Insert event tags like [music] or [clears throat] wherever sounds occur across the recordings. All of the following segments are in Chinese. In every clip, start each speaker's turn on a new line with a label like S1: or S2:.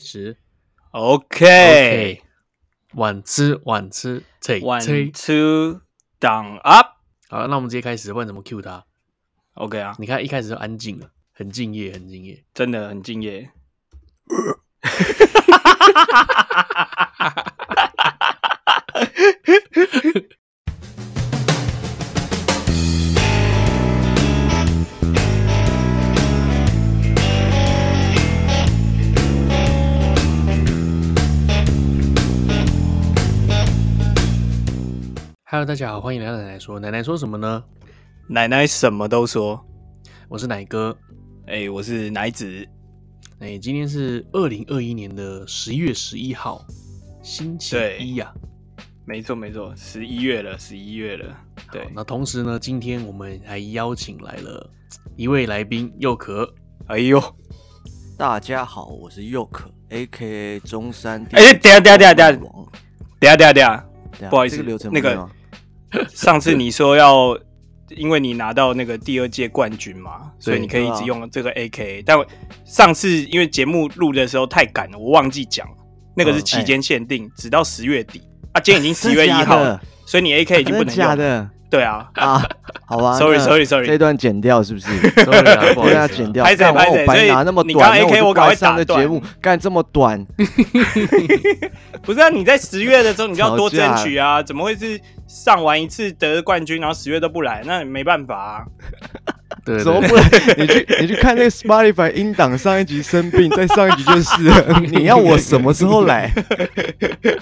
S1: 时
S2: OK，
S1: 晚吃哎晚吃，切
S2: one
S1: 切。
S2: two down up。
S1: 好，那我们直接开始，问怎么 Q 他？
S2: OK 啊，
S1: 你看一开始就安静了，很敬业，很敬业。
S2: 真的很敬业。
S1: Hello，大家好，欢迎来到奶奶说。奶奶说什么呢？
S2: 奶奶什么都说。
S1: 我是奶哥。
S2: 哎、我是奶子。
S1: 哎、今天是二零二一年的十一月十一号，星期
S2: 对
S1: 一啊呀、
S2: 没错没错，十一月了，十一月了。对
S1: 好，那同时呢，今天我们还邀请来了一位来宾，又可。 [laughs]
S2: 哎呦，
S3: 大家好，我是佑可，A K A 中山地区
S2: 哎等一下等一下等一下
S3: 王王
S2: 等一下等一下等一下，
S3: 等一下
S2: 不好意思
S3: 这个流程
S2: 那个
S3: 不对吗
S2: 上次你说要，因为你拿到那个第二届冠军嘛，所以你可以一直用这个 AK。但我上次因为节目录的时候太赶了，我忘记讲，那个
S3: 嗯
S2: 是期间限定，直到十月底啊，今天已经十月一号
S3: 哎真的假
S2: 了
S3: 的，
S2: 所以你 AK 已经不能
S3: 真的假
S2: 用了。 [laughs]
S3: 的
S2: 对啊，
S3: 啊？好
S2: [laughs]
S3: 吧
S2: Sorry,
S3: 那
S2: sorry, sorry
S3: 这段剪掉是
S2: [laughs]
S3: 不是？
S1: Sorry 啊，
S3: [laughs]
S1: 不好
S3: 这
S1: 意
S3: 段要
S1: 思
S3: 剪
S1: 啊、
S3: 掉，
S2: 拍谁
S3: 干
S2: 拍
S3: 我
S2: 谁所
S3: 白
S2: 以
S3: 拿那么
S2: 你刚
S3: 短，
S2: 刚
S3: 那
S2: AK
S3: 我
S2: 我
S3: 就
S2: 赶快
S3: 不爱上
S2: 打
S3: 这
S2: 断
S3: 节目，干这么短，
S2: 不是啊，你在十月的时候你就要多
S3: 吵架
S2: 争取啊，怎么会是上完一次得冠军，然后十月都不来？那没办法啊。
S1: 对
S3: 怎么
S1: 对
S3: 不来？ [laughs] 你去你去看那个 Spotify 音档，上一集生病，再上一集就
S2: [laughs]
S3: 是了。你要我什么时候来？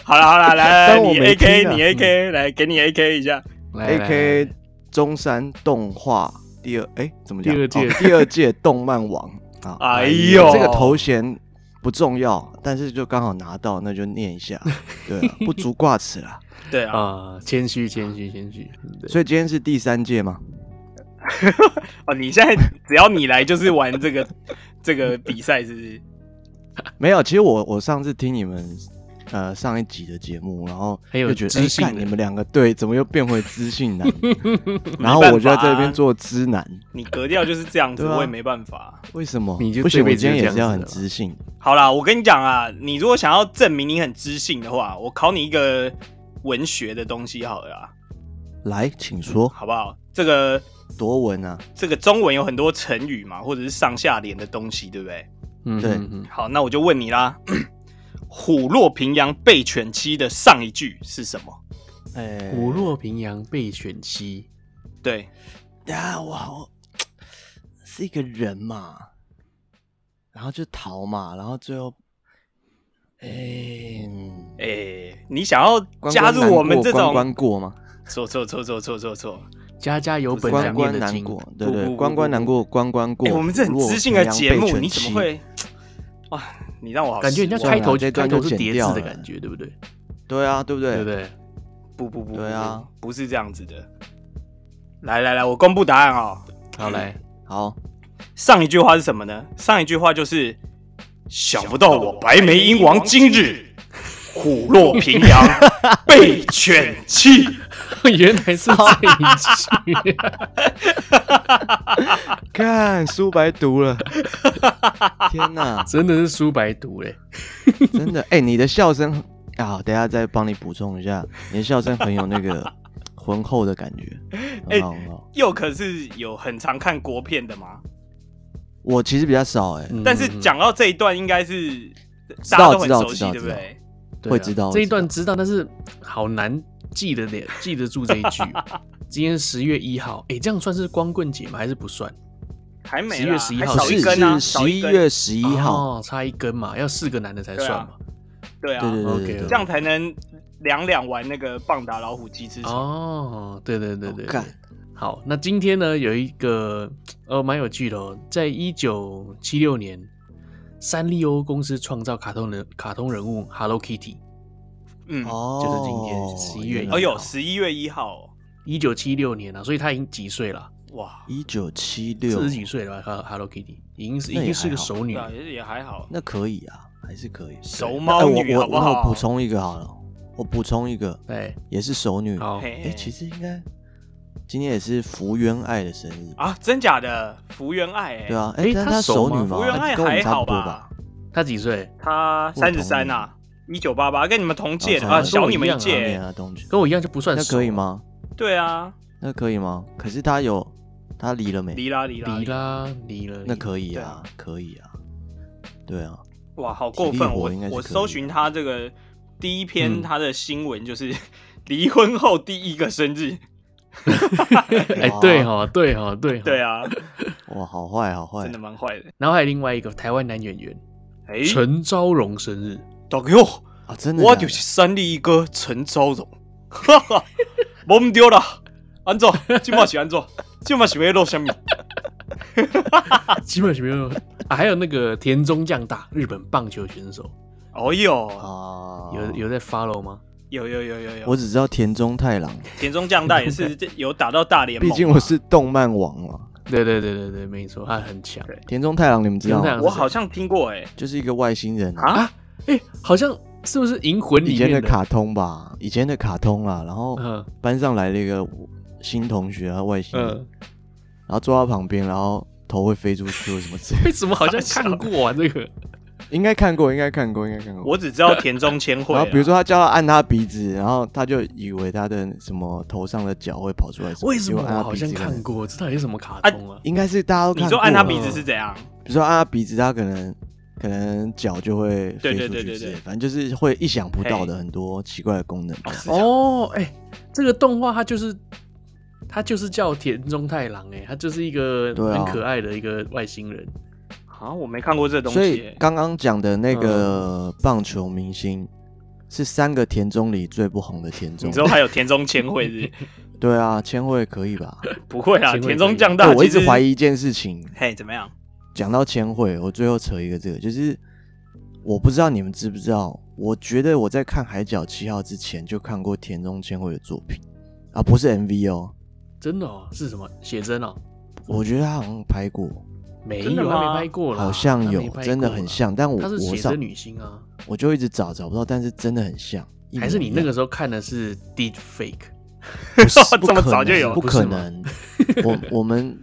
S2: 好了好了，来来，
S3: 但我
S2: 你
S3: 没
S2: AK
S3: 听啊
S2: 你 AK 来给你 AK 一下，
S1: 来
S3: A
S1: 来
S3: K
S1: 来
S3: A 中山动画第二哎、怎么讲？
S1: 第二届
S3: 哦第二届动漫王啊！
S2: 哎呦
S3: 这个头衔不重要，但是就刚好拿到，那就念
S1: [laughs]
S3: 一下，对、啊，不足挂齿啦。
S2: 对啊，
S1: 啊，谦虚谦虚谦虚。对
S3: 所以今天是第三届吗？
S2: 哦，你现在只要你来就是玩这个 [laughs] 这个比赛，是不是？
S3: 没有，其实我我上次听你们。呃，上一集的节目，然后
S1: 很有
S3: 就觉得，
S1: 知
S3: 哎、
S1: 性
S3: 看
S1: 的
S3: 你们两个对，怎么又变回知
S1: [laughs]
S3: 性男？然
S2: 没
S3: 后
S2: 办
S3: 我就
S2: 法
S3: 在
S2: 啊
S3: 这边做知男，
S2: 你格调就是这样子，
S3: 对啊
S2: 我也没办法。
S3: 为什么？
S1: 你就
S3: 不行，
S1: 这
S3: 我
S1: 辈
S3: 今
S1: 子就
S3: 天也是
S1: 这样
S3: 要
S1: 子
S3: 很
S1: 了
S3: 知性。
S2: 好啦，我跟你讲啊，你如果想要证明你很知性的话，我考你一个文学的东西好了啦，
S3: 来，请说，
S2: 好不好？这个
S1: 嗯
S3: 多文啊，
S2: 这个中文有很多成语嘛，或者是上下联的东西，对不对？
S1: 嗯
S3: 对
S1: 嗯嗯
S2: 好，那我就问你啦， [clears throat] 虎落平阳被犬欺的上一句是什么？
S3: 哎、
S1: 虎落平阳被犬欺，
S2: 对，
S3: 等下我好是一个人嘛，然后就逃嘛，然后最后，哎、嗯
S2: 哎、你想要
S3: 关
S2: 加
S3: 关难
S2: 入我们
S3: 过
S2: 这
S3: 关
S2: 种？
S3: 关过吗？
S2: 错错错错错错错！
S1: 家家有本
S3: 关
S1: 难念
S3: 关
S1: 的
S3: 难
S1: 经。
S3: 过，对
S2: 不不
S3: 对，
S2: 不
S3: 关关
S2: 不
S3: 难过，关关过。
S2: 哎、我们这很知性的节目，你怎么
S3: 会？
S2: 会？哇，你让我好
S1: 感觉人家
S2: 失望
S1: 开头
S3: 啊这
S1: 开
S3: 段
S1: 头
S3: 就是
S1: 叠
S3: 剪掉
S1: 字
S3: 了
S1: 的感觉，对不对？
S3: 对啊，对不对？
S1: 对不对？
S2: 不不不，
S3: 对啊
S2: 不，不是这样子的。来来来，我公布答案哦。
S1: 好
S2: [laughs]
S1: 来， [laughs]
S3: 好，
S2: 上一句话是什么呢？上一句话就是想不到我白眉鹰王今日虎落平 [laughs] 阳被犬欺。
S1: 原来是这一句。 [laughs]
S3: 看书白读了，天哪，
S1: 真的是书白读哎、
S3: 真的，哎、你的笑声啊，等一下再帮你补充一下，你的笑声很有那个浑厚的感觉，
S2: 哎
S3: 很好很好。
S2: 又可是有很常看国片的嘛，
S3: 我其实比较少哎、
S1: 嗯
S2: 但是讲到这一段应该是
S3: 知
S2: 大家
S3: 道
S2: 都很
S3: 知道
S2: 熟悉，
S3: 知道
S2: 对不
S3: 知道
S2: 对？
S1: 对啊
S3: 会知道
S1: 这一段知道，但是好难记得 [laughs] 了，记得住这一
S3: [laughs]
S1: 句。今天十月一号，哎、这样算是光棍节吗？还是不算？
S2: 还没
S1: 10
S2: 啦
S1: 月11
S2: 还
S1: 号
S2: 少
S3: 是
S2: 一根啊，
S3: 是
S2: 少
S3: 十
S2: 一
S3: 一
S2: 根
S3: 月十一号，
S1: 哦，差一根嘛，要四个男的才算嘛。
S2: 对啊，
S3: 对对对
S1: OK，
S3: 对对，
S2: 这样才能两两玩那个棒打老虎鸡之手。
S1: 哦，对对对对对
S3: 干
S1: 好，那今天呢有一个呃蛮有趣的哦，在一九七六年，三丽鸥公司创造卡通人卡通人物 Hello Kitty。
S2: 嗯，
S3: 哦，
S1: 就是今天11月
S2: 哦
S1: 哎
S2: 哟，十一月一号哦，
S1: 一九七六年啊，所以他已经几岁了？
S2: 哇，
S3: 一九七六
S1: 四十，几岁了吧？Hello Kitty 已经是已
S3: 那也
S1: 经是个
S3: 还好
S1: 熟女
S2: 对
S1: 了
S2: 啊，。也也还好。
S3: 那可以啊，还是可以。
S2: 熟
S3: 对
S2: 猫
S3: 哎
S2: 女
S3: 我
S2: 好
S3: 我
S2: 不
S3: 那
S2: 好
S3: 我补充一个好了，我补充一个，
S2: 啊
S1: 对，
S3: 也是熟女。
S1: 好，
S2: 嘿
S3: 哎，其实应该今天也是福原爱的生日，
S2: 啊啊，真假的福原爱、欸，
S3: 对啊，
S1: 哎
S3: 哎，但
S1: 她
S3: 她
S1: 熟
S3: 熟
S1: 吗
S3: 女
S2: 福
S3: 嘛
S2: 原爱
S3: 啊跟我
S2: 还
S3: 们差
S2: 好
S3: 不多哦
S2: 吧？？
S1: 他几岁？
S2: 他三十三啊，一九八八，跟你们同届的
S3: 然后
S2: 啊，
S3: 才
S2: 小你
S1: 跟我
S2: 们
S1: 一样啊
S2: 届。
S3: 啊，东区
S1: 跟我一样就不算
S3: 那
S1: 熟啊
S3: 可以？吗？
S2: 对啊，
S3: 那可以吗？可是他有他离了没？
S2: 离啦离啦
S1: 离，啦，离了，
S3: 那
S1: 离
S3: 可以
S2: 对
S3: 啊
S2: 啊，
S3: 可以啊，对啊，
S2: 哇，好过
S3: 体力
S2: 分！
S3: 活
S2: 我
S3: 应该是
S2: 我
S3: 可以
S2: 搜
S3: 的
S2: 寻他这个第一
S1: 嗯
S2: 篇他的新闻就是 [laughs] 离婚后第一个生
S3: 嗯
S2: 日，
S1: [laughs] 哎、
S3: 哇
S1: 对哈，对哈，对哈。
S2: 对啊，
S3: 哇，好坏好坏
S2: 真的，蛮坏的。
S1: 然后还有另外一个台湾男演员
S2: 哎，
S1: 陈昭荣生日，
S2: 大哥，
S3: 啊，真的假
S2: 我
S3: 的，
S2: 就是三立一哥陈昭荣， [laughs] 哈哈，懵丢了，安总，今嘛是安总，今嘛是要录什么？
S1: 基本上没有啊。还有那个田中将大，日本棒球选手，
S2: 哦哟，
S3: 啊，
S1: 有有在 follow 吗？
S2: 有有有有有
S3: 我，只知道田中太郎，
S2: 田中将大也是有打到大联盟啊
S3: 毕
S2: 嘛，
S3: 竟我是动漫王嘛。
S1: 对对对对对，没错，他很强。
S2: 对
S3: 田中太郎，你们知道
S1: 田中太
S3: 吗
S1: 郎？
S2: 我好像听过哎
S3: 就是一个外星人啊，
S2: 啊，
S1: 哎、好像是不是《银魂》
S3: 以
S1: 里
S3: 前的
S1: 面
S3: 卡通吧，以前的卡通啦。然后
S1: 嗯
S3: 班上来了一个新同学啊，外星人，
S1: 嗯，
S3: 然后坐他旁边，然后头会飞出去或什么之类的， [laughs]
S1: 为什么好像看过啊？这个
S3: 应该看过，应该看过，应该看过。
S2: 我只知道田中千惠
S3: 然
S2: 啊，
S3: 后比如说他叫他按他鼻子，然后他就以为他的什么头上的角会跑出来什
S1: 为什么
S3: 结果按
S1: 我
S3: 他
S1: 好
S3: 鼻子
S1: 像
S3: 可能
S1: 看过？这到底是什么卡通啊？
S3: 应该是大家都看
S2: 你
S3: 过
S2: 说
S3: 啊
S2: 按他鼻子
S3: 了
S2: 是怎样？
S3: 比如说按他鼻子，他可能可能脚就会飞
S2: 对对
S3: 出
S2: 对
S3: 去
S2: 对
S3: 之类
S2: 对
S3: 反正就是会意想不到
S2: 嘿
S3: 的很多奇怪的功能。
S1: 哦，哎、这个动画它就是它就是叫田中太郎、哎，他就是一个
S3: 对啊
S1: 很可爱的一个外星人。
S2: 啊，我没看过这东
S3: 所
S2: 西
S3: 以
S2: 耶。
S3: 刚刚讲的那个棒球明星是三个田中里最不红的田中
S2: 你知，道还有田中千惠
S3: [laughs]
S2: 是
S3: 对啊，千惠可以
S2: [laughs]
S3: 吧？
S2: 不会啊，
S1: 千惠
S2: 田中将大
S3: 对，我一直
S2: 其实
S3: 怀。疑一件事情，
S2: 嘿，怎么样？
S3: 讲到千惠，我最后扯一个这个，就是我不知道你们知不知道，我觉得我在看《海角七号》之前就看过田中千惠的作品啊，不是 MV 哦，
S1: 真的哦，是什么写真哦？
S3: 我觉得他好像拍过，
S1: 没
S2: 真的
S1: 有，
S2: 吗
S1: 他没拍过啦，
S3: 好像
S1: 他没
S3: 有
S1: 拍过，啦
S3: 真的很。像，但我
S1: 她是
S3: 我
S1: 写
S3: 找
S1: 真女星啊，
S3: 我就一直找找不到，但是真的很像，一模
S1: 还是你
S3: 一
S1: 那
S3: 样
S1: 个时候看的是 Deep Fake？
S3: 不
S1: [laughs]
S3: 是
S2: 这么早就有
S3: 不
S1: 不是
S3: 可
S1: 吗
S3: 能。我我们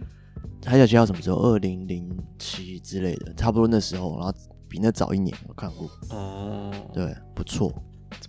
S3: 海角七号什么时候？二零零七之类的，差不多那时候，然后比那早一年，我看过，
S1: 哦，
S3: 对，不错，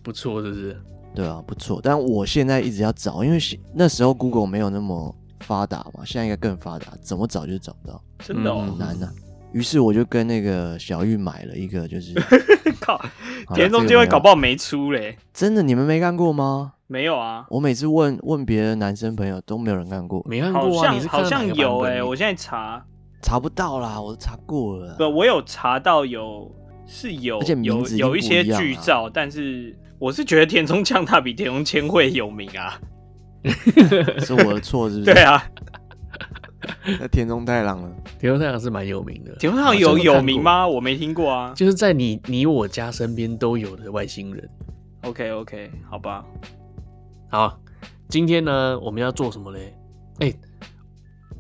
S1: 不错，是不是？
S3: 对啊，不错。但我现在一直要找，因为是那时候 Google 没有那么发达嘛，现在应该更发达，怎么找就找不到，
S2: 真的哦
S1: 嗯，
S3: 很难啊。于是我就跟那个小玉买了一个，就是
S2: [laughs] 靠，
S3: 嗯好啦
S2: 田中千
S3: 这个没
S2: 惠
S3: 有
S2: 搞不好没出嘞。
S3: 真的，你们没看过吗？
S2: 没有啊，
S3: 我每次问问别的男生朋友都没有人看过，
S1: 没看
S2: 好
S1: 过啊？你
S2: 像
S1: 是看到
S2: 好
S1: 哪
S2: 像
S1: 个版
S2: 有
S1: 本
S2: 哎，
S1: 你
S2: 我现在查，
S3: 查不到啦，我查过了
S2: 不，
S3: 啦。
S2: 我有查到有是有
S3: 而且名
S2: 有
S3: 字已经
S2: 有一些
S3: 不一样
S2: 剧
S3: 了
S2: 照，但是我是觉得田中将大比田中千惠有名啊。
S3: 是我的错是不是？
S2: [laughs] 对，啊，
S3: 那田中太郎了。
S1: 田中太郎是蛮有名的，
S2: 田中将
S1: 好像
S2: 有
S1: 看过
S2: 有名？吗？我没听过啊。
S1: 就是在你你我家身边都有的外星人。
S2: OK OK，好吧，
S1: 好，今天呢我们要做什么嘞？哎、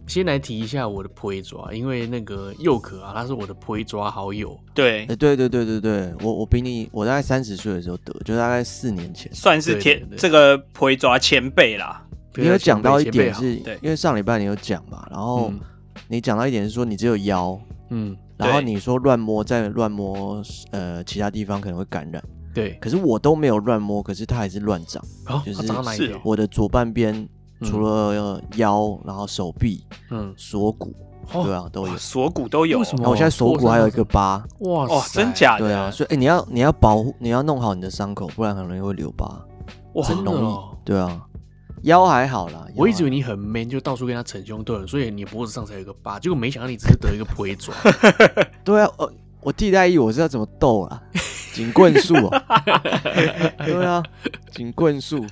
S1: 先来提一下我的推抓，因为那个佑可啊，他是我的推抓好友，
S2: 对
S3: 哎、，对对对对对，我我比你，我大概三十岁的时候得，就大概四年前。
S2: 算是
S1: 对
S2: 田
S1: 对对
S2: 这个婆抓前辈啦。
S3: 你有讲到
S1: 啊
S3: 一
S1: 前辈
S3: 点是，
S2: 对
S3: 因为上礼拜你有讲嘛，然后
S1: 嗯
S3: 你讲到一点是说你只有腰，
S1: 嗯，
S3: 然后
S2: 对
S3: 你说乱摸再乱摸，呃，其他地方可能会感染，
S1: 对，
S3: 可是我都没有乱摸，可是它还是乱长。
S1: 好、哦，
S3: 就是
S1: 他长哪一
S2: 是
S1: 条？
S3: 我的左半边除了腰，然后手臂、
S1: 嗯，
S3: 锁骨，
S1: 哦
S3: 对啊，都有
S2: 哇，。锁骨都有
S1: 为，什么
S3: 那我现在手骨还有一个疤，
S1: 哇
S2: 哦，
S1: 塞
S2: 真？假的？
S3: 对啊，所以哎、你要你要保护，你要弄好你的伤口，不然很容易会留疤。
S2: 哇，
S1: 真
S3: 很
S1: 的
S3: 容易。
S1: 哦
S3: 对啊，腰还好啦。
S1: 我一直以为
S3: 你
S1: 你很 man，就到处跟他逞凶斗狠，所以你脖子上才有一个疤，结果没想到你只是得一个腿
S3: [laughs]
S1: 爪。
S3: 对啊，呃，我替代役我是要怎么斗啊？ [laughs] 警棍术哦。对啊，警棍术。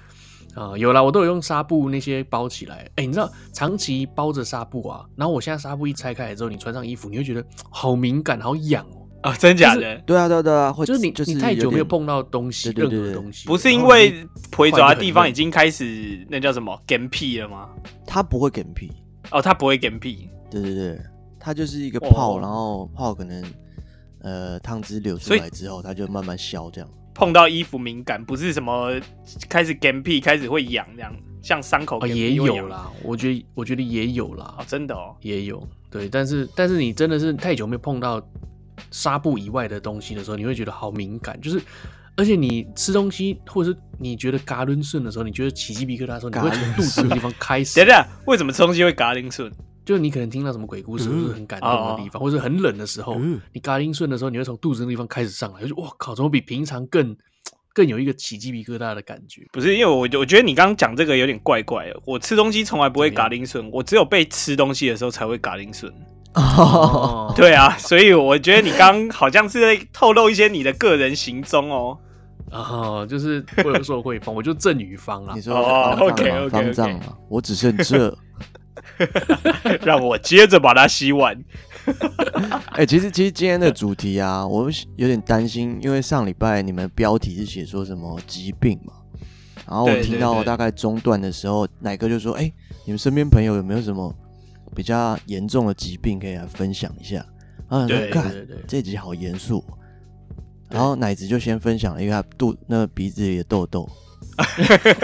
S1: 啊、有啦，我都有用纱布那些包起来。哎、你知道长期包着纱布啊，然后我现在纱布一拆开来之后，你穿上衣服，你会觉得好敏感，好痒哦、
S2: 啊，真假
S1: 就
S2: 的？
S3: 对啊，对啊，对啊，会
S1: 就是你
S3: 就是
S1: 你太久没有
S3: 点
S1: 碰到东西，
S3: 对对对
S1: 任何
S3: 对
S1: 东西，
S2: 不是因
S1: 然后你
S2: 为婆抓的地方已经开始那叫什么 g a 屁了吗？
S3: 它不会梗皮。
S2: 哦，他不会 g a 屁，
S3: 对对对，它就是一个泡，
S2: 哦
S3: 然后泡可能呃汤汁流出
S2: 所以
S3: 来之后，它就慢慢消这样。
S2: 碰到衣服敏感，不是什么开始 g a 屁，开始会痒这样，像伤口
S1: 啊
S2: gam
S1: 也
S2: 屁会
S1: 有
S2: 痒。
S1: 啦，我觉得我觉得也有啦
S2: 哦，，真的哦，
S1: 也有对，但是但是你真的是太久没碰到纱布以外的东西的时候，你会觉得好敏感，就是。而且你吃东西，或者是你觉得嘎抡顺的时候，你觉得起鸡皮疙瘩的时候，你会
S3: 嘎
S1: 从
S3: 抡
S1: 肚子的
S3: 顺
S1: 地方
S2: [laughs]
S1: 开始
S2: 等，等，为什么吃东西会嘎铃顺？
S1: 就是你可能听到什么鬼故事，或是很感动
S2: 哦
S1: 的地方，或是很冷的时候，
S3: 嗯
S1: 你嘎铃顺的时候，你会从肚子那地方开始上来，就是哇靠，怎么比平常更更有一个起鸡皮疙瘩的感觉？
S2: 不是因为我我觉得你刚刚讲这个有点怪怪的。我吃东西从来不会
S1: 怎么样
S2: 嘎铃顺，我只有被吃东西的时候才会嘎铃顺。[laughs]
S3: 哦，
S2: 对啊，所以我觉得你刚刚好像是在透露一些你的个人行踪哦。
S1: 啊，就是或者说慧芳，我就郑宇芳啦
S3: 你。说
S2: 哦
S3: 方丈嘛
S2: OK，OK，OK
S3: 方丈嘛，啊我只剩这。
S2: 让我接着把它洗完。
S3: 哎、其实其实今天的主题啊，我是有点担心，因为上礼拜你们标题是写说什么疾病嘛，然后我
S2: 对
S3: 听
S2: 对
S3: 到
S2: 对
S3: 大概中段的时候，奶哥就说：“哎、你们身边朋友有没有什么比较严重的疾病可以来分享一下？”啊，
S2: 对
S3: 说
S1: 对
S3: 干
S1: 对对
S3: 这集好严肃哦。然后奶子就先分享了一个他肚那鼻子里的痘 [laughs] 痘，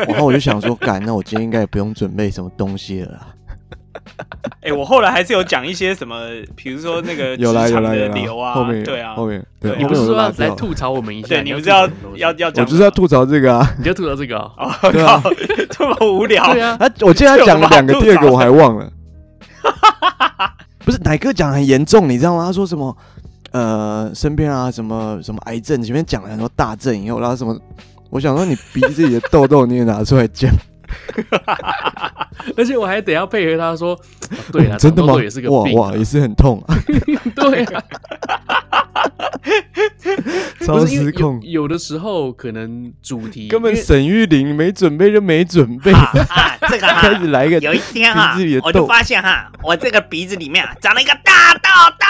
S3: 然后我就想说，干，那我今天应该也不用准备什么东西了啦。
S2: 哎、我后来还是有讲一些什么，比如说那个职
S4: 有啦有
S2: 场
S4: 啦
S2: 的
S4: 有啦，
S2: 流啊，
S4: 后面有
S2: 对啊，
S4: 后面
S2: 对
S4: 对，
S1: 你
S2: 你
S4: 后
S1: 不
S4: 面
S1: 是
S4: 我都
S1: 说要
S4: 拉
S1: 来
S4: 掉。
S1: 吐槽我们一下？
S2: 对，
S1: 你
S2: 你不是要
S1: 吐槽什么东西
S2: 要要
S4: 我
S2: 讲，
S4: 就是要吐槽这个啊！
S1: [laughs] 你就吐槽这个
S2: [laughs]
S1: 哦？
S2: 哦，
S4: 对啊
S2: 靠，这么无
S4: [laughs]
S2: 聊，
S1: 对啊，
S3: 啊，
S4: 我记得他讲了两个
S2: 这，有
S4: 第
S2: 什
S4: 二个我
S2: 么好
S4: 还忘了。
S3: [laughs] 不是奶哥讲得很严重，你知道吗？他说什么？呃，身边啊，什么什么癌症，前面讲了很多大症以后，然后什么，我想说你鼻子里的痘痘你也拿出来讲，
S1: 而且我还得要配合他说，啊对
S3: [laughs]
S1: 啊，
S4: 真的
S1: 长痘
S4: 吗
S1: 痘也是个？
S3: 哇
S1: 病啊，
S4: 哇，也是很痛啊，
S1: [laughs] 对啊，
S4: 超
S1: 不是因
S4: 失
S1: 为
S4: 控，
S1: 有有的时候可能主题
S4: 根本
S1: 因为
S4: 沈玉玲没准备就没准
S1: [laughs]
S4: 备，
S5: 啊，这个
S4: 开始
S5: 哈，
S4: 来一个
S5: 有一天哈
S4: 鼻子里的，
S5: 我就
S4: 痘
S5: 发现哈，我这个鼻子里面啊长了一个大痘痘。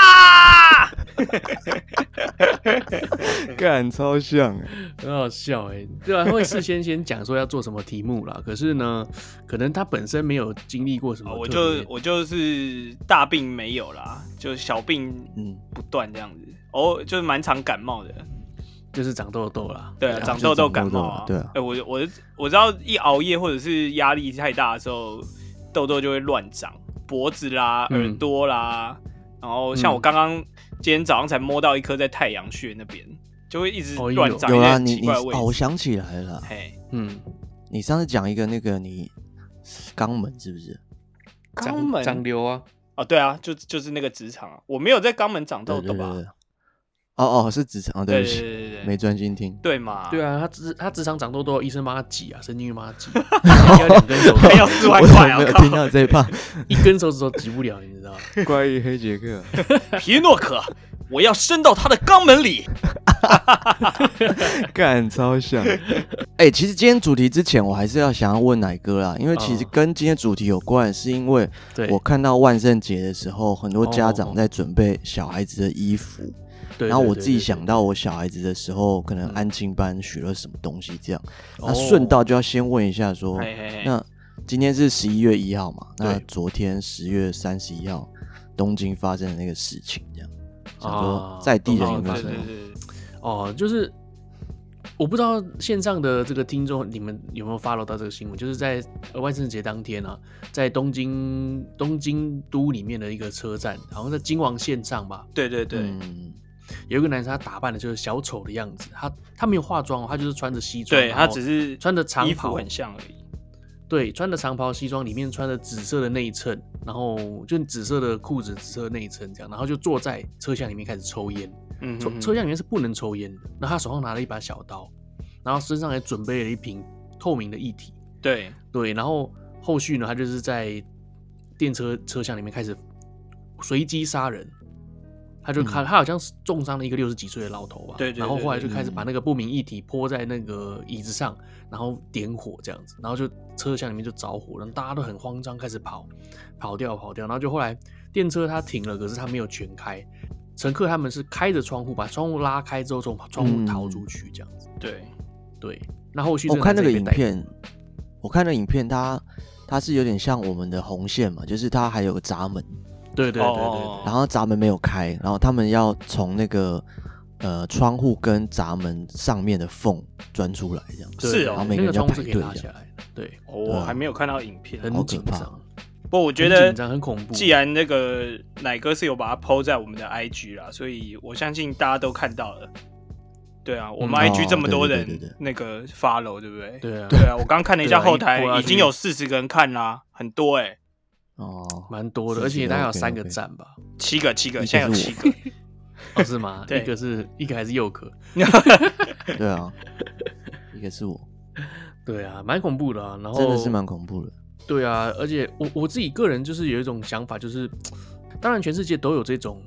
S4: 干，超像欸。
S1: 很好笑哎、对啊，会事先先讲说要做什么题目啦，可是呢，可能他本身没有经历过什么
S2: 我
S1: 特别
S2: 哦就我就是大病没有啦，就小病
S3: 嗯，
S2: 不断这样子，偶尔就是蛮常感冒的，
S1: 就是长痘痘啦，
S2: 对啊，
S3: 对啊
S2: 长
S3: 就
S2: 痘痘
S3: 长
S2: 感
S3: 痘
S2: 冒
S3: 痘
S2: 啊
S3: 嘛，对啊
S2: 哎、我我我知道一熬夜或者是压力太大的时候，痘痘就会乱长，脖子啦、
S1: 嗯
S2: 耳朵啦，然后像
S1: 嗯
S2: 我刚刚今天早上才摸到一颗在太阳穴那边，就会一直
S1: 哦
S2: 乱长
S3: 有
S2: 一些
S3: 啊，
S2: 很
S3: 你
S2: 奇
S3: 你
S2: 怪的位
S3: 哦，我
S2: 置。
S3: 想起来了，
S2: 嘿，
S1: 嗯，
S3: 你上次讲一个那个你肛门是不是？
S2: 肛
S1: 长长
S2: 门
S1: 瘤啊，
S2: 哦，对啊，就就是那个职场啊，我没有在肛门长痘
S3: 对
S2: 痘
S3: 对对
S2: 吧？
S3: 对，哦哦，是直肠，哦对
S2: 对
S3: 不
S2: 对
S3: 起，
S2: 对对
S3: 没
S2: 对，
S3: 专
S2: [laughs]
S3: 心听，
S2: 对嘛？
S1: 对啊，他职他职场长痘痘，医生帮他挤啊，神经病帮他
S3: [laughs]
S1: 挤，要两根手
S2: 还
S1: 指
S2: 要四万
S3: 我怎
S2: 块
S3: 么
S2: 啊！
S3: 没有
S2: 靠
S3: 听到这
S4: [laughs]
S3: 一趴？
S1: 一根手指头挤不了，你知道吗？
S4: 怪异黑杰
S3: [laughs]
S4: 克，
S2: 皮诺可，我要伸到他的肛门里。
S4: 干，超像。
S3: [laughs] 哎、其实今天主题之前，我还是要想要问奶哥啦，因为其实
S1: 嗯
S3: 跟今天主题有关，是因为
S1: 对，
S3: 我看到万圣节的时候，很多家
S1: 哦哦
S3: 长
S1: 哦
S3: 在准备小孩子的衣服，
S1: 对
S3: 然后
S1: 对
S3: 我
S1: 对
S3: 自己
S1: 对
S3: 想
S1: 对
S3: 到我小孩子的时候，可能
S1: 嗯
S3: 安亲班学了什么东西这样，
S1: 哦
S3: 那顺道就要先问一下说，
S1: 哎
S2: 嘿嘿嘿
S3: 那今天是十一月一号嘛，那
S1: 对
S3: 昨天十月三十一号东京发生的那个事情，这样想说
S2: 哦
S1: 啊
S3: 在地人
S1: 懂了
S3: 有没有
S2: 对
S3: 什
S2: 对
S3: 么
S2: 对对。
S1: 哦，就是我不知道线上的这个听众你们有没有 follow 到这个新闻，就是在呃万圣节当天啊，在东京东京都里面的一个车站，好像在京王线上吧，
S2: 对对对，
S3: 嗯
S1: 有一个男生他打扮的就是小丑的样子，他他没有化妆哦，他就是穿着西装，
S2: 对
S1: 然
S2: 他
S1: 后
S2: 只是
S1: 穿着长
S2: 衣
S1: 袍
S2: 服很像而已。
S1: 对穿着长袍西装，里面穿着紫色的内衬，然后就紫色的裤子、紫色的内衬这样，然后就坐在车厢里面开始抽烟。
S2: 嗯
S1: 抽车厢里面是不能抽烟的。那他手上拿了一把小刀，然后身上还准备了一瓶透明的液体。
S2: 对，
S1: 对，然后后续呢，他就是在电车车厢里面开始随机杀人。他就看、
S3: 嗯
S1: 他好像是重伤了一个六十几岁的老头吧，
S2: 对对对
S1: 然后后来就
S2: 对
S1: 开始把
S3: 嗯
S1: 那个不明液体泼在那个椅子上，然后点火这样子，然后就车厢里面就着火，然后大家都很慌张，开始跑，跑掉跑掉，然后就后来电车它停了，可是它没有全开，乘客他们是开着窗户把窗户拉开之后从窗户逃出去这样子，
S2: 对，
S1: 对，那后续这
S3: 我嗯哦看那
S1: 男
S3: 个
S1: 生也
S3: 影
S1: 被逮捕
S3: 片，我看那影片，它它是有点像我们的红线嘛，就是它还有个闸门，
S1: 对对对对对
S2: 哦
S3: 然后闸门没有开，然后他们要从那个呃窗户跟闸门上面的缝钻出来，这样。
S1: 对
S2: 是
S1: 对
S2: 哦
S1: 对
S3: 每个
S1: 那个
S3: 人要
S1: 窗户是
S3: 排
S1: 可以
S3: 队
S1: 拉
S3: 这
S1: 起
S3: 样
S1: 来的，对，
S2: 我还没有看到影片，
S1: 嗯
S2: 啊
S1: 很
S3: 好可
S1: 紧
S3: 怕
S1: 张。
S2: 不过我觉
S1: 很
S2: 得
S1: 紧张很恐怖
S2: 既然那个奶哥是有把它 PO 在我们的 IG 啦，所以我相信大家都看到了。对啊，我们
S3: 嗯
S2: IG 这么多
S3: 哦对
S2: 人
S3: 对对对
S2: 那个 follow，对不对？
S1: 对啊，
S2: 对啊，我刚看了一下
S1: 对啊一
S2: 后台
S1: 拖下，
S2: 已
S1: 去
S2: 经有四十个人看啦，很多哎，
S3: 哦，
S1: 蛮多的，
S3: 是
S1: 而且大概有
S3: 是
S1: 三个
S3: OK，OK
S1: 赞
S3: [laughs]
S1: 吧？
S2: 七个，七
S3: 一
S2: 个，
S3: 个
S2: 现在有
S3: 是
S2: 七
S3: 我
S2: 个。
S1: 哦，是吗？
S2: 对
S1: 一个是一个还是佑可？
S3: 对
S2: [laughs]
S3: 啊，一个是我，
S1: 对啊，蛮恐怖的啊。
S2: 哦
S1: 然后
S3: 真的是蛮恐怖的。
S1: 对啊，而且我我自己个人就是有一种想法，就是当然全世界都有这种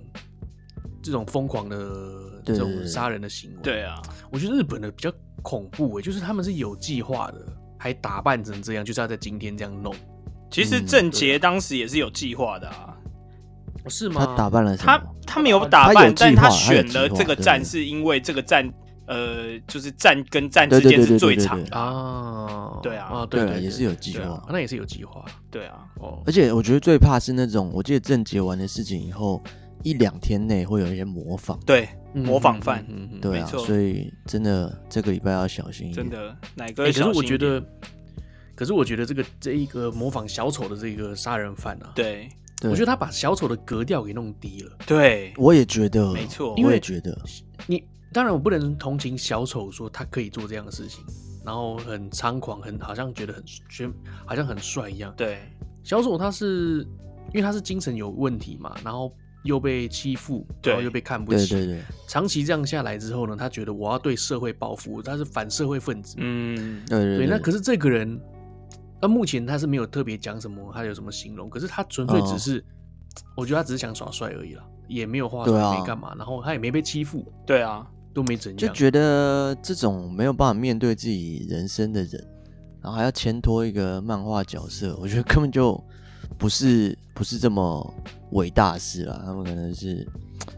S1: 这种疯狂的这
S3: 对
S1: 种杀人的行为。
S2: 对啊，
S1: 我觉得日本的比较恐怖诶、就是他们是有计划的，还打扮成这样，就是要在今天这样弄，
S2: 其实
S3: 嗯
S2: 郑杰当时也是有计划的啊，
S1: 哦是吗？
S3: 他打扮了什
S2: 他
S3: 么？
S2: 他没有打
S3: 他有
S2: 扮，
S3: 计划
S2: 但他
S3: 他有
S2: 选
S3: 计划
S2: 了这个
S3: 对
S2: 站是因为这个站，呃，就是站跟站之
S3: 对对
S2: 间
S3: 对
S2: 是
S3: 对
S2: 最
S3: 对
S2: 长
S3: 对
S2: 的啊。
S1: 啊，
S2: 对啊
S1: 啊，对
S3: 对啊也是有计
S1: 对啊
S3: 划
S1: 那也是有计划
S2: 对啊，
S1: 哦
S3: 而。且我觉得最怕是那种，我记得郑杰完的事情以后，一两天内会有一些模仿。
S2: 对，
S1: 嗯
S2: 模仿犯
S1: 嗯嗯嗯嗯
S3: 对
S2: 没
S3: 啊，
S2: 错
S3: 所以真的这个礼拜要小心一
S2: 真，
S3: 点。
S2: 的奶
S1: 欸
S2: 哥
S1: 可是
S2: 小
S1: 我
S2: 心一
S1: 觉
S2: 点。
S1: 得，可是我觉得这个这一个模仿小丑的这个杀人犯啊，
S2: 对
S3: 对
S1: 我觉得他把小丑的格调给弄低了。
S2: 对，
S3: 我也觉得，
S2: 没错
S3: 我也觉得，
S1: 你当然我不能同情小丑，说他可以做这样的事情，然后很猖狂，很好像觉得很觉好像很帅一样。
S2: 对
S1: 小丑他是因为他是精神有问题嘛，然后又被欺负，
S2: 对
S1: 然后又被看不
S3: 对
S1: 起，
S3: 对对
S1: 长期这样下来之后呢，他觉得我要对社会报复，他是反社会分子。
S2: 嗯，
S3: 对对
S1: 对，那可
S3: 是
S1: 是这个人，那目前他是没有特别讲什么，他有什么形容，可是他纯粹只
S3: 哦
S1: 是，我觉得他只是想耍帅而已啦，也没有化
S3: 对
S1: 妆，
S3: 啊
S1: 没干嘛，然后他也没被欺负，
S2: 对啊，
S1: 都没怎样，
S3: 就觉得这种没有办法面对自己人生的人，然后还要牵拖一个漫画角色，我觉得根本就不是不是这么伟大的事啦。他们可能是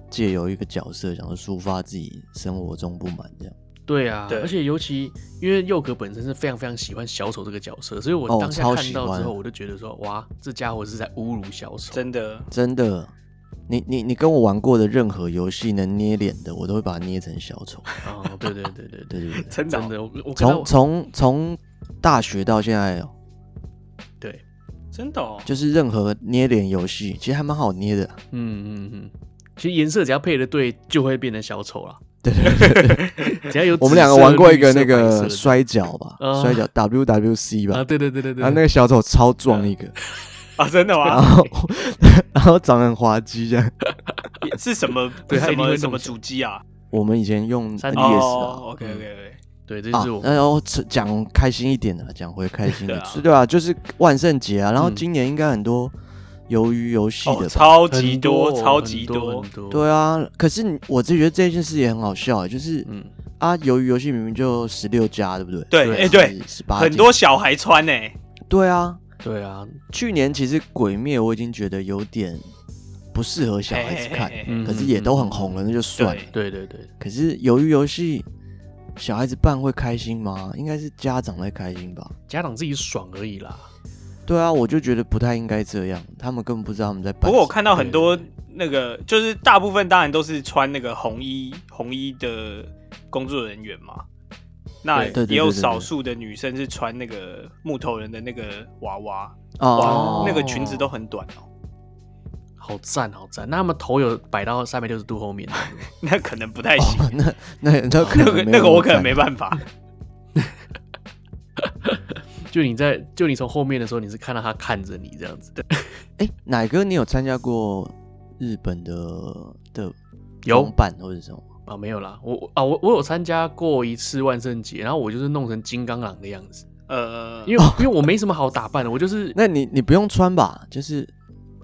S3: 借由一个角色，想要抒发自己生活中不满这样。
S1: 对啊，
S2: 对
S1: 而且尤其因为佑可本身是非常非常喜欢小丑这个角色，所以我
S3: 哦
S1: 当下
S3: 超
S1: 看
S3: 喜
S1: 到之
S3: 欢
S1: 后，我就觉得说，哇，这家伙是在侮辱小丑，
S2: 真的
S3: 真的，你你你跟我玩过的任何游戏能捏脸的，我都会把它捏成小丑。
S1: 哦，对对对对对，
S3: [laughs] 对对
S1: [laughs]
S3: 对，
S2: 真的
S1: 真
S2: 哦
S1: 的，我我看到
S3: 从从从大学到现在哦，
S1: 对，
S2: 真的哦，
S3: 就是任何捏脸游戏，其实还蛮好捏的。
S1: 嗯嗯嗯，其实颜色只要配的对，就会变成小丑啦。
S3: 对对对对，
S1: 只要有
S3: 我们
S1: 紫
S3: 两个
S1: 色
S3: 玩过一
S1: 绿
S3: 个
S1: 色
S3: 那
S1: 白色
S3: 个
S1: 的
S3: 摔跤吧，
S1: 啊
S3: 摔跤 WWC 吧
S1: 啊，，对对对对对，嗯
S3: 然后那个小丑超壮一个，
S2: 啊，真的
S3: 然
S2: 吗？
S1: [laughs]
S3: 后然后长得很滑稽这样。
S2: [laughs] 是什么
S1: [laughs] 对他
S2: 什
S1: 一定会
S2: 么
S1: 弄
S2: 什么
S1: 起来
S2: 主机啊？
S3: 我们以前用
S1: 三
S3: NDS 啊，
S2: 哦，OK OK OK，
S1: 对，这
S3: 啊
S1: 就是我，
S3: 然后讲开心一点的、讲回开心的
S2: 对啊，
S3: 是对啊，就是万圣节啊，然后
S1: 嗯
S3: 今年应该很多鱿鱼游戏
S2: 哦，
S3: 的吧，
S2: 超
S1: 很
S2: 级多，
S1: 多
S2: 超
S1: 很
S2: 级
S1: 多
S2: 多
S1: 很，多，
S3: 对啊。可是你我就觉得这件事也很好笑、欸就是
S1: 嗯，
S3: 啊，鱿鱼游戏明明就十六加，对不对？
S2: 对哎对，
S3: 十八
S2: 很多小孩穿欸呢，
S3: 对啊。
S1: 对啊，
S3: 去年其实《鬼灭》我已经觉得有点不适合小孩子看，
S2: 嘿嘿嘿
S1: 嗯
S2: 嗯
S3: 可是也都很红了，那就算了
S2: 对。
S1: 对对对，
S3: 可是鱿鱼游戏，小孩子办会开心吗？应该是家长在开心吧。
S1: 家长自己爽而已啦。
S3: 对啊，我就觉得不太应该这样，他们根本不知道他们在办什么。
S2: 不过我看到很多那个，就是大部分当然都是穿那个红衣红衣的工作人员嘛，那
S1: 对
S3: 对对
S2: 也有
S3: 对对对
S2: 少数的女生是穿那个木头人的那个娃娃，
S3: 哦
S2: 哇，，那个裙子都很短哦， [laughs]
S1: 好赞好赞，那他们头有摆到三百六十度后面，啊
S3: [laughs]
S2: 那可能不太行，
S3: 哦，那那那可
S2: 那
S3: 能
S2: 个
S3: 没
S2: 那个我可能
S3: 办法
S2: 没办
S3: [laughs]
S2: 法，
S1: 就你在就你从后面的时候，你是看到他看着你这样子。
S3: 哎，奶哥，你有参加过日本的的
S1: 有
S3: 公办或者什么？
S1: 啊，没有啦，我我啊我我有参加过一次万圣节，然后我就是弄成金刚狼的样子，
S2: 呃，
S1: 因为
S3: 哦
S1: 因为我没什么好打扮的，我就是
S3: 那你你不用穿吧？就是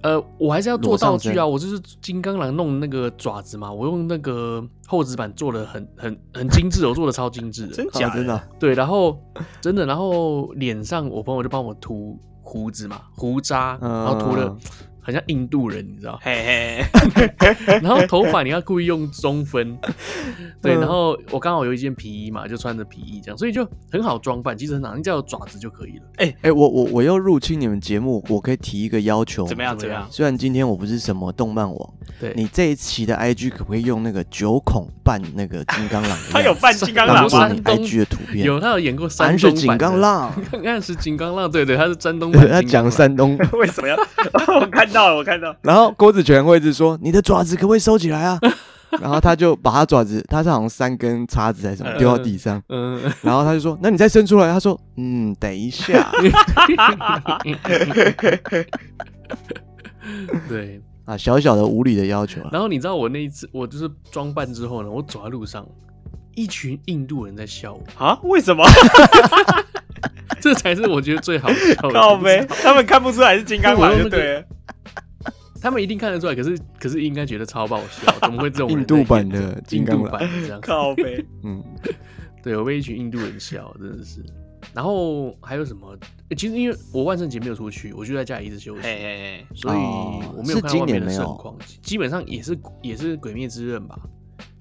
S1: 呃我还是要做道具
S3: 裸上
S1: 啊，
S3: 身
S1: 我就是金刚狼弄那个爪子嘛，我用那个厚纸板做的很很很精致，我做的超精致的
S2: 真，假，
S3: 哦真的啊
S1: 对，然后真的，然后脸上我朋友就帮我涂胡子嘛，胡渣，
S3: 嗯
S1: 然后涂了很像印度人，你知道
S2: 嘿嘿，
S1: [laughs] 然后头发你要故意用中
S3: [laughs]
S1: 分，对，
S3: 嗯
S1: 然后我刚好有一件皮衣嘛，就穿着皮衣这样，所以就很好装扮，其实很好，你只要有爪子就可以了。
S3: 哎、我我我又入侵你们节目，我可以提一个要求
S2: [laughs]
S3: 吗
S2: 怎么样
S1: 怎
S2: 怎
S1: 么
S2: 么
S1: 样
S2: 样？
S3: 虽然今天我不是什么动漫王，
S1: 对，
S3: 你这一期的 IG 可不可以用那个九孔扮那个金刚狼的样子？
S1: [laughs]
S2: 他有扮金刚
S1: 狼
S2: 狼
S3: 当
S1: 吗
S2: 吗？
S3: [laughs] 做你 IG 的图片，
S1: 有他有演过山
S3: 俺是
S1: 东
S3: 井
S1: 版的
S3: 刚，
S1: [laughs]
S3: 浪，
S1: 暗是金刚浪，对对，他是山东版金刚
S3: [laughs] 他
S1: 浪。
S3: 讲山东，
S2: [laughs] 为什么要？ [laughs]
S5: 我看到了，我看到
S3: [laughs]
S5: 了，
S3: 然后郭子全会一直说你的爪子可不可以收起来啊？ [laughs] 然后他就把他爪子，他是好像三根叉子还是什么
S1: 呃
S3: 丢到地上，
S2: [laughs]
S1: 嗯，
S3: 然后他就说那你再伸出来，他说嗯等
S1: [laughs]
S3: 一下
S2: 啊
S1: 嗯对。
S3: 啊，小小的无理的要求啊，
S1: 然后你知道我那一次，我就是装扮之后呢，我走在路上，一群印度人在笑我，
S2: 啊？为
S3: [laughs]
S2: 什么？
S1: 这才是我觉得最好笑的。
S2: [laughs] 靠呗，他们看不出来是金刚狼
S1: 我
S2: 就
S3: [laughs]
S2: 对了。
S1: 他们一定看得出来，可是可是应该觉得超爆笑，怎么会这种人
S3: [laughs] 印度版
S1: 在演
S3: 的
S1: 印
S3: 金刚
S1: 度
S3: 狼，
S1: 版的这样？
S2: 靠呗，
S3: 嗯，
S1: 对，我被一群印度人笑，真的是。然后还有什么？欸其实因为我万圣节没有出去，我就在家里一直休息，
S5: 嘿嘿
S1: 所以
S3: 哦
S1: 我没有
S3: 是
S1: 看到
S3: 今
S1: 外面
S3: 年
S1: 的
S3: 没有
S1: 盛况。基本上也是也是《鬼灭之刃》吧，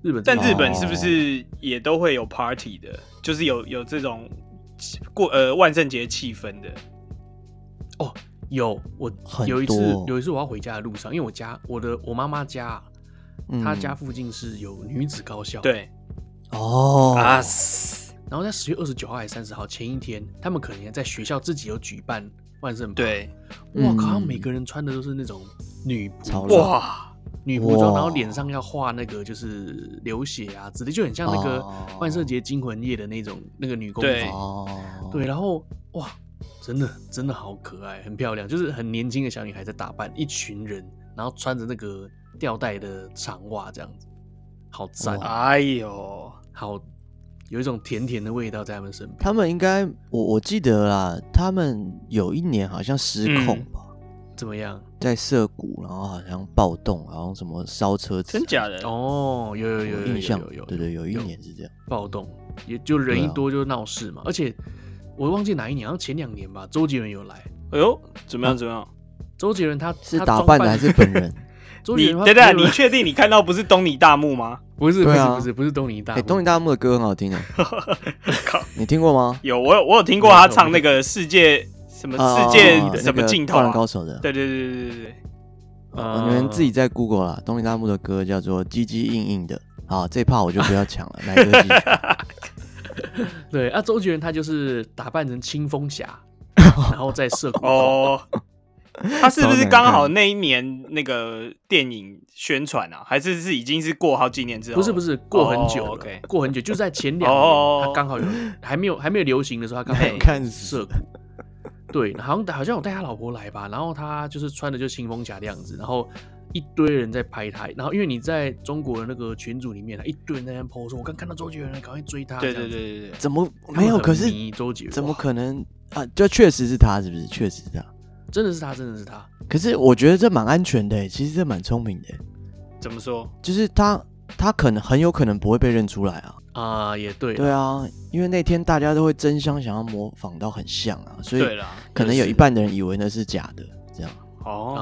S1: 日本
S2: 但
S1: 这边
S2: 日本是不
S3: 哦
S2: 是也都会有 party 的？就是有有这种过呃万圣节气氛的。
S1: 有我
S3: 很
S1: 有一次
S3: 多
S1: 有一次我要回家的路上，因为我家我的我妈妈家啊，
S3: 嗯
S1: 她家附近是有女子高校，
S2: 对
S3: 哦
S2: 啊，
S1: 然后在十月二十九号还是三十号前一天，他们可能在学校自己有举办万圣趴。，
S2: 对，
S1: 哇
S3: 嗯
S1: 靠！他们每个人穿的都是那种女
S3: 潮
S1: 仆
S3: 流
S1: 装，
S2: 哇，
S1: 女仆装，
S3: 哇
S1: 然后脸上要画那个就是流血啊之类，就很像那个
S3: 哦
S1: 万圣节惊魂夜的那种那个女公主。
S2: 对
S3: 哦，
S1: 对，然后哇，真的真的好可爱，很漂亮，就是很年轻的小女孩在打扮，一群人，然后穿着那个吊带的长袜这样子，好赞，啊
S3: 哇
S2: 哎呦，
S1: 好有一种甜甜的味道在他们身边。
S3: 他们应该我我记得啦，他们有一年好像失控
S2: 嗯
S3: 吧。
S1: 怎么样？
S3: 在涉谷，然后好像暴动，好像什么烧车子，
S2: 真假的？
S1: 哦，有有有有
S3: 我
S1: 有
S3: 印象
S1: 有有，
S3: 对对，有一年是这样。
S1: 暴动，也就人一
S3: 对啊
S1: 多就闹事嘛。而且我忘记哪一年，好像前两年吧，周杰伦有来。
S2: 哎呦，怎么样怎么样？
S1: 周杰伦他
S3: 是
S1: 他
S3: 打
S1: 装
S3: 扮的还是本人？
S1: [laughs] 周杰
S2: 你
S1: 伦他
S2: 等等，
S1: 没有
S2: 你确定你看到不是东尼大木吗？
S1: [laughs] 不是不
S3: 对
S1: 是
S3: 啊
S1: 不是不是东尼大
S3: 哎、
S1: 木，
S3: 东尼大木的歌很好听的，
S2: 靠，
S3: 你听过吗？
S2: 有我有我有听过他唱那个世界什么世界
S3: 啊
S2: 什么镜头
S3: 那个灌篮
S2: 啊
S3: 高？手的。
S2: 对对对对对对，
S1: 呃
S3: 哦你们自己在 Google 啦，东尼大木的歌叫做《唧唧硬硬的》。好，这一趴我就不要抢了，来个继续。
S1: 对啊，周杰伦他就是打扮成清风侠，然后在涉谷哦，
S3: [laughs]
S2: 哦。他是不
S4: 超
S2: 是
S4: 难
S2: 刚好
S4: 看
S2: 那一年那个电影宣传啊？还是是已经是过好几年之后？
S1: 不是不，是，过很久
S2: 哦
S1: 了
S2: ，OK
S1: 过很久，就在前两
S2: 哦
S1: 年，他刚好有还没有还没有流行的时候，他刚好有
S2: 嘿
S3: 看死
S1: 涉谷。对，好像好像我带他老婆来吧，然后他就是穿的就清风侠的样子，然后一堆人在拍他，然后因为你在中国的那个群组里面，啊一堆人在那边 po 说，我刚看到周杰伦了，赶快追他。
S2: 对
S1: 这
S2: 对
S1: 样
S2: 对
S1: 子
S2: 对对对。
S3: 怎么
S1: 他们
S3: 没有？
S1: 很
S3: 可是
S1: 迷周杰伦
S3: 怎么
S1: 哇
S3: 可能啊？就确实是他，是不是？确实是他。
S1: 真的是他，真的是他，
S3: 可是我觉得这蛮安全的欸，其实这蛮聪明的欸，
S2: 怎么说？
S3: 就是他他可能很有可能不会被认出来啊。
S1: 啊、也对啦，
S3: 对啊，因为那天大家都会争相想要模仿到很像啊，所以
S2: 对啦，
S3: 可能有一半的人以为那是假的，这样。
S2: 哦
S1: 啊、，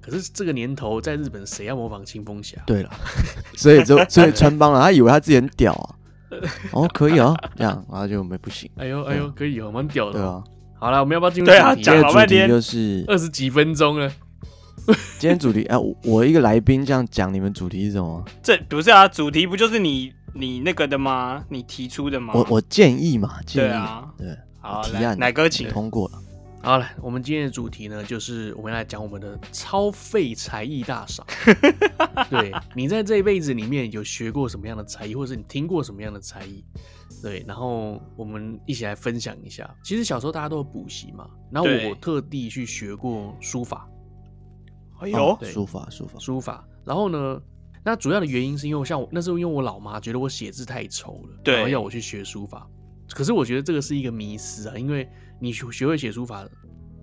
S1: 可是这个年头在日本，谁要模仿清风侠？
S3: 对了， [laughs] 所
S2: [laughs]
S3: 以就所以穿帮了，他以为他自己很屌啊，哦可以啊，这样然后就没不行，
S1: 哎呦哎呦，可以哦，蛮屌的
S3: 对
S1: 哦。
S3: 啊。
S1: 好了，我们要不要进入
S2: 对啊
S1: 主题
S2: 讲
S3: 今天
S2: 了好
S3: 的主
S2: 半
S3: 题
S2: 天 [laughs]
S3: 就是
S1: 二十几分钟了，
S3: 今天主题哎、我我一个来宾这样讲，你们主题是什么？
S2: 这不是啊，主题不就是你你那个的吗？你提出的吗？
S3: 我我建议嘛，建
S2: 啊对
S3: 议
S2: 啊，
S3: 对
S2: 好
S3: 提
S2: 来
S3: 案
S2: 奶哥请
S3: 通过了，
S1: 好了，我们今天的主题呢，就是我们来讲我们的超废才艺大
S2: [laughs]
S1: 赏。对你在这一辈子里面有学过什么样的才艺，或者是你听过什么样的才艺？对，然后我们一起来分享一下。其实小时候大家都有补习嘛，然后
S2: 对
S1: 我我特地去学过书法，
S2: 哎呦
S3: 哦，
S1: 对
S3: 书法书法，
S1: 书法。然后呢，那主要的原因是因为我像我那时候，因为我老妈觉得我写字太丑了，
S2: 对
S1: 然后要我去学书法。可是我觉得这个是一个迷思啊，因为你学学会写书法，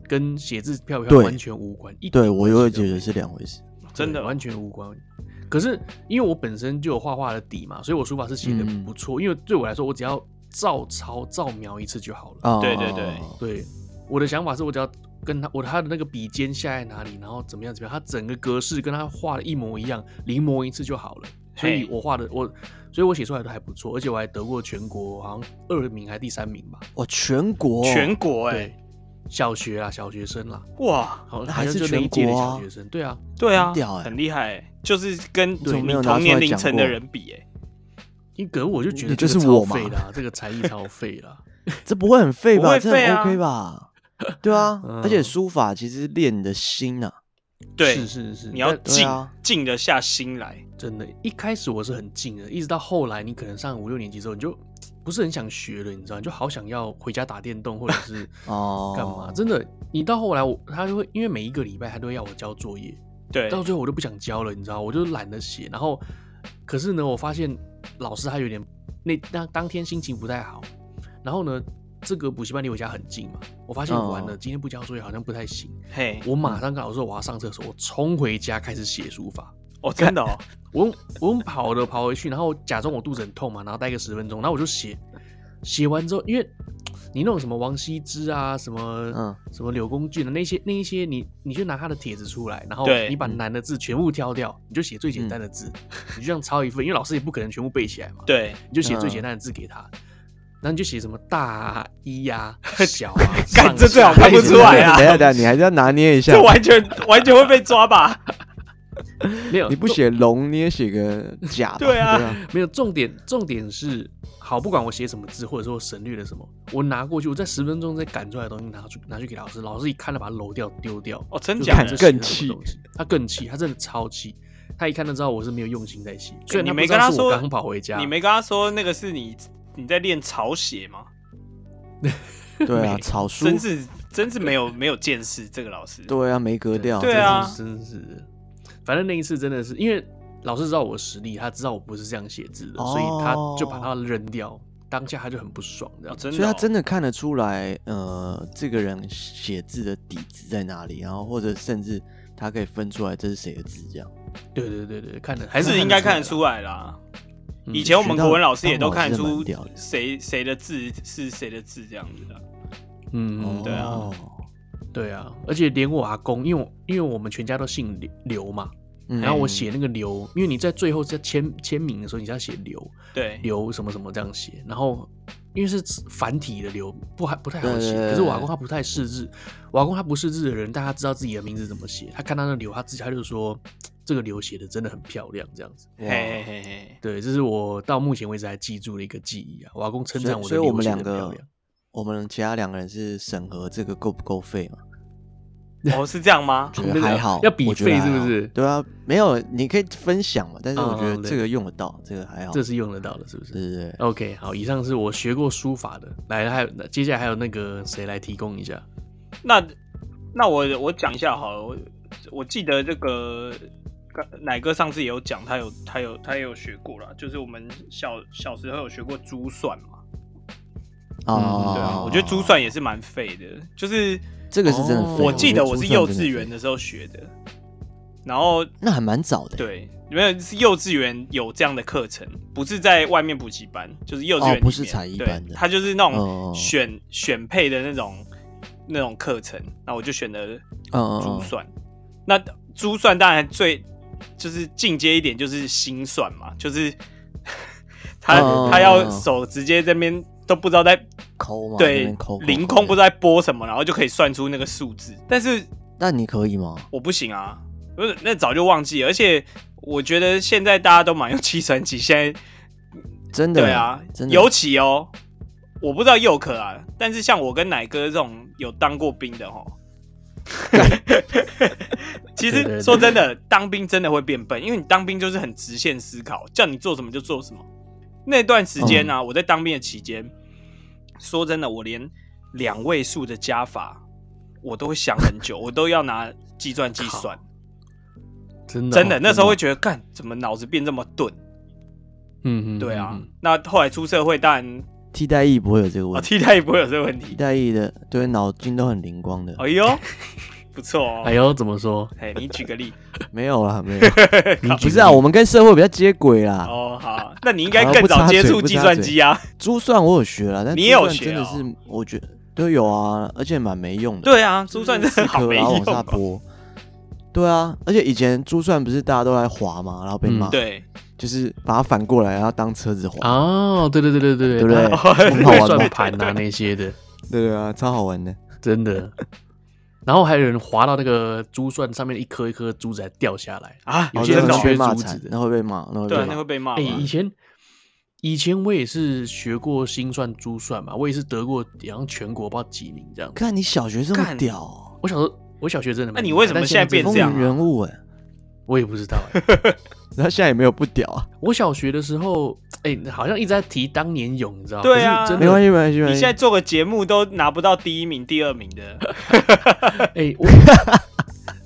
S1: 跟写字漂不漂
S3: 对
S1: 亮完全无关。一点
S3: 对我
S1: 关系
S3: 也会
S1: 都没
S3: 觉
S1: 有
S3: 得是两回事，
S2: 真的
S1: 对完全无关。可是因为我本身就有画画的底嘛，所以我书法是写的
S3: 嗯
S1: 不错。因为对我来说，我只要照抄照描一次就好了。
S3: 啊，
S2: 对对对
S1: 对，我的想法是我只要跟他我他的那个笔尖下在哪里，然后怎么样怎么样，他整个格式跟他画的一模一样，临摹一次就好了。所以
S2: 嘿
S1: 我画的我，所以我写出来都还不错，而且我还得过全国好像二名还第三名吧。
S3: 哇，哦全国
S2: 全国哎、
S1: 对，小学啊，小学生啦，
S2: 哇，
S1: 好
S3: 那
S1: 像
S3: 还
S1: 好像
S3: 是
S1: 就那一
S3: 全
S1: 届的
S3: 国
S1: 小
S3: 啊
S1: 学生。对啊，
S2: 对啊，
S3: 很屌欸
S2: 很厉害欸、就是跟
S3: 怎么
S2: 你
S3: 没有
S2: 同
S3: 拿出来
S2: 年龄
S3: 讲
S2: 层的
S3: 过
S2: 人比哎、
S1: 因为可是我就觉得
S3: 你就是
S1: 这个超
S3: 我嘛
S1: 废的、啊，这个才艺超废
S3: [laughs]
S1: 啦。
S3: 这不会很废
S2: 不
S3: 吧？
S2: 会
S3: 这很
S2: 废啊 [laughs]
S3: OK 吧？对啊，
S1: 嗯
S3: 而且书法其实练你的心啊呐，
S2: 对，
S1: 是是是，
S2: 你要
S1: 但
S3: 对
S2: 静
S3: 啊
S2: 静得下心来。
S1: 真的，一开始我是很静的，一直到后来，你可能上五六年级之后，你就不是很想学了，你知道，你就好想要回家打电动或者是
S3: 哦
S1: 干嘛？真的，你到后来我他就会，因为每一个礼拜他都会要我交作业，
S2: 对，
S1: 到最后我就不想交了，你知道，我就懒得写。然后，可是呢，我发现老师他有点那当当天心情不太好，然后呢，这个补习班离我家很近嘛，我发现
S3: 哦
S1: 完了，今天不交作业好像不太行，
S2: 嘿，
S1: 我马上跟老师说我要上厕所，我冲回家开始写书法。
S2: 哦，真的哦，
S1: 我用我用跑的跑回去，然后假装我肚子很痛嘛，然后待个十分钟，然后我就写，写完之后，因为你那种什么王羲之啊，什么、
S3: 嗯
S1: 什么柳公俊啊的那些那一些你，你就拿他的帖子出来，然后
S2: 对嗯
S1: 你把难的字全部挑掉，你就写最简单的字， [laughs] 你就这样抄一份，因为老师也不可能全部背起来嘛，
S2: 对，
S1: 你就写最简单的字给他。然后你就写什么大啊一
S2: [laughs]
S1: 呀、小啊，上
S2: 这最好
S1: 下
S2: 看不出来啊
S3: [laughs] 等一下等一下，你还是要拿捏一下
S2: [laughs] 这，完全完全会被抓吧？
S1: [laughs] 没有
S3: 你不写龙，你也写个甲吧，
S2: 对啊
S1: 没有重点，重点是好，不管我写什么字，或者说我省略了什么，我拿过去，我在十分钟再赶出来的东西拿去拿去给老师，老师一看到把它揉掉丢掉，
S2: 哦，真
S1: 就
S2: 假
S1: 看
S2: 的
S1: 这？写
S3: 更
S1: 的什么东西，他更气，他真的超气，他一看就知道我是没有用心在写，所以
S2: 你没跟他说
S1: 我刚跑回家，
S2: 你没跟他说那个是你你在练草写吗？
S3: 对
S2: [laughs]
S3: 啊，
S1: 没
S3: 草书，
S2: 真是真是没有没有见识，这个老师。
S3: 对啊，没格调，
S2: 对啊
S1: 真的是，真是，反正那一次真的是因为老师知道我实力，他知道我不是这样写字的，
S3: 哦
S1: 所以他就把它扔掉，当下他就很不爽，这
S2: 哦
S1: 样
S2: 真
S3: 这
S2: 的哦，
S3: 是，所以他真的看得出来，呃，这个人写字的底子在哪里，然后或者甚至他可以分出来这是谁的字，这样。
S1: 对对对对，看得还
S2: 字应该看得
S1: 出
S2: 出来啦。
S1: 来啦，
S2: 以
S1: 嗯
S2: 前我们国文老师也都
S3: 当老
S2: 看
S3: 师
S2: 得
S3: 蛮
S2: 出
S3: 屌的
S2: 谁谁的字是谁的字这样子的。
S1: 嗯嗯
S2: 对啊
S3: 哦，
S1: 对啊，而且连我阿公，因为我因为我们全家都姓刘刘嘛，
S3: 嗯
S1: 然后我写那个刘，因为你在最后在签签名的时候，你是要写刘
S2: 对，
S1: 刘什么什么这样写，然后因为是繁体的刘，不还不太好写。
S3: 对对对
S1: 可是我阿公他不太识字，我阿公他不识字的人，但他知道自己的名字怎么写，他看他的刘，他自己他就说这个刘写的真的很漂亮，这样子。
S2: 嘿嘿嘿
S1: [laughs]
S2: 嘿，
S1: 对，这是我到目前为止还记住的一个记忆啊。我阿公称
S3: 所
S1: 赞
S3: 以
S1: 我的
S3: 所以我
S1: 刘
S3: 们
S1: 写
S3: 两
S1: 的漂
S3: 个
S1: 亮。，
S3: 我们其他两个人是审核这个够不够费嘛？
S2: 哦，是这样吗？
S3: 觉
S1: 那个
S3: 得还好，
S1: 要比
S3: 我觉得
S1: 费
S3: 还
S1: 是不
S3: 好
S1: 是
S3: 对啊，没有，你可以分享嘛，但是我觉
S1: 嗯嗯
S3: 得
S1: 对
S3: 这个用得到，这个还好。
S1: 这是用得嗯到的，是不是？
S3: 对对对，
S1: OK，好，以上是我学过书法的，来，还有那接下来还有那个谁来提供一下？
S2: 那那我我讲一下好了，我我记得这个刚奶哥上次也有讲，他有他有他也有学过啦，就是我们小小时候有学过珠算嘛，
S1: 哦
S2: 对啊，
S3: 啊，
S2: 我觉得珠算也是蛮废的，就是
S3: 这个是真的
S1: 哦
S3: 废。
S2: 我记得
S3: 珠
S2: 我是
S3: 算
S2: 幼
S3: 真
S2: 稚园
S3: 废，
S2: 的时候学的，然后
S3: 那还蛮早的。，
S2: 对，没有是幼稚园有这样的课程，不是在外面补习班，就是幼稚园里
S3: 哦
S2: 面、
S3: 不是才艺班的
S2: 对它就是那
S3: 哦
S2: 种选、选配的那种那种课程，那我就选了
S3: 嗯嗯
S2: 珠
S3: 嗯，
S2: 算。那珠算当然最就是进阶一点就是心算嘛，就是 [laughs] 他、
S3: 嗯
S2: 他要手直接这边都不知道在
S3: 抠嘛，那
S2: 对
S3: 边抠抠
S2: 凌
S3: 抠
S2: 空不
S3: 的
S2: 知道在拨什么，然后就可以算出那个数字，但是
S3: 那你可以吗？
S2: 我不行啊，不是那早就忘记了，而且我觉得现在大家都蛮用计算机，现在
S3: 真的，
S2: 对啊，
S3: 真的
S2: 尤其哦，我不知道佑可啊，但是像我跟奶哥这种有当过兵的哦，
S1: [laughs]
S2: 其
S1: 对对对
S2: 实说真的，当兵真的会变笨，因为你当兵就是很直线思考，叫你做什么就做什么。那段时间
S1: 嗯
S2: 呢、我在当兵的期间，说真的，我连两位数的加法我都会想很久，
S1: [laughs]
S2: 我都要拿计算机算。
S1: 真的哦、
S2: 真的，那时候会觉得，干怎么脑子变这么钝？
S1: 嗯，嗯嗯，
S2: 对啊
S1: 嗯，
S2: 那后来出社会，当然
S3: 替代役不会有这个
S1: 哦
S2: 啊，
S3: 问题。
S2: 替代也不会有这个问
S3: 替
S2: 题。
S3: 代役的对脑筋都很灵光的，
S1: 哦
S2: 哎呦，不错哦。
S1: 哎呦，怎么说？
S2: 哎，你举个例。
S3: 没有
S1: [laughs]
S3: 啦，没有，
S1: 你
S3: 不是啊，我们跟社会比较接轨啦。
S2: 哦，好，那你应该更早接触计算机啊。
S3: 珠算我有学了，但
S2: 你也有
S3: 珠算真的
S2: 学哦
S3: 是我觉得都有啊，而且蛮没用的。
S2: 对啊，珠
S3: [laughs]
S2: 算真的好
S3: 颗，
S2: 没
S3: 然后
S2: 用
S3: 往下
S2: 哦。
S3: 拨。对啊，而且以前珠算不是大家都来滑嘛，然后被
S1: 嗯
S3: 骂，，
S2: 对，啊
S3: 就是把它反过来，然后当车子滑，
S1: 哦，对对对对对哎
S3: 对不对？
S2: [laughs]
S1: 他
S3: 很好
S1: 会
S3: 玩
S1: 算
S3: 吧？
S1: 盘啊那些的，
S3: 对对啊，超好玩的。
S1: 真的。然后还有人滑到那个珠算上面，一颗一颗珠子还掉下来。
S2: 啊，
S1: 有
S3: 哦
S1: 些
S2: 真
S1: 人
S2: 的哦
S3: 那会被
S1: 缺
S3: 骂
S1: 竹子
S3: 惨
S1: 的，
S3: 那会被骂，那会
S2: 对
S3: 被
S2: 啊，那
S3: 骂
S2: 会。被骂
S1: 哎、
S2: 吧。
S1: 以前以前我也是学过心算、珠算嘛，我也是得过好像全国不知道几名这样。
S3: 看你小学这么
S2: 干
S3: 屌哦，
S1: 我小时候，我小学真的蛮
S2: 那你
S1: 厉害
S2: 为什么
S1: 但
S2: 现在变
S3: 风
S2: 这样
S3: 云
S2: 啊、
S3: 人物哎，
S1: 我也不知道、欸。
S3: 他现在也没有不屌啊，
S1: 我小学的时候，哎、好像一直在提当年勇，你知道吗？
S2: 对啊
S1: 可是真
S3: 没
S1: 的
S3: 关系没关系没
S2: 你
S3: 关
S2: 现
S3: 系
S2: 在。做个节目都拿不到第一名、第二名的，
S1: 哎、
S2: [laughs]
S1: 我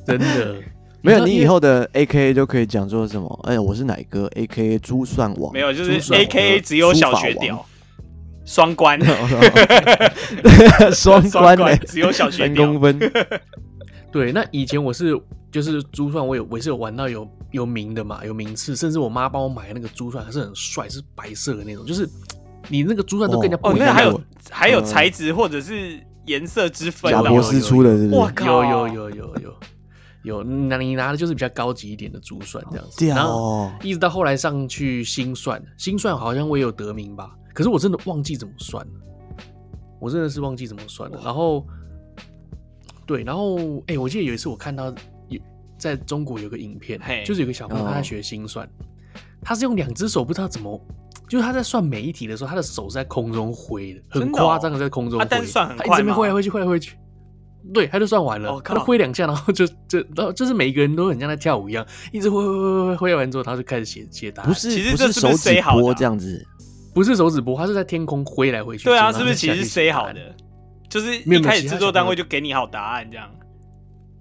S1: 真的
S3: 没
S1: 你知
S3: 有，
S1: 道
S3: 你
S1: 因为
S3: 以后的 A K A 就可以讲说什么？哎，我是哪个 A K A 珠算王？
S2: 没有，就
S3: 珠
S2: 是
S3: 算
S2: A K A
S3: 王
S2: 只有小学。屌，双关，
S3: 书法王 [laughs] 双关欸
S2: 只
S3: [laughs]
S2: 有小学
S4: 三
S2: 屌
S4: 公。分，
S1: 对。那以前我是就是珠算，我有我也是有玩到有有名的嘛，有名次，甚至我妈帮我买那个珠算，还是很帅，是白色的那种，就是你那个珠算都跟人家
S3: 哦
S1: 不
S2: 哦，
S1: 一
S2: 那
S1: 样。
S2: 还有还有
S4: 嗯
S2: 材质或者是颜色之分
S3: 贾
S2: 的
S3: 博士
S2: 哦。
S3: 出的，是不
S2: 哇
S3: 是？
S2: 靠！
S1: 有有有有有有，那你拿的就是比较高级一点的珠算这样子。然
S3: 屌
S1: 后
S3: 哦！
S1: 一直到后来上去心算，心算好像我也有得名吧，可是我真的忘记怎么算了，我真的是忘记怎么算了。然后，对，然后哎、我记得有一次我看到有在中国有个影片
S2: 嘿，
S1: 就是有个小朋友他在学心算，他是用两只手不知道怎么。就是他在算每一题的时候，他的手是在空中挥的，很
S2: 真的哦
S1: 夸张的在空中挥。
S2: 啊但是算很
S1: 他一
S2: 快
S1: 直在那边
S2: 吗
S1: 挥来挥去，挥来挥去。对，他就算完了，
S2: 哦
S1: 他
S2: 靠
S1: 就挥两下，然后就就然后就是每一个人都很像在跳舞一样，一直挥挥挥挥挥完之后，他就开始写写答案。
S3: 不是，
S2: 其实
S3: 不
S2: 这是不
S3: 手
S2: 是
S3: 指
S2: 塞好的
S3: 拨
S2: 啊
S3: 这样子，
S1: 不是手指拨，他是在天空挥来挥去。
S2: 对啊，
S1: 之
S2: 是
S1: 后
S2: 不是
S1: 再
S2: 其
S1: 下
S2: 实
S1: 去
S2: 是
S1: 写
S2: 塞
S1: 答
S2: 好
S1: 案？
S2: 的？就是
S1: 没
S2: 一
S1: 有没有
S2: 开
S1: 其
S2: 始
S1: 他
S2: 制作
S1: 小
S2: 单
S1: 朋
S2: 位
S1: 友
S2: 就给你好答案这样。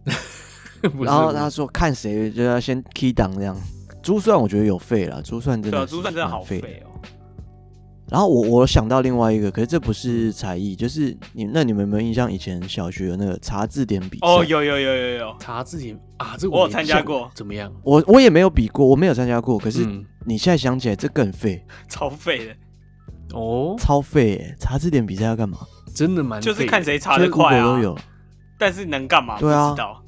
S1: [laughs] 不是
S3: 然后
S1: 不是
S3: 他说看谁就要先 key 档这样。珠算我觉得有废了，珠算真
S2: 对
S3: 的
S2: 啊，
S3: 是
S2: 珠算真的
S3: 蛮
S2: 好
S3: 废
S2: 废哦。
S3: 然后我我想到另外一个，可是这不是才艺，就是你那你们有没有印象以前小学有那个查字典比赛？
S2: 哦，有有有有有，
S1: 查字典啊，这个
S2: 我有
S1: 没
S2: 参加
S1: 像
S2: 过
S1: 怎么样？
S3: 我我也没有比过，我没有参加过。可是
S1: 嗯
S3: 你现在想起来，这更废，
S2: 超废的，
S1: 哦，
S3: 超废、欸！查字典比赛要干嘛？
S1: 真的蛮废
S2: 就
S1: 的
S2: 是看谁查
S3: 就
S2: 的
S3: 是 Google
S2: 快啊
S3: 都。有。
S2: 但是能干嘛？不
S3: 对啊
S2: 知道。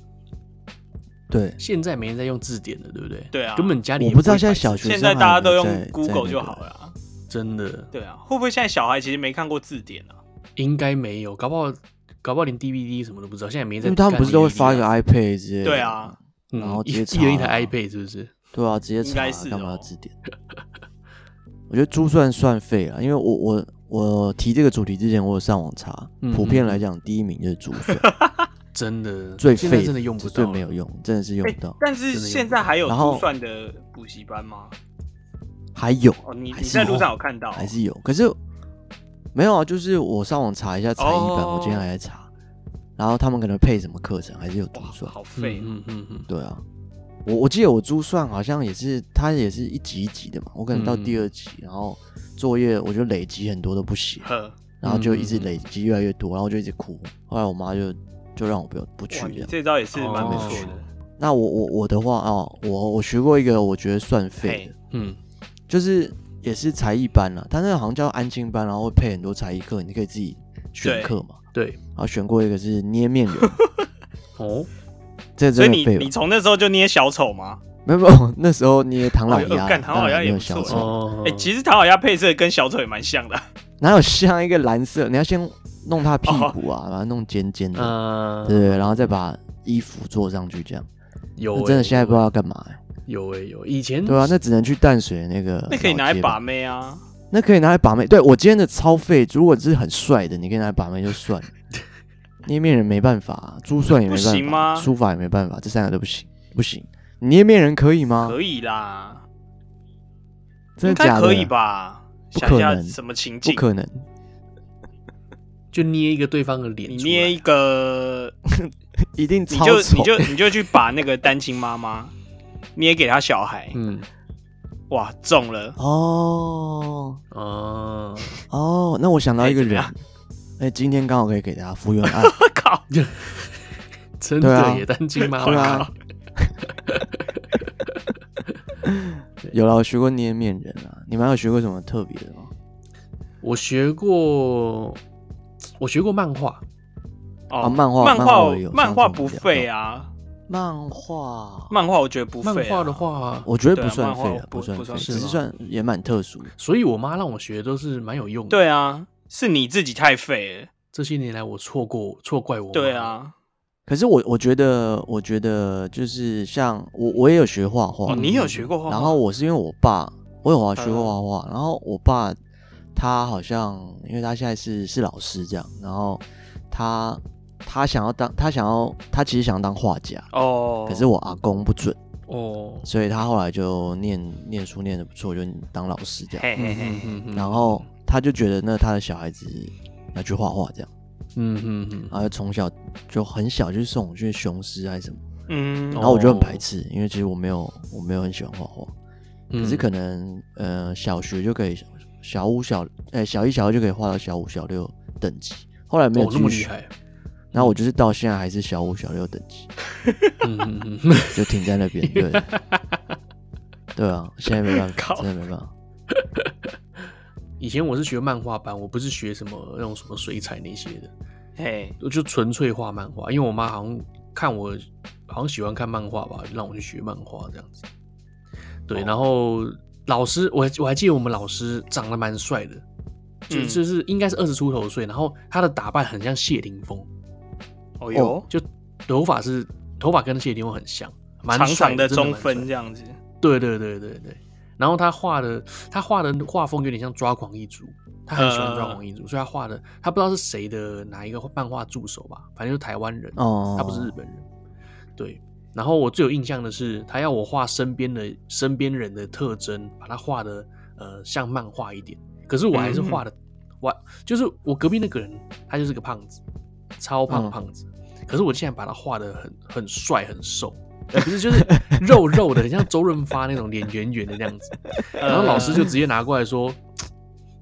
S3: 对，
S1: 现在没人在用字典了，对不对？
S2: 对啊
S1: 根本家里
S3: 我
S1: 也
S3: 不知道
S1: 会
S3: 现在
S1: 摆
S3: 小
S1: 字
S3: 学
S2: 现
S3: 生
S2: 在大家都
S3: 还有没
S2: 用
S3: 有在
S2: Google 就。
S3: 在
S2: 好
S3: 那
S2: 了
S3: 个
S2: 啊。
S1: 真的
S2: 对啊，会不会现在小孩其实没看过字典啊？
S1: 应该没有，搞不好搞不好连 DVD 什么都不知道，现在没在
S3: 因
S1: 干 DVD 啊。
S3: 为他们不是都会发一个 iPad 之类的？
S2: 对啊，
S1: 嗯，
S3: 然后
S1: 一
S3: 直接
S1: 一人一
S3: 查啊
S1: 台 iPad 是不是？
S3: 对啊，直接
S2: 应
S3: 查
S2: 该是
S3: 干嘛要
S2: 哦
S3: 字典？ [laughs] 我觉得珠算算废了，因为我我我提这个主题之前，我有上网查，
S1: 嗯
S3: 普遍来讲，第一名就是珠算，
S1: 真的，[laughs]
S3: 最
S1: 现在
S3: 废
S1: 真的用不
S3: 这
S1: 到
S3: 最
S1: 了，
S3: 没有用，真的是用不到。
S2: 哎但
S1: 真
S2: 是
S1: 的有
S2: 现在还有
S3: 然后
S2: 珠算的补习班吗？
S3: 还有
S2: 哦，你
S3: 还
S2: 你
S3: 是
S2: 在路
S3: 有
S2: 上有看到？哦
S3: 还是有，可是没有啊，就是我上网查一下才艺班，
S2: 哦
S3: 我今天还在查，然后他们可能配什么课程，还是有珠
S2: 哇，
S3: 算。
S2: 好废
S1: 嗯
S2: 哦。
S1: 嗯嗯嗯，
S3: 对啊，我我记得我珠算好像也是，它也是一集一集的嘛，我可能到
S1: 嗯
S3: 第二集，然后作业我就累积很多都不写，
S2: 呵，
S3: 然后就
S1: 嗯
S3: 一直
S1: 嗯嗯
S3: 累积越来越多，然后就一直哭。后来我妈就就让我不要不去
S2: 哇，
S3: 这
S2: 你
S3: 样。
S2: 这招也是蛮不
S1: 哦
S2: 错的。
S3: 那我我我的话哦，我我学过一个我觉得算废
S2: 嘿
S3: 的，
S1: 嗯，
S3: 就是也是才艺班了，它那个好像叫安亲班，然后会配很多才艺课，你可以自己选
S2: 对
S3: 课嘛。
S1: 对，
S3: 然后选过一个是捏面
S2: [laughs]
S3: 人，
S1: 哦，
S3: 这
S2: 所以
S3: 真的
S2: 你
S3: 废
S2: 你
S3: 了。
S2: 从那时候就捏小丑吗？
S3: 没有没有， [laughs] 那时候捏唐老
S2: 哎呦
S3: 鸭，
S2: 干唐老
S3: 当然
S2: 鸭
S3: 没
S2: 也
S3: 有
S2: 不
S3: 小
S2: 错
S3: 丑
S1: 哦，
S2: 哎、其实唐老鸭配色跟小丑也蛮像的啊。
S3: 哪有像一个蓝色？你要先弄它屁股
S2: 哦
S3: 啊，把它弄尖尖
S2: 嗯
S3: 的，
S1: 呃，
S3: 对，然后再把衣服做上去，这样。
S1: 有、
S3: 那
S1: 欸，
S3: 真的现在不知道要干嘛欸，
S1: 有哎、有，以前
S3: 对啊，那只能去淡水那个。
S2: 那可以拿来把，妹啊。
S3: 那可以拿来把妹。对我今天的超费，如果是很帅的，你可以拿来把妹
S2: [laughs]
S3: 就算了。捏面人没办法，珠算也没
S2: 不
S3: 办
S2: 行
S3: 法，
S2: 吗
S3: 书法也没办法，这三个都不行，不行。你捏面人可以吗？
S2: 可以啦，
S3: 啊真
S2: 应
S3: 的假
S2: 该
S3: 的？
S2: 可以？吧？
S3: 不
S2: 想一
S3: 可
S2: 下
S3: 能
S2: 什么情
S3: 不
S2: 境？
S3: 可能，
S1: 就捏一个对方的脸出
S2: 你
S1: 来，
S2: 捏一个，
S3: 一定
S2: 你
S3: 超
S2: 就
S3: 丑
S2: 你。就你就去把那个单亲妈妈 [laughs] 捏给他小孩，
S1: 嗯，
S2: 哇，中了！ [laughs]
S3: 哦
S1: 哦，
S3: 哦，那我想到一个
S2: 哎怎么
S3: 人
S2: 样，
S3: 哎，今天刚好可以给大家福原爱，
S2: 我靠，
S1: 真
S3: 对
S1: 的
S3: 啊
S1: 也单亲妈
S3: 对
S1: 妈，
S3: 啊，有啦，我学过捏面人啊。你们还有学过什么特别的吗？
S1: 我学过，我学过漫画，
S2: 哦
S3: 啊漫画
S2: 漫
S3: 漫
S2: 画
S3: 画我也有
S2: 漫画
S3: 上次
S2: 不
S3: 我们聊
S2: 废
S3: 到
S2: 啊，
S3: 漫画，
S2: 漫画我觉得不废、
S1: 漫
S2: 啊。
S1: 画的话，
S3: 我觉得
S2: 对啊
S3: 不算废
S2: 漫
S3: 了
S2: 画，
S3: 不
S2: 不
S3: 算
S2: 不
S3: 废，
S2: 算
S1: 是
S3: 只是
S1: 吗
S3: 算也蛮特殊的。
S1: 所以我妈让我学都是蛮有用的。
S2: 对，啊，是你自己太废了。
S1: 这些年来我错过错怪我妈，
S2: 对，啊，
S3: 可是我我觉得，我觉得就是像我我也有学画画
S2: 哦，，你有学过画画？
S3: 然后我是因为我爸，我有啊，学
S1: 嗯
S3: 过画画。然后我爸他好像，因为他现在是是老师这样，然后他他想要当，他想要，他其实想要当画家，
S2: 哦，
S3: 可是我阿公不准，
S1: 哦，
S3: 所以他后来就念念书念的不错，就当老师这样。
S5: 嘿嘿嘿，
S1: 嗯嗯
S3: 然后他就觉得那他的小孩子要去画画这样，
S1: 嗯嗯嗯，
S3: 然后从小就很小就送我去雄狮还是什么，
S2: 嗯
S1: 哦
S3: 然后我就很排斥，因为其实我没有我没有很喜欢画画。
S1: 嗯
S3: 可是可能呃小学就可以小五小呃、小一小二就可以画到小五小六等级，后来没有
S1: 哦，那
S3: 继续
S1: 么厉
S3: 学，
S1: 害，
S3: 然后我就是到现在还是小五小六等级，
S1: 嗯嗯嗯 [laughs] 嗯，
S3: 就停在那边，对，
S1: [laughs]
S3: 对啊，现在没办法，
S2: 靠
S3: 真的没办法，
S1: 以前我是学漫画班，我不是学什么那种什么水彩那些的，
S2: 嘿，
S1: 我就纯粹画漫画，因为我妈好像看我好像喜欢看漫画吧，就让我去学漫画这样子。对，
S2: 哦
S1: 然后老师，我还我还记得我们老师长得蛮帅的，就
S2: 嗯
S1: 就是应该是二十出头岁，然后他的打扮很像谢霆锋，
S2: 哦哟，
S1: 就头发是头发跟谢霆锋很像，蛮
S2: 长
S1: 帅
S2: 长
S1: 的
S2: 的
S1: 真的
S2: 中
S1: 蛮帅的
S2: 分这样子，
S1: 对对对对对。然后他画的他画的画风有点像抓狂一族，他很喜欢
S2: 嗯
S1: 抓狂一族，所以他画的他不知道是谁的哪一个漫画助手吧，反正就是台湾人，
S3: 哦，
S1: 他不是日本人。对。然后我最有印象的是，他要我画身边的身边人的特征，把它画的呃像漫画一点。可是我还是
S3: 嗯
S1: 画的，我就是我隔壁那个人，他就是个胖子，超胖
S3: 嗯
S1: 胖子。可是我竟然把他画的很很帅很瘦，呃不是就是肉肉的，很像周润发那种脸圆圆的那样子。然
S4: 嗯
S1: 后老师就直接拿过来说：“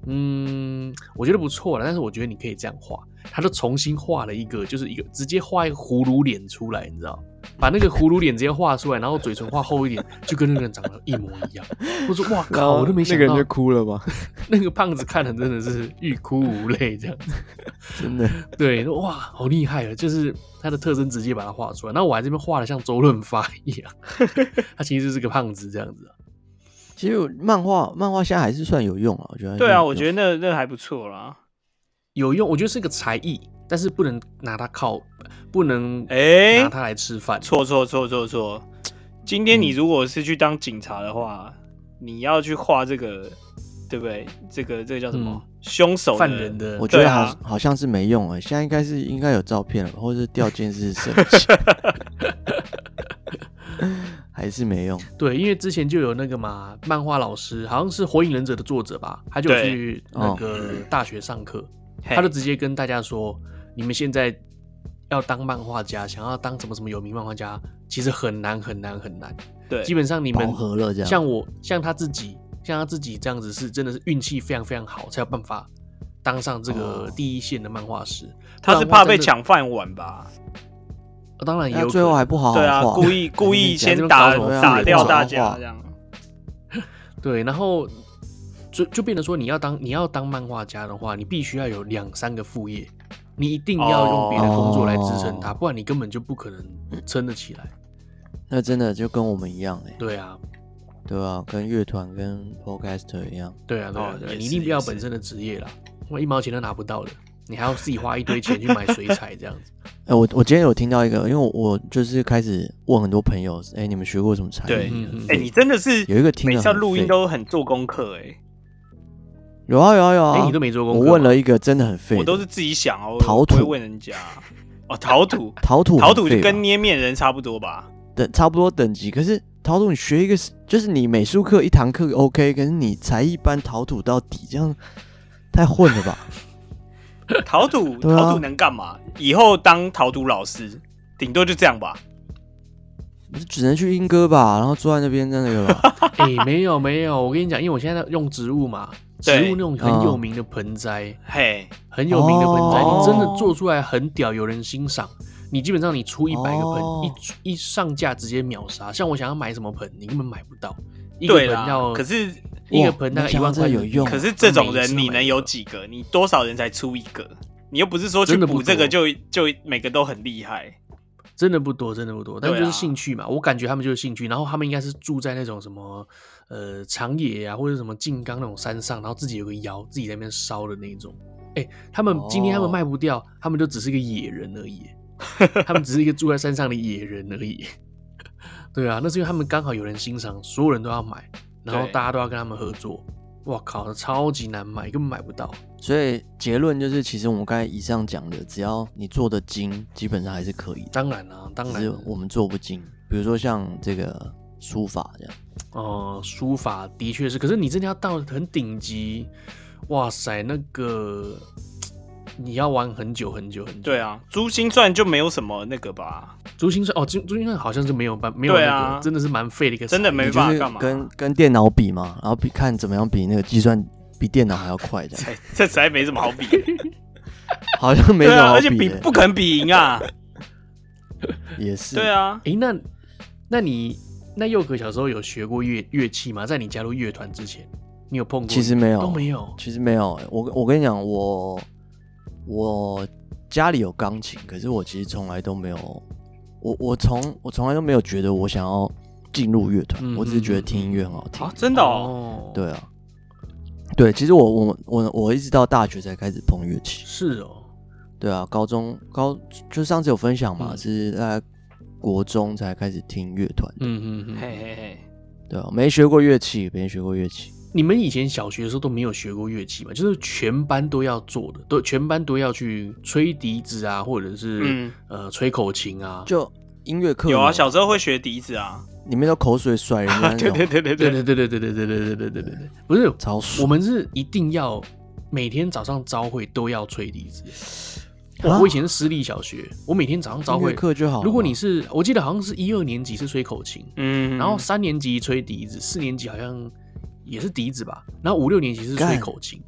S1: 嗯，我觉得不错了，但是我觉得你可以这样画。”他就重新画了一个，就是一个直接画一个葫芦脸出来，你知道，把那个葫芦脸直接画出来，然后嘴唇画厚一点，就跟那个人长得一模一样。我说：“哇
S4: 然
S1: 靠，
S4: 后
S1: 我都没
S4: 那
S1: 想
S4: 个
S1: 到
S4: 人就哭了吧？
S1: 那个胖子看了真的是欲哭无泪这样
S4: [laughs]
S1: 子。”
S3: 真的，
S1: 对，哇，好厉害啊！就是他的特征直接把它画出来。那我还这边画的像周润发一样， [laughs] 他其实是个胖子这样子、啊。
S3: 其实漫画漫画现在还是算有用啊，我觉得，
S2: 对啊，我觉
S3: 得，
S1: 嗯
S2: 得那那还不错啦。
S1: 有用，我觉得是个才艺，但是不能拿它靠，不能
S2: 哎
S1: 拿，它来吃饭。
S2: 错错错错错，今天你
S1: 嗯
S2: 如果是去当警察的话，你要去画这个，对不对？这个这个叫什么？凶手的
S1: 嗯犯人的
S3: 我觉
S2: 对
S3: 得好、
S2: 啊
S3: 好像是没用啊，现在应该是应该有照片了吧，或者是掉监视摄影机还是没用。
S1: 对，因为之前就有那个嘛，漫画老师好像是《火影忍者》的作者吧，他就有
S2: 对
S1: 去那
S3: 哦
S1: 个大学上课，
S2: 嘿
S1: 他就直接跟大家说，你们现在要当漫画家，想要当什么什么有名漫画家，其实很难很难很难。
S2: 对
S1: 基本上你们
S3: 饱和了这样
S1: 像我，像他自己，像他自己这样子是真的是运气非常非常好，才有办法当上这个
S3: 哦
S1: 第一线的漫画师。
S2: 他是
S1: 不然的话
S2: 怕被
S1: 真的，
S2: 抢饭碗吧？
S1: 呃当然也
S3: 那
S1: 有
S3: 最后
S1: 可
S3: 还
S1: 能
S3: 不好好
S2: 对啊，
S3: 画
S1: [laughs]
S2: 故意故意
S1: 哦讲这
S2: 先
S1: 边
S2: 打
S1: 搞什么
S2: 打
S1: 屁
S2: 掉
S1: 话
S2: 大
S3: 好
S2: 家
S3: 话
S2: 这样。
S1: 对，然后就就变得说，你要当你要当漫画家的话，你必须要有两三个副业，你一定要
S2: 哦
S1: 用别的工作来支撑它，
S3: 哦
S1: 不然你根本就不可能撑得起来。
S3: 那真的就跟我们一样哎、
S1: 对啊，
S3: 对啊，跟乐团跟 podcaster 一样，
S1: 对啊，对啊
S2: 哦，
S1: 对啊
S2: 也
S1: 你一
S2: 是
S1: 定不要
S2: 也是
S1: 本身的职业啦，我一毛钱都拿不到的，你还要自己花一堆钱去买水彩这样子。
S3: 哎、我我今天有听到一个，因为我我就是开始问很多朋友，哎、你们学过什么才艺？啊
S2: 对
S1: 嗯嗯
S2: 哎，你真的是
S3: 有一个听
S2: 每
S3: 得
S2: 次
S3: 很
S2: 录音
S3: 废
S2: 都很做功课哎，
S3: 有啊有啊 [laughs] 有啊，
S1: 哎、你都没做功
S3: 我
S1: 课，
S3: 问，了一个真的很废的，
S2: 我都是自己想哦，
S3: 陶
S2: 我不会
S3: 土，
S2: 问人家。哦，陶土
S3: 陶土很废吧，
S2: 陶土就跟捏面人差不多吧？
S3: 等差不多等级，可是陶土你学一个就是你美术课一堂课 OK，可是你才艺班陶土到底，这样太混了吧？ [laughs]
S2: 陶土，
S3: 对啊
S2: 陶土能干嘛？以后当陶土老师，顶多就这样吧。
S3: 不是只能去英歌吧，然后坐在那边真的
S2: [laughs]
S3: 有吧？
S1: 哎、没有没有，我跟你讲，因为我现在在用植物嘛，植
S2: 对
S1: 物那种很
S3: 嗯
S1: 有名的盆栽，
S2: 嘿，
S1: 很有名的盆栽，
S3: 哦
S1: 你真的做出来很屌，有人欣赏，你基本上你出一百个盆，
S3: 哦
S1: 一出一上架直接秒杀。像我想要买什么盆，你根本买不到，一个
S2: 对
S1: 盆
S2: 啦
S1: 要，
S2: 可是
S1: 一个
S3: 哇
S1: 盆大概
S3: 没
S1: 一
S3: 想到
S1: 万块
S3: 这有用
S2: 可是这种
S1: 每一次
S2: 人
S1: 都
S2: 你
S1: 买
S2: 能
S1: 不
S2: 有
S1: 到
S2: 几个？你多少人才出一个？你又不是说去
S1: 真的不
S2: 补这个就
S1: 多
S2: 就每个都很厉害。
S1: 真的不多，真的不多，但
S2: 对啊
S1: 就是兴趣嘛，我感觉他们就是兴趣，然后他们应该是住在那种什么呃长野啊，或者什么静冈那种山上，然后自己有个窑，自己在那边烧的那种。哎、他们今天他们
S3: 哦
S1: 卖不掉，他们就只是一个野人而已，他们只是一个住在 [laughs] 山上的野人而已。对啊，那是因为他们刚好有人欣赏，所有人都要买，然后
S2: 对
S1: 大家都要跟他们合作。哇靠，超级难买，根本买不到。
S3: 所以结论就是，其实我们刚才以上讲的，只要你做的精，基本上还是可以的。
S1: 当然啊，当
S3: 只
S1: 然
S3: 是，我们做不精，比如说像这个书法这样，
S1: 呃，书法的确是，可是你真的要到很顶级，哇塞，那个你要玩很久很久很久。
S2: 对啊，珠心算就没有什么那个吧，
S1: 珠心算哦，珠珠心算好像是没有办没有那
S2: 对
S1: 个，
S2: 啊
S1: 真的是蛮废的一个才艺，
S2: 真的没
S3: 你
S2: 办
S3: 就
S2: 法
S3: 是
S2: 干嘛？
S3: 跟跟电脑比嘛，然后比看怎么样比那个计算比电脑还要
S2: [laughs]
S3: 快这样，
S2: 哎 [laughs] 这实在没什么好比的。
S3: 好像 [laughs] 没
S2: 对
S3: 什么
S2: 啊，
S3: 好
S2: 而且比
S3: 的。
S2: 不可能比赢啊。
S3: 也是，
S2: 对啊，
S1: 诶，那那你那佑可小时候有学过乐乐器吗？在你加入乐团之前，你有碰过？
S3: 其实没有
S1: 都没有。
S3: 其实没有、欸，我我跟你讲，我我家里有钢琴，可是我其实从来都没有，我我从我从来都没有觉得我想要进入乐团，
S1: 嗯
S3: 我只是觉得
S1: 嗯
S3: 听音乐很好听。
S2: 啊，真的哦，
S1: 哦，
S3: 对啊，对，其实我我我我一直到大学才开始碰乐器。
S1: 是哦，
S3: 对啊，高中高就上次有分享嘛，
S1: 嗯
S3: 是在国中才开始听乐团。
S1: 嗯嗯
S2: 嘿
S1: 嗯。
S2: 嘿嘿，
S3: 对啊，没学过乐器，没学过乐器。
S1: 你们以前小学的时候都没有学过乐器嘛？就是全班都要做的，都全班都要去吹笛子啊，或者是、
S2: 嗯
S1: 呃吹口琴啊。
S3: 就音乐课
S2: 有啊，
S3: 嘛
S2: 小时候会学笛子啊，
S3: 里面都口水甩人家
S2: [laughs]
S3: 那
S2: 对
S3: 种，
S2: 对对对
S1: 对对
S2: 对，
S1: 对对对对对对对对对对对，不是
S3: 超
S1: 我
S3: 爽。
S1: 们是一定要每天早上朝会都要吹笛子。
S3: 啊
S1: 我我以前是私立小学，我每天早上朝
S3: 音
S1: 会
S3: 乐课就好了
S1: 如果你是，我记得好像是一二年级是吹口琴，
S2: 嗯，
S1: 然后三年级吹笛子，四年级好像也是笛子吧，然后五六年级是吹
S3: 干
S1: 口琴，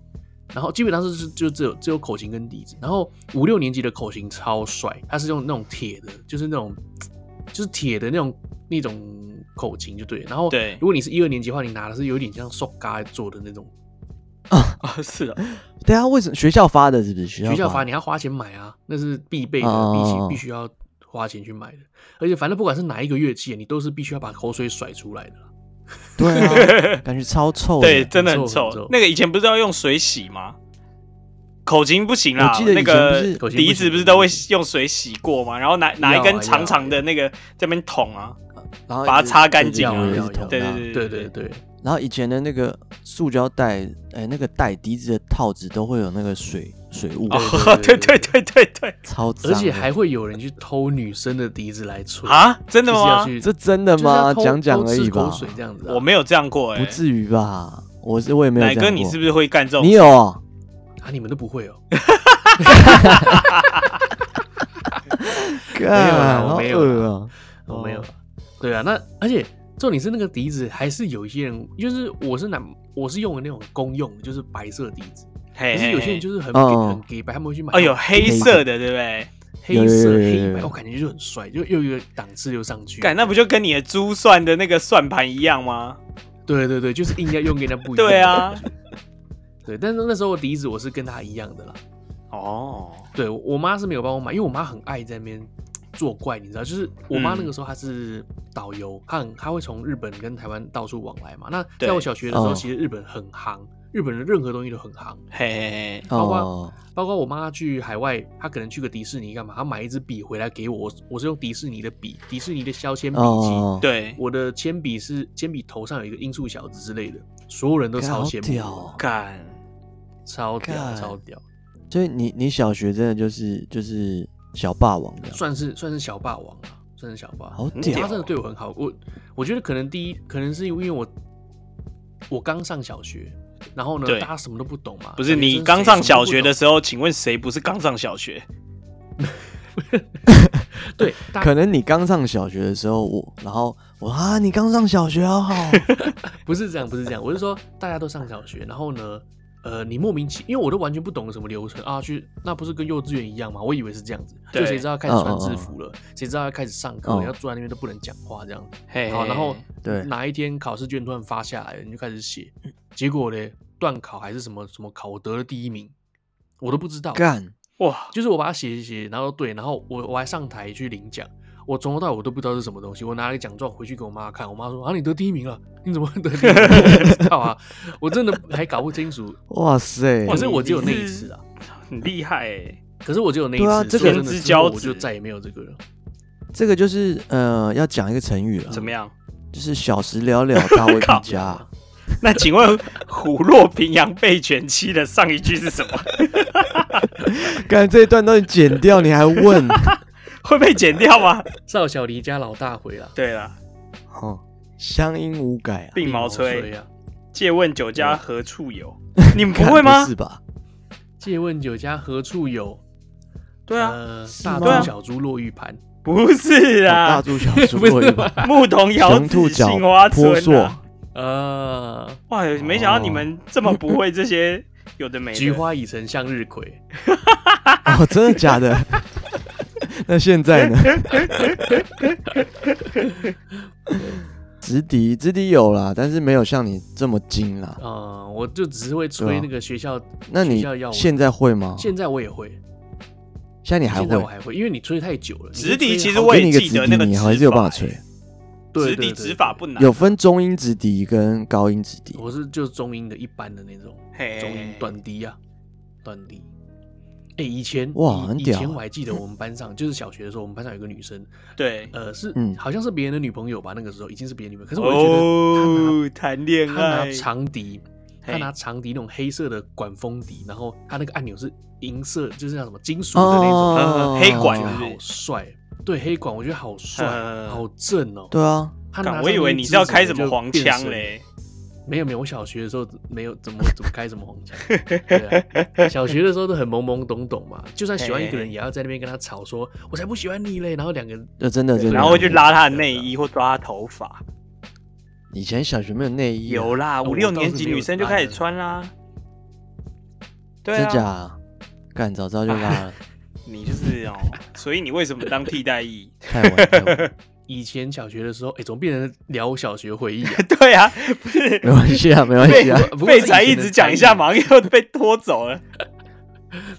S1: 然后基本上是就就只有只有口琴跟笛子，然后五六年级的口琴超帅，它是用那种铁的，就是那种就是铁的那种那种口琴就对了，然后
S2: 对
S1: 如果你是一二年级的话，你拿的是有点像塑胶做的那种，
S2: 啊 [laughs] 是啊，
S3: 对啊，为什么学校发的？是不是学校
S1: 学校
S3: 发
S1: 罚你要花钱买啊，那是必备的，必须
S3: 哦
S1: 必须要花钱去买的，而且反正不管是哪一个乐器，啊你都是必须要把口水甩出来的啦。
S3: 对
S1: [laughs]
S3: 啊，感觉超臭的。
S2: 对，真的很
S1: 很臭很
S2: 臭
S1: 臭。
S2: 那个以前不是要用水洗吗？口琴不行啦，
S3: 我记得以
S2: 那
S3: 前
S2: 个
S3: 不
S1: 是
S2: 笛子不是都会用水洗过吗？然后拿拿一
S1: 要
S2: 根
S1: 啊
S2: 长长的那个这边捅啊，
S3: 然后
S2: 把它
S3: 一直
S2: 擦干净
S1: 啊
S3: 对对
S1: 要要
S2: 要
S3: 对一直捅它
S1: 对对对，
S3: 然后以前的那个塑胶袋，哎，那个袋笛子的套子都会有那个水水雾，
S2: 哦，对 [laughs]
S1: 对对
S2: 对对对对
S3: 超脏
S1: 而
S3: 的。
S1: 且还会有人去偷女生的笛子来吹，
S2: 啊，真
S1: 就
S2: 的
S1: 是要
S2: 吗？
S1: 去
S3: 这真的
S1: 就是要
S3: 吗？
S1: 偷
S3: 讲讲
S1: 偷
S3: 而已
S1: 吃
S3: 吧
S1: 口，水这样子啊、
S2: 我没有这样过哎，
S3: 不至于吧？我是我也没有
S2: 奶
S3: 这样
S2: 哥，你是不是会干这
S3: 过
S2: 种？ [laughs]
S3: 你有啊？
S1: 啊，你们都不会哦，
S3: 没
S1: 啦我
S3: 好
S1: 没有
S3: 恶
S1: 啦
S3: 啊！
S1: 我没有啊。对啊，那而且重点是那个笛子还是有一些人，就是我是拿我是用的那种公用的，就是白色笛子，可
S2: 嘿，
S1: 是有些
S2: 嘿
S1: 人就是很
S3: 哦
S1: 很 gay 白，他们会去买
S2: 哦，有黑色
S3: 黑
S2: 的，对不对？
S1: 黑色
S3: 有有有有有
S1: 黑白，
S3: 有
S1: 我感觉就很帅，就又有一个档次又上去。
S2: 干，那不就跟你的珠算的那个算盘一样吗？
S1: 对对对，就是硬要用跟人家不一样。
S2: 对，啊，
S1: 对，但是那时候笛子我是跟他一样的啦，
S2: 哦，
S1: 对我我妈是没有帮我买，因为我妈很爱在那边作怪，你知道，就是我妈那个时候她是导游，她很她会从日本跟台湾到处往来嘛。那
S2: 对
S1: 在我小学的时候，
S3: 哦
S1: 其实日本很夯，日本的任何东西都很夯，
S2: 嘿嘿嘿，
S1: 包括
S3: 哦，
S1: 包括我妈去海外，她可能去个迪士尼干嘛，她买一支笔回来给我，我我是用迪士尼的笔，迪士尼的削铅笔机。
S3: 哦，
S2: 对，
S1: 我的铅笔是铅笔头上有一个音速小子之类的，所有人都
S3: 干
S1: 超
S3: 好
S1: 羡慕
S3: 屌
S1: 我，
S3: 哦
S2: 干，
S1: 超屌，
S3: 干
S1: 超屌，
S3: 所以你你小学真的就是就是小霸王这样，
S1: 算是算是小霸王啊，算是小霸王。
S3: 好
S2: 很
S1: 他
S2: 屌
S3: 屌！啊
S1: 真的对我很好。我我觉得可能第一，可能是因为我我刚上小学，然后呢
S2: 对，
S1: 大家什么都不懂嘛。
S2: 不是
S1: 感觉
S2: 你
S1: 啊真
S2: 刚
S1: 谁
S2: 上
S1: 什么
S2: 小
S1: 都不
S2: 学的
S1: 懂
S2: 时候，请问谁不是刚上小学？ [laughs]
S1: 对，大
S3: 可能你刚上小学的时候，我然后我啊，你刚上小学
S2: [laughs]
S3: 好好，
S1: 不是这样，不是这样。我是说，大家都上小学，然后呢，呃，你莫名其，因为我都完全不懂什么流程啊，去那不是跟幼稚园一样吗？我以为是这样子，
S2: 对嗯
S1: 就谁知道开始穿制服了，谁知道要开始上课，
S3: 嗯
S1: 了，要坐在那边都不能讲话这样子。
S2: 嘿，
S1: 好，然后
S3: 对
S1: 哪一天考试卷突然发下来了，你就开始写，结果嘞，段考还是什么什么考，我得了第一名，我都不知道。
S3: 干
S2: 哇，
S1: 就是我把它写写写，然后对，然后我我还上台去领奖，我从头到尾我都不知道是什么东西，我拿了个奖状回去给我妈看，我妈说啊你得第一名了，你怎么会得第一名？我不知道啊，我真的还搞不清楚，
S3: 哇塞
S2: 哇
S1: 可！是我只有那
S2: 你
S1: 一
S2: 是
S1: 次啊，
S2: 很厉害欸，
S1: 可是我只有那一次，
S3: 对啊这个
S1: 所以真的
S2: 天之
S1: 之后
S2: 骄
S1: 我
S2: 子
S1: 就再也没有这个了，
S3: 这
S1: 嗯
S3: 个就是呃，要讲一个成语了，
S2: 怎么样？ [laughs]
S3: 就是小时了了，大未必
S2: 靠 [laughs]
S3: 佳。
S2: 那请问虎落平阳被犬欺的上一句是什么？ [laughs]
S3: 干这一段都你剪掉，你
S2: [laughs]
S3: 还问？
S2: 会被剪
S1: [laughs]
S2: 掉吗？
S1: 少小离家老大回啦，
S2: 对了，
S3: 哦，乡音无改啊，
S2: 鬓毛
S1: 吹
S2: 吹，
S1: 呀！
S2: 借问酒家何
S1: [laughs]
S2: 处有？你们不会
S3: 干
S2: 吗
S3: 是？吧？
S1: 借问酒家何处有？
S2: 对啊，
S1: 呃，大
S3: 对啊
S1: 珠小珠落玉盘。
S2: 不是
S3: 哦大
S2: 啊，
S3: 猪小猪
S1: 不是
S2: [laughs]
S3: 落一把，
S2: 牧童遥
S3: 雄兔
S2: 指
S3: 角
S2: 杏花
S3: 婆
S2: 村
S3: 娑
S2: 啊。
S1: 呃，
S2: 哇，没想到你们这么不会这些有的没的。
S1: 菊花已成向日葵。
S3: [laughs] 哦，真的假的？那现在呢？ [laughs] 直笛，直笛有啦，但是没有像你这么精啦。
S1: 呃，我就只是会
S3: 对
S1: 吹
S3: 啊
S1: 那个学校。
S3: 那你
S1: 学校要我
S3: 现在会吗？现
S1: 现在我也会，
S3: 在你还
S1: 现在我
S3: 会？
S1: 还会，因为你吹太久了。你
S2: 直笛
S1: 吹
S2: 其实
S1: 好
S2: 我
S3: 给
S2: 也
S3: 你一个
S2: 记
S3: 直
S2: 得
S3: 笛，
S2: 那个
S3: 你还
S2: 指
S3: 是有办
S2: 法哎
S3: 法吹。
S1: 对
S2: 直笛指法，不难，
S3: 有分中音直笛跟高音直
S1: 对
S3: 笛
S1: 对。我是就是中音的一般的那种
S2: 嘿
S1: 中音短笛啊，短笛。哎、以前
S3: 哇
S1: 以
S3: 很
S1: 以
S3: 屌
S1: 前
S3: 啊
S1: 我还记得我们班上， [laughs] 就是小学的时候，我们班上有个女生，
S2: 对。
S1: 呃，是、
S3: 嗯
S1: 好像是别人的女朋友吧，那个时候已经是别人女朋友，可是我就觉得
S2: 哦，谈恋
S1: 她拿
S2: 爱，
S1: 长笛，她
S2: 嘿
S1: 拿长笛那种黑色的管风笛，然后她那个按钮是银色，就是那什么金属的那种，
S3: 哦
S2: 嗯，黑管
S1: 我觉得
S2: 是不
S1: 好
S2: 是
S1: 帅，对黑管我觉得好帅，
S2: 嗯
S1: 好正哦。
S3: 对啊，
S1: 他拿
S2: 干
S1: 上
S2: 我以为
S1: 那一
S2: 你
S1: 支
S2: 是要
S1: 整
S2: 开
S1: 个
S2: 什
S1: 就
S2: 么黄
S1: 变
S2: 腔
S1: 身
S2: 嘞，
S1: 没有没有，我小学的时候没有怎么怎么开什么黄腔，对
S2: [laughs]
S1: 啊，小学的时候都很懵懵懂懂嘛，就算喜欢一个人，也要在那边跟他吵说，我才不喜欢你嘞，然后两个人
S3: 这真的真的。
S2: 然后会去拉他的内衣或抓他头发。
S3: 以前小学没有内衣啊，
S2: 有啦，
S1: 我
S2: 五六
S1: 倒是
S2: 年级
S1: 没有
S2: 女生就
S1: 拉的
S2: 开始穿啦。对
S3: 真假
S2: 啊，
S3: 啊？干早知道就拉
S2: [laughs]
S3: 了，
S2: 你就是哦，所以你为什么当替代役？
S3: 太晚太晚，
S1: 以前小学的时候，哎，怎么变成聊小学回忆啊？
S2: 对啊，不是 [laughs]
S3: 没关系啊，没关
S1: [laughs]
S3: 系啊。
S1: 不过
S2: 废
S1: 是以
S2: 柴
S1: 前
S2: 一
S1: 的啊
S2: 直讲
S1: 才
S2: 一
S1: 艺
S2: 下，马上又被拖走了。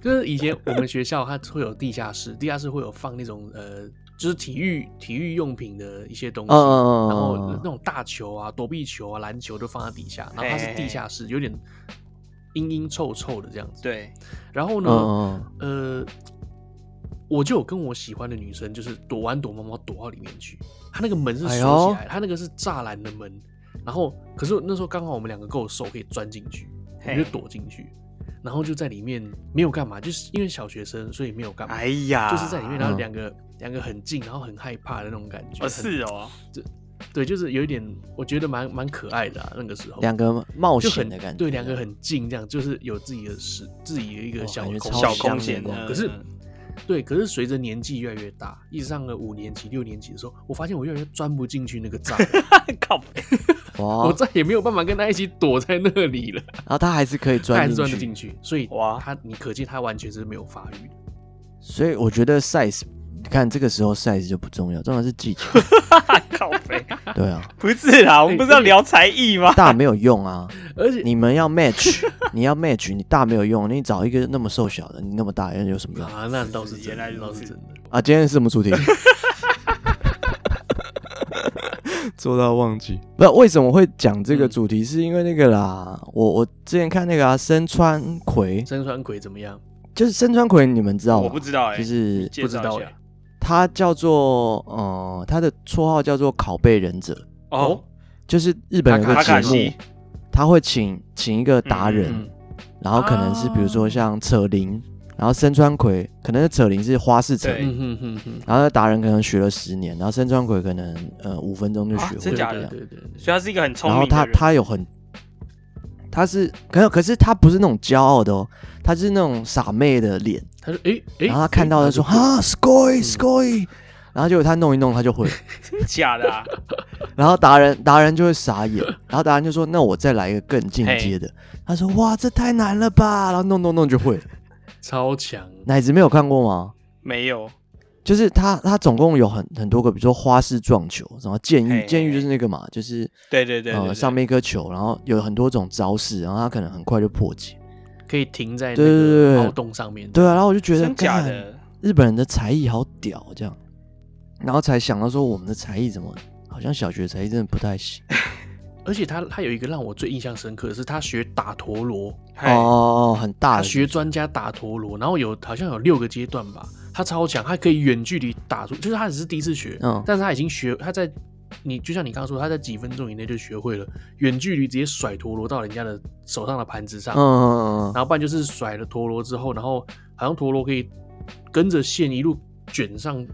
S1: 就是以前我们学校它会有地下室，地下室会有放那种呃，就是体育体育用品的一些东西，
S3: 嗯嗯嗯嗯
S1: 然后
S3: 嗯
S1: 那种大球啊、躲避球啊、篮球都放在底下，然后它
S2: 嘿
S1: 是
S2: 嘿
S1: 地下室，有点阴阴臭臭的这样子。
S2: 对，
S1: 然后
S3: 嗯
S1: 呢，
S3: 嗯，嗯
S1: 呃，我就有跟我喜欢的女生，就是躲完躲猫猫躲到里面去。她那个门是
S3: 哎
S1: 锁
S3: 呦
S1: 起来，她那个是栅栏的门。然后，可是那时候刚好我们两个够熟，可以钻进去，我们就
S2: 嘿
S1: 躲进去，然后就在里面没有干嘛，就是因为小学生，所以没有干嘛，
S2: 哎呀，
S1: 就是在里面，然后
S3: 嗯
S1: 两个、两个很近，然后很害怕的那种感觉。很
S2: 哦，
S3: 啊
S2: 是哦，
S1: 对，就是有一点，我觉得蛮蛮可爱的、啊、那个时候。
S3: 两个冒
S1: 就
S3: 险
S1: 很
S3: 的感觉，啊
S1: 对，两个很近，这样就是有自己的事，自己的一个
S3: 哇
S1: 小
S3: 哦感觉
S1: 空
S3: 超
S2: 小
S1: 间
S3: 香
S2: 空
S3: 的
S2: 间
S3: 那
S2: 嗯
S1: 可是对，可是随着年纪越来越大，一直上了五年级、六年级的时候，我发现我越来越钻不进去那个
S3: [laughs]
S1: 栅栏
S2: 靠，
S1: [laughs]
S3: 哇哦
S1: 我，再也没有办法跟他一起躲在那里了，
S3: 然后他还是可以
S1: 他还
S3: [laughs] 钻
S1: 是钻得
S3: 进去
S1: 进，去，所以
S2: 哇
S1: 他你可见他完全是没有发育的。
S3: 所以我觉得 size，你看这个时候 size 就不重要，重要的是技巧。
S2: [laughs]
S3: [laughs]
S2: 靠北，
S3: 对啊，
S2: 不是啦，我们不是要聊才艺吗？
S3: 大没有用
S1: [laughs]
S3: 啊，
S1: 而且
S3: 你们要 match，你要 match，你大没有用，你找一个那么瘦小的，你那么大人有什么用
S1: 啊，那倒是
S2: 原
S1: 真
S2: 来
S1: 的，
S2: 如
S1: 倒是
S2: 此
S1: 真的。
S3: 啊？今天是什么
S1: [laughs]
S3: 主题？
S4: 做到忘记。
S3: 不是为什么会讲这个
S1: 嗯
S3: 主题，是因为那个啦，我我之前看那个啊，深川葵，
S1: 身穿鬼怎么样？
S3: 就是深川葵，你们知道吗？
S2: 我不知道哎，
S3: 就是
S2: 介绍一下
S1: 不知道哎
S3: 他叫做呃，他的绰号叫做拷贝忍者，
S2: 哦，
S3: 就是日本有
S1: 卡
S3: 个
S2: 卡
S3: 节
S2: 卡
S3: 目
S2: 西，，
S3: 他会请请一个达人，
S1: 嗯，
S3: 然后可能是比如说像扯铃，然后深川葵，可能是扯铃是花式扯
S2: 对
S3: 铃，
S1: 嗯哼哼哼，
S3: 然后那达人可能学了十年，然后深川葵可能呃五分钟就
S2: 啊
S3: 学会
S2: 真
S3: 了这
S2: 假
S3: 样。
S2: 的
S1: 对对对对
S2: 所以他是一个很聪
S3: 然后
S2: 明
S3: 他
S2: 的人。
S3: 他有很，他是可可是他不是那种骄傲的哦，他是那种傻妹的脸，
S1: 他说：“哎哎。”
S3: 然后他看到他说哈 s c
S2: 嗯
S3: o y s c o y 然后结果他弄一弄他就会了，
S2: 假
S3: [laughs]
S2: 的啊，
S3: 然后达人达人就会
S2: [laughs]
S3: 傻眼，然后达人就说那我再来一个更进阶的，他说哇这太难了吧，然后弄弄弄就会了。
S1: 超强，
S3: 奶子没有看过吗？
S2: 没有
S3: 就是他，他总共有很很多个，比如说花式撞球，然后剑
S2: 嘿
S3: 玉，
S2: 嘿
S3: 剑玉就是那个嘛，就是
S2: 对对对对对
S3: 呃上面一颗球，然后有很多种招式，然后他可能很快就破解。
S1: 可以停在那
S3: 对对对
S1: 个
S3: 对
S1: 凹洞上面。
S3: 对啊，然后我就觉得
S2: 真假
S3: 干
S2: 的，
S3: 日本人的才艺好屌这样，然后才想到说我们的才艺怎么好像小学才艺真的不太行
S1: 而且他他有一个让我最印象深刻的是，他学打陀螺，
S2: 嘿
S3: 哦，很大
S1: 他
S3: 的
S1: 学专家打陀螺，然后有好像有六个阶段吧，他超强，他可以远距离打出，就是他只是第一次学，
S3: 嗯
S1: 但是他已经学他在你就像你刚刚说，他在几分钟以内就学会了远距离直接甩陀螺到人家的手上的盘子上，
S3: 嗯嗯嗯嗯，
S1: 然后不然就是甩了陀螺之后，然后好像陀螺可以跟着线一路卷上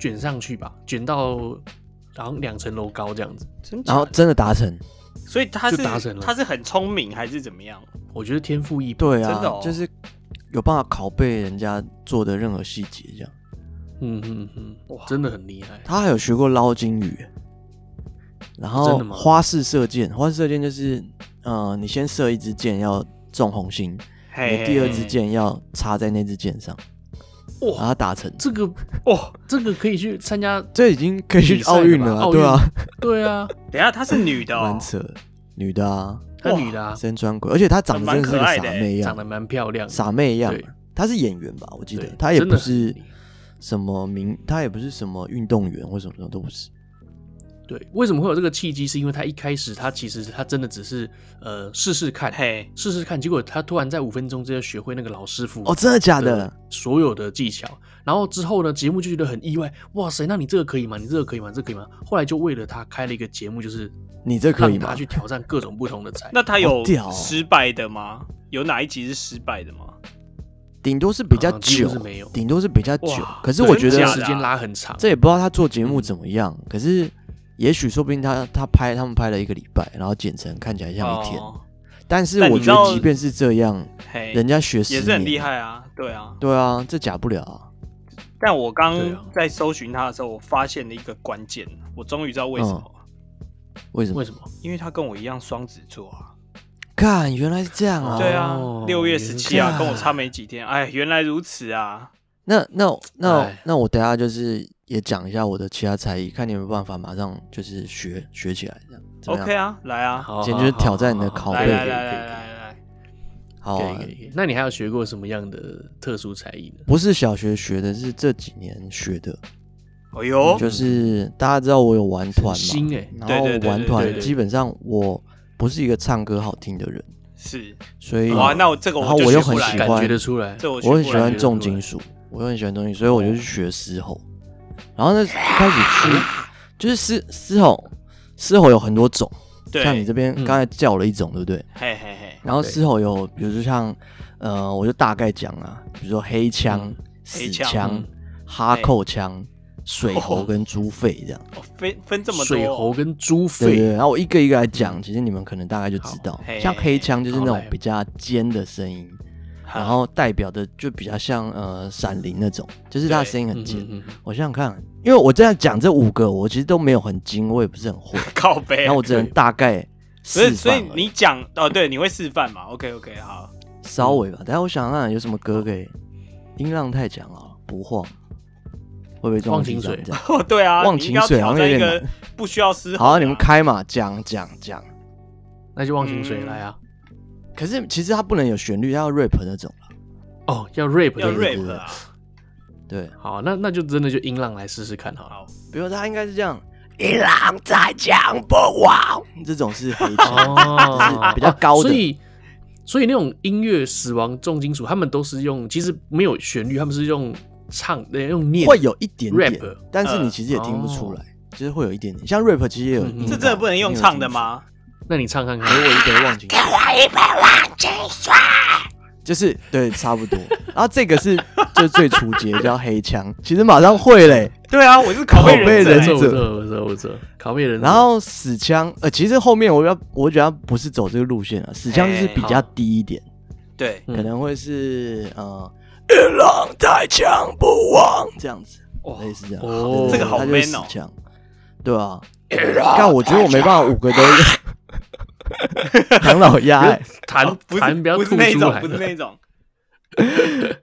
S1: 卷上去吧，卷到好像两层楼高这样子。
S2: 真假
S3: 然后真的达成，
S2: 所以他是
S1: 就达成了
S2: 他是很聪明还是怎么样？
S1: 我觉得天赋异禀，
S3: 对啊，
S2: 真的哦
S3: 就是有办法拷贝人家做的任何细节，这样。
S1: 嗯嗯嗯，哇，真的很厉害。
S3: 他还有学过捞金鱼，然后
S1: 哦真的吗
S3: 花式射箭，花式射箭就是，呃，你先射一支箭要中红心，你
S2: 嘿，
S3: 第二
S2: 嘿
S3: 支箭要插在那支箭上，
S1: 哇
S3: 然后达成。
S1: 这个
S2: 哦，
S1: 这个可以去参加，
S3: 这已经可以去
S1: 比赛了吧
S3: 奥运了啊，
S1: 奥运
S3: 对啊，
S1: 对啊，
S2: 等一下她是女的哦
S3: 蛮，扯的，女的啊，
S1: 她女的啊，
S3: 身穿鬼，而且她长得真的是个
S2: 蛮可爱
S3: 傻
S2: 的欸
S3: 妹一
S1: 长
S3: 样
S1: 得，蛮漂亮的，
S3: 傻妹一样
S1: 对。
S3: 她是演员吧？我记得
S1: 对
S3: 她也
S1: 真
S3: 不
S1: 的很
S3: 是
S1: 厉害
S3: 什么名，她也不是什么运动员或什么什么都不是。
S1: 对，为什么会有这个契机？是因为他一开始他其实他真的只是呃试试看，
S2: 嘿，
S1: 试试看，结果他突然在五分钟之内学会那个老师傅
S3: 哦，真的假的？
S1: 所有的技巧。然后之后呢，节目就觉得很意外，哇塞，那你这个可以吗？你这个可以吗？这个可以吗？后来就为了他开了一个节目，就是
S3: 你这可以
S1: 让
S3: 吗
S1: 他？去挑战各种不同的才。
S2: 那她有
S3: 好屌哦
S2: 失败的吗？有哪一集是失败的吗？
S3: 顶多是比较
S1: 啊几
S3: 久
S1: 乎是没有，
S3: 顶多是比较久
S2: 哇。
S3: 可是我觉
S2: 真假的
S3: 得
S2: 啊嗯
S1: 时间拉很长，
S3: 这也不知道他做节目怎么样，可是也许说不定他他拍他们拍了一个礼拜，然后剪成看起来像一天。
S2: 哦
S3: 但是
S2: 但
S3: 我
S2: 你知
S3: 觉
S2: 道
S3: 得即便是这样，
S2: 嘿，
S3: 人家学十
S2: 也
S3: 年
S2: 是很厉，害啊，对啊。
S3: 对啊，这假不了啊。
S2: 但我刚
S1: 对啊
S2: 在搜寻她的时候，我发现了一个关键，我终于知道为什么
S3: 嗯
S2: 了，
S3: 为什么
S1: 为？什么？
S2: 因为她跟我一样双子座啊。
S3: 看，原来是这样啊。
S2: 对啊
S1: 哦，
S2: 六月
S1: 也
S2: 十
S1: 是
S2: 七啊，
S3: 这样
S2: 跟我差没几天。哎，原来如此啊！
S3: 那那那
S1: 哎
S3: 那我等下就是也讲一下我的其他才艺，看你有没有办法马上就是学学起来这样。怎么样
S2: OK 啊，来啊，
S1: 好，
S3: 简
S1: 好
S3: 直就是挑战你的
S1: 好好好
S3: 拷
S2: 来
S3: 贝
S2: 来
S1: 可以
S2: 来来
S1: 可以
S2: 来来来，
S3: 好啊
S1: 可以可以可以。那你还有学过什么样的特殊才艺呢？
S3: 不是小学学的，是这几年学的，嗯
S2: 哎呦，
S3: 就是大家知道我有玩团嘛，
S1: 新哎，
S3: 然
S2: 对
S3: 后
S2: 对对
S3: 玩
S2: 对
S1: 对
S3: 团
S1: 对
S3: 基本上我不是一个唱歌好听的人，
S2: 是
S3: 所以
S2: 哇，啊那我这个
S3: 然后
S2: 就
S3: 哦我又
S2: 学不
S3: 很
S2: 来
S3: 喜
S1: 感
S3: 欢
S2: 了
S1: 觉得出来，
S2: 这我学
S3: 我很
S2: 不
S3: 喜
S2: 来
S3: 欢
S1: 就
S3: 重
S1: 出来
S3: 金属，我很喜欢重金属，所以我就去学嘶吼。然后呢，开始去就是嘶嘶吼，嘶吼有很多种，
S2: 对，
S3: 像你这边
S1: 嗯
S3: 刚才叫了一种，对不对？
S2: 嘿嘿嘿，
S3: 然后
S1: 对
S3: 嘶吼有，比如说像呃，我就大概讲啊，比如说黑枪
S1: 嗯、
S3: 死
S2: 黑枪
S3: 枪
S1: 嗯、
S3: 哈扣枪、水猴跟猪
S2: [laughs]
S3: 肺这样。
S2: 哦分分这么多，
S1: 水猴跟猪
S3: 对对，对
S1: 肺，嗯
S3: 然后我一个一个来讲，其实你们可能大概就知道
S2: 嗯嘿，
S3: 像黑枪就是那
S1: 好
S3: 种
S1: 来
S3: 比较尖的声音，
S2: 哈
S3: 然后代表的就比较像呃闪灵那种，就是它的
S2: 对
S3: 声音很
S1: 嗯
S3: 尖。
S1: 嗯嗯
S3: 我想想看，因为我这样讲这五个，我其实都没有很精，我也不是很
S2: [laughs]
S3: 会，
S2: 靠背，
S3: 然后我只能
S1: 对
S3: 大概
S2: 所以
S3: 示
S2: 所以
S3: 范而
S2: 你
S3: 已，
S2: 讲哦，对，你会示范嘛？OK OK，好， [laughs]
S3: 稍微吧。等下我想想看有什么歌可以，音浪太强了，不晃，会不会撞
S1: 忘
S3: 击
S1: 情
S3: 掌
S1: 水
S3: 这样？
S2: 哦对啊，
S3: 忘
S2: 你应
S3: 情
S2: 该要
S3: 水
S2: 挑
S3: 好像
S2: 战
S3: 有
S2: 一
S3: 点
S2: 个
S3: 难
S2: 不需要嘶吼
S3: 好，
S2: 的
S3: 你们
S2: 啊，
S3: 开嘛， [laughs] 讲讲讲。
S1: 那就忘情水
S2: 嗯
S1: 来啊！
S3: 可是其实它不能有旋律，它要 rap 那种啊啦
S1: 哦，要 rap
S2: 要
S1: 的
S2: rap 啊，
S3: 对，
S1: 好，那那就真的就音浪来试试看好了。
S2: 好，
S3: 比如它应该是这样，音浪太强，不晃，这种是黑枪。就是 [laughs] 比较高的
S1: 哦所以所以那种音乐死亡重金属，他们都是用其实没有旋律，他们是用唱，呃，用念
S3: 会有一点点
S1: Rap，哦
S3: 但是你
S2: 呃
S3: 其实也听不出来，就是会有一点点。像 rap 其实也有
S1: 嗯
S3: 音
S1: 嗯
S3: 嘛，
S2: 这真的不能用唱的吗？
S1: 那你唱看看
S3: 你有听出来？给我一杯忘情水，给我一杯忘情水，就是对，差不多。然后这个是就是最初阶叫黑枪，其实马上会嘞。
S2: 对啊，我是拷
S3: 拷贝
S2: 贝
S3: 忍
S2: 人者
S3: 者
S2: 哎
S1: 不错不错不错，拷贝人。
S3: 然后死枪，呃，其实后面我要我觉得它不是走这个路线了，啊死枪就是比较低一点，
S2: 欸，对，
S1: 嗯
S3: 可能会是呃，一浪太强不忘这样子。
S2: 哇
S3: 类似这样。
S1: 哦
S3: 对对对
S1: 这个好
S3: 它就是
S2: man 哦
S3: 死腔对啊。但我觉得我没办法五个
S1: [laughs]
S3: 都唐老鸭、欸，
S1: 弹
S2: 哦不
S1: 弹
S2: 是
S1: 不要
S2: 不
S1: 吐
S2: 是
S1: 出
S2: 那种，
S1: 来
S2: 不是
S1: 了。
S2: 那种，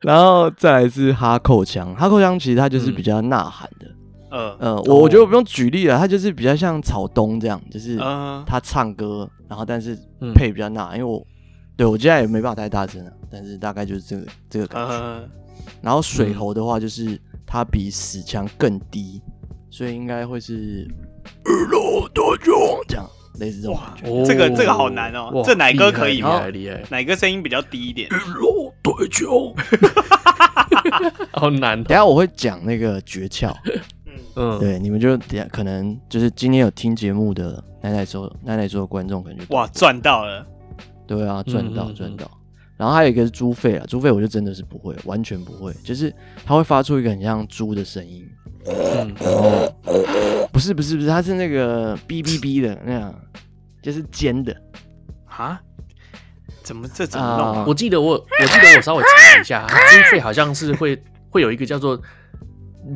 S3: 然后再来是哈扣腔，哈扣腔其实它
S1: 嗯
S3: 就是比较呐喊的，
S2: 呃
S3: 呃，
S1: 哦
S3: 我我觉得我不用举例了，它就是比较像草东这样，就是
S1: 哦
S2: 呃，
S3: 他唱歌，然后但是
S1: 嗯
S3: 配比较呐，因为我对我现在也没办法太大声了，啊但是大概就是这个这个
S1: 嗯
S3: 感觉。
S2: 呃，
S3: 然后水喉的话，就是它比死腔更低，所以应该会是二楼多重这样，类似这种感觉。
S1: 哦
S2: 这个这个好难哦
S1: 哇
S2: 这奶哥可以
S1: 厉
S2: 吗
S1: 害厉害，厉害
S2: 哪个声音比较低一点？
S1: 对球，好难哦。哦
S3: 等一下我会讲那个诀窍，
S2: 嗯，
S1: 嗯，
S3: 对，你们就等下可能就是今天有听节目的奶奶说奶奶说的观众，可能就
S2: 哇，赚到了！
S3: 对啊，赚
S1: 嗯
S3: 到
S1: 嗯
S3: 赚
S1: 嗯
S3: 到。然后还有一个是猪肺啊，猪肺我就真的是不会，完全不会，就是它会发出一个很像猪的声音，
S1: 嗯，
S3: 不是不是不是，它是那个哔哔哔的那样，就是尖的
S2: 啊？怎么这怎么弄啊？
S1: 我记得我我记得我稍微查一
S3: [laughs]
S1: 下，它猪肺好像是会会有一个叫做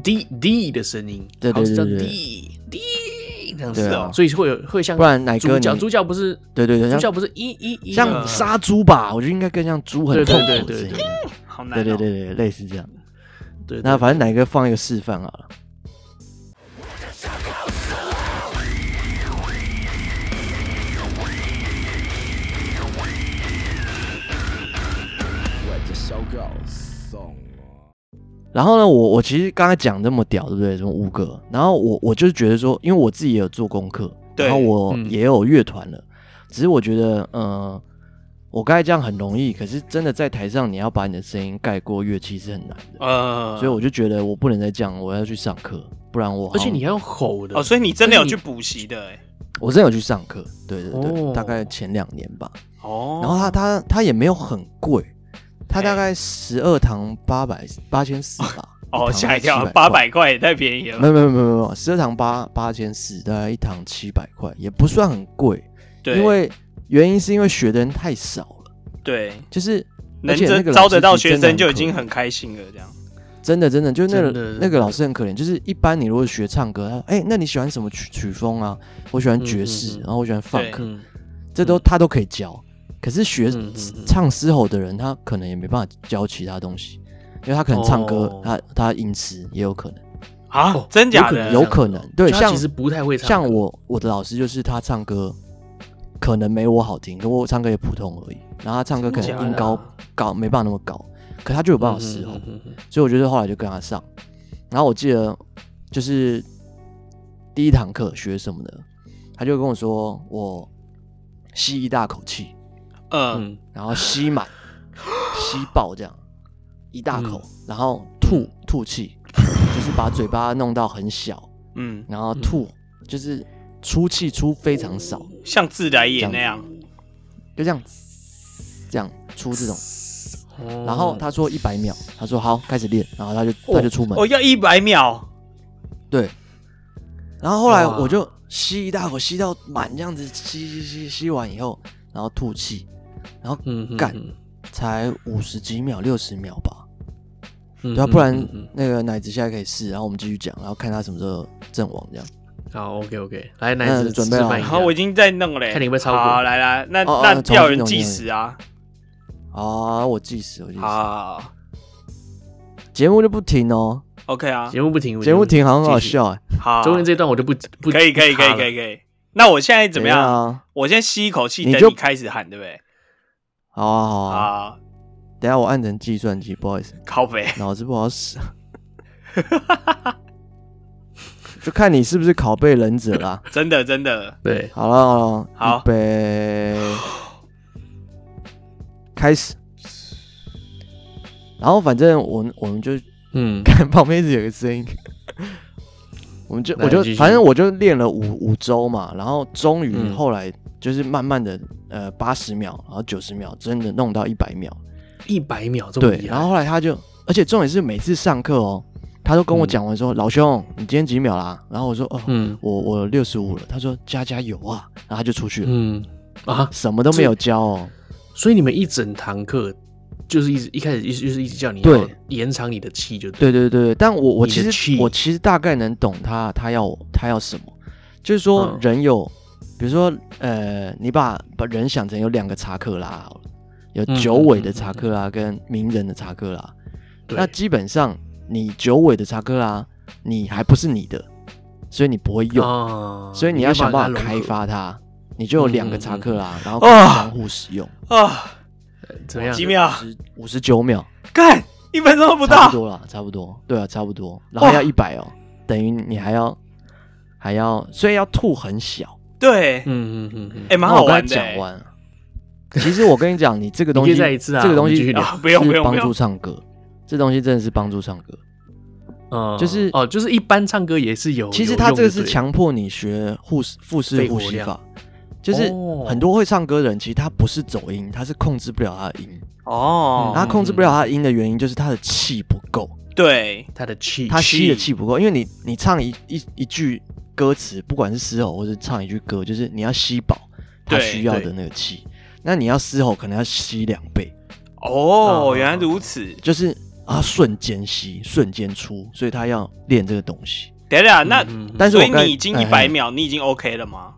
S1: d d 的声音，
S3: 对对
S1: 好像是叫
S3: 对对
S1: d d 这样子
S3: 对
S1: 哦
S3: 啊，
S1: 所以会有会像
S3: 不然奶哥
S1: 猪叫
S3: 你
S1: 猪叫不是
S3: 对对对
S1: 猪
S3: 像
S1: 叫不是一一一
S3: 像杀猪吧，我觉得应该更像猪很
S1: 对对
S3: 痛苦
S1: 对
S3: 的
S1: 对
S3: 声音
S1: 对，
S2: 好难、
S3: 对
S2: 哦。
S3: 对对对，类似这样。
S1: 对，
S3: 那反正奶哥放一个示范好了，然后呢，我我其实刚才讲那么屌，对不对？什么五个，然后我我就是觉得说，因为我自己也有做功课，
S2: 对
S3: 然后我
S1: 嗯
S3: 也有乐团了，只是我觉得，呃，我刚才这样很容易，可是真的在台上你要把你的声音盖过乐器是很难的，
S2: 呃，
S3: 所以我就觉得我不能再这样，我要去上课，不然我好
S1: 而且
S3: 像
S1: 你要用吼的
S2: 哦，所以你真的有
S1: 所以
S2: 去
S1: 你
S2: 补习的、欸？
S3: 我真的有去上课，对对对，
S1: 哦
S3: 大概前两年吧。
S2: 哦，哎
S3: 然后他他他也没有很贵，他大概十二堂八百八千四吧。
S2: 哦，
S3: 堂
S2: 吓一跳，
S3: 700
S2: 八
S3: 块
S2: 百块也太便宜了吧。
S3: 没有没有没有没有，十二堂八八千四，大概一堂七百块，也不算很贵。
S2: 对，
S3: 因为原因是因为学的人太少了，
S2: 对，
S3: 就是
S2: 能
S3: 而且那
S2: 招招
S3: 个老师
S2: 得到
S3: 其实
S2: 学
S3: 真的
S2: 生就已
S3: 很可
S2: 经
S3: 怜
S2: 很开心了，这样。
S3: 真的真的，就是那
S1: 真的
S3: 个
S1: 真的
S3: 那个老师很可怜。就是一般你如果学唱歌，他说：“哎、那你喜欢什么曲曲风啊？我喜欢爵
S1: 嗯嗯
S3: 士，
S1: 嗯
S3: 然后我喜欢
S2: 对
S3: funk，、
S1: 嗯
S3: 这都他都可以教。可是学
S1: 嗯嗯嗯
S3: 唱嘶吼的人，他可能也没办法教其他东西，因为他可能唱歌，
S1: 哦
S3: 他他音痴也有可能。
S2: 啊，
S1: 哦
S2: 真假
S1: 这
S2: 的？
S1: 样
S3: 有
S1: 子
S3: 可
S1: 哦
S3: 能对
S1: 就他
S3: 像
S1: 其实不太会唱歌，
S3: 像我我的老师就是他唱歌可能没我好听，可我唱歌也普通而已。然后他唱歌可
S1: 真
S3: 能
S1: 假
S3: 音
S1: 的嗯
S3: 高
S1: 啊
S3: 高没办法那么高，可他就有
S1: 不
S3: 办法嘶吼。所以我就是后来就跟他上。然后我记得就是第一堂课学什么呢？他就跟我说，我吸一大口气，
S2: 嗯，
S1: 嗯
S3: 然后吸满，吸爆这样一大口，然后吐吐气，就是把嘴巴弄到很小，
S2: 嗯
S3: 然后吐，就是出气出非常少，
S2: 像自来也
S3: 这样
S2: 那样。
S3: 就这样这样出这种。
S1: 哦
S3: 然后他说一百秒，他说好，开始练，然后他就他就出门
S2: 哦，。要一百秒，
S3: 对。然后后来
S1: 哇
S3: 我就吸一大口，吸到满这样子，吸吸吸吸完以后，然后吐气，然后
S1: 嗯嗯
S3: 干
S1: 嗯
S3: 才五十几秒、六十秒吧，
S1: 嗯
S3: 对啊，
S1: 嗯
S3: 不然
S1: 嗯嗯
S3: 那个奶子现在可以试，然后我们继续讲，然后看他什么时候阵亡这样。
S1: 嗯好 OK OK，来奶
S3: 嗯
S1: 子
S3: 准备
S1: 示
S3: 好
S1: 范一
S2: 然
S1: 下
S2: 后我已经在弄了欸，
S1: 看你会不会超过
S2: 好，来来，那
S3: 哦哦
S2: 那
S3: 重新
S2: 要有人
S3: 重
S2: 计
S3: 新
S2: 时啊。
S3: 啊，我计时，我计时，
S2: 好
S3: 节目就不停哦，
S2: ，OK 啊，
S1: 节目不停，
S3: 节目停好像很好
S1: 继续。
S3: 笑哎，
S2: 好，
S1: 中间这段我就不不
S2: 可以可以可以可以可以。那我现在怎么
S3: 等一下
S2: 样？
S3: 啊？
S2: 我先吸一口气，
S3: 你
S2: 等
S3: 就
S2: 你开始喊，对不对？
S3: 好啊好啊，
S2: 啊，
S3: 等一下我按成计算机，不好意思，
S2: 靠北，
S3: 脑子不好使， [laughs] 就看你是不是拷贝忍者啦。
S2: [laughs] 真的真的，
S1: 对，
S3: 好了好了，
S2: 好
S3: 预备，开始。然后反正我们我们就
S1: 嗯，
S3: 看旁边一直有个声音， [laughs] 我们就
S1: 来
S3: 我就
S1: 继续
S3: 反正我就练了五五周嘛，然后终于
S1: 嗯
S3: 后来就是慢慢的呃八十秒，然后九十秒，真的弄到一百秒，
S1: 一百秒这么
S3: 对。
S1: 厉害，
S3: 然后后来他就，而且重点是每次上课哦，他都跟我
S1: 嗯
S3: 讲完说、老兄你今天几秒啦？然后我说哦、
S1: 嗯
S3: 我我六十五了，他说加加油啊，然后他就出去了。
S1: 嗯啊，
S3: 什么都没有教哦。
S1: 所以你们一整堂课就是一直一开始就是就是一直叫你
S3: 对
S1: 要延长你的气，就
S3: 对对对对，但我我
S1: 你的
S3: 其
S1: 气
S3: 实我其实大概能懂他他要他要什么，就是说
S1: 嗯
S3: 人有，比如说呃，你把把人想成有两个查克拉好了，有
S1: 嗯
S3: 九
S1: 嗯
S3: 尾
S1: 嗯
S3: 的查克拉跟名人的查克拉。
S1: 对
S3: 那基本上你九尾的查克拉，你还不是你的，所以你不会用，
S1: 啊，
S3: 所以你要想办法开
S1: 你没办法
S3: 发它。你就有两个
S1: 嗯嗯
S3: 查
S1: 嗯
S3: 克拉，然后可以
S2: 啊
S3: 相互使用，
S2: 啊，
S1: 跟他融合，怎么样
S2: 几？秒，
S1: 啊
S3: 五十九秒。
S2: 干，一分钟都不
S3: 差
S2: 到
S3: 不，多了，差不多，对啊，差不多。然后要一百哦，等于你还要还要，所以要吐很小。
S2: 对，
S1: 嗯嗯嗯嗯，
S2: 哎，蛮
S3: 那
S2: 好
S3: 我跟
S2: 玩
S3: 他
S2: 的
S3: 讲
S2: 欸。
S3: 完。其实我跟你讲，你这个东
S1: 你可
S3: 西，
S1: 以再一次啊
S3: 这个东
S1: 我们继续
S3: 西
S1: 聊
S2: 啊不用不用
S3: 是帮
S2: 不用
S3: 助唱歌，这东西真的是帮助唱歌。
S2: 哎
S1: 嗯，
S3: 就是
S1: 哦，就是一般唱歌也是有。
S3: 其
S1: 哦
S3: 实
S1: 有
S3: 他这个
S1: 用就是对了，
S3: 强迫你学腹式腹式
S1: 肺活
S3: 呼吸
S1: 量
S3: 法，就是
S1: 哦
S3: 很多会唱歌的人，其实他不是走音，他是控制不了他的音。
S2: 哦
S3: 然后他控制不了他的音的原因就是他的气不够，
S2: 对，
S1: 他的气，
S3: 他吸的
S2: 气
S3: 气不够，因为你你唱一一一句歌词，不管是嘶吼或是唱一句歌，就是你要吸饱他
S2: 对
S3: 需要的
S1: 对
S3: 那个气。那你要嘶吼，可能要吸两倍，
S2: 哦，
S1: 嗯
S2: 原来如此。
S3: 就是啊瞬间吸，瞬间出，所以他要练这个东西。
S2: 等一下，那
S1: 嗯
S3: 但是
S2: 所
S3: 我
S2: 以
S3: 刚
S2: 你已经
S3: 哎
S2: 一百
S3: 哎
S2: 秒，你已经 OK 了吗？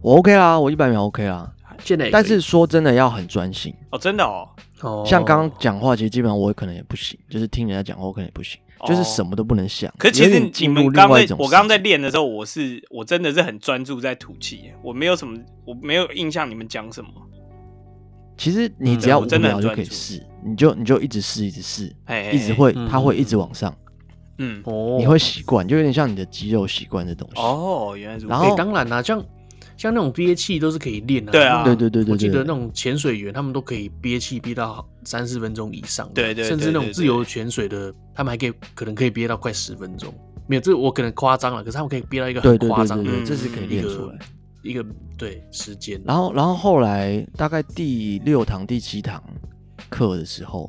S3: 我 OK 啦，我一百秒 OK 啦。
S1: 现在也可以
S3: 但是说真的，要很专心。
S2: 哦，真的哎哦，
S1: 哦
S3: 像刚刚讲话，其实基本上我可能也不行，就是听人家讲话我可能也不行，就是
S2: 哦
S3: 什么都不能想。
S2: 可是其
S3: 有
S2: 实
S3: 点
S2: 你
S3: 进入
S2: 们
S3: 另
S2: 刚
S3: 外
S2: 在
S3: 一种
S2: 我
S3: 世
S2: 刚在
S3: 界
S2: 练的时候，我是我真的是很专注在吐气，我没有什么，我没有印象你们讲什么。
S3: 其实你
S2: 嗯
S3: 只要
S2: 我
S3: 无
S2: 真的很
S3: 聊就可以
S2: 专注
S3: 试，你就你就一直试，一直试，
S2: 哎，
S3: 一直会
S1: 嗯，
S3: 它会一直往上，
S2: 嗯，
S1: 哦，
S3: 你会习惯，就有点像你的肌肉习惯的东西。
S2: 哦，原来如此。
S3: 然
S1: 哎、
S3: 后
S1: 当然啦、像像那种憋气都是可以练的、
S2: 对啊
S3: 对对对对
S1: 我记得
S3: 对
S1: 那种潜水员，他们都可以憋气憋到三十分钟以上的，
S2: 对对对
S1: 甚至那
S2: 对
S1: 种
S2: 对
S1: 自由潜水的，他们还可以可能可以憋到快十分钟。没有，这我可能夸张了，可是他们可以憋到一个
S3: 对
S1: 很
S3: 对
S1: 夸
S3: 对
S1: 张
S3: 对
S1: 的
S3: 对，这是
S2: 嗯
S3: 可以
S1: 一
S3: 练
S1: 个
S3: 出来。
S1: 一个对时间。啊
S3: 然后然后后来大概第六堂第七堂课的时候，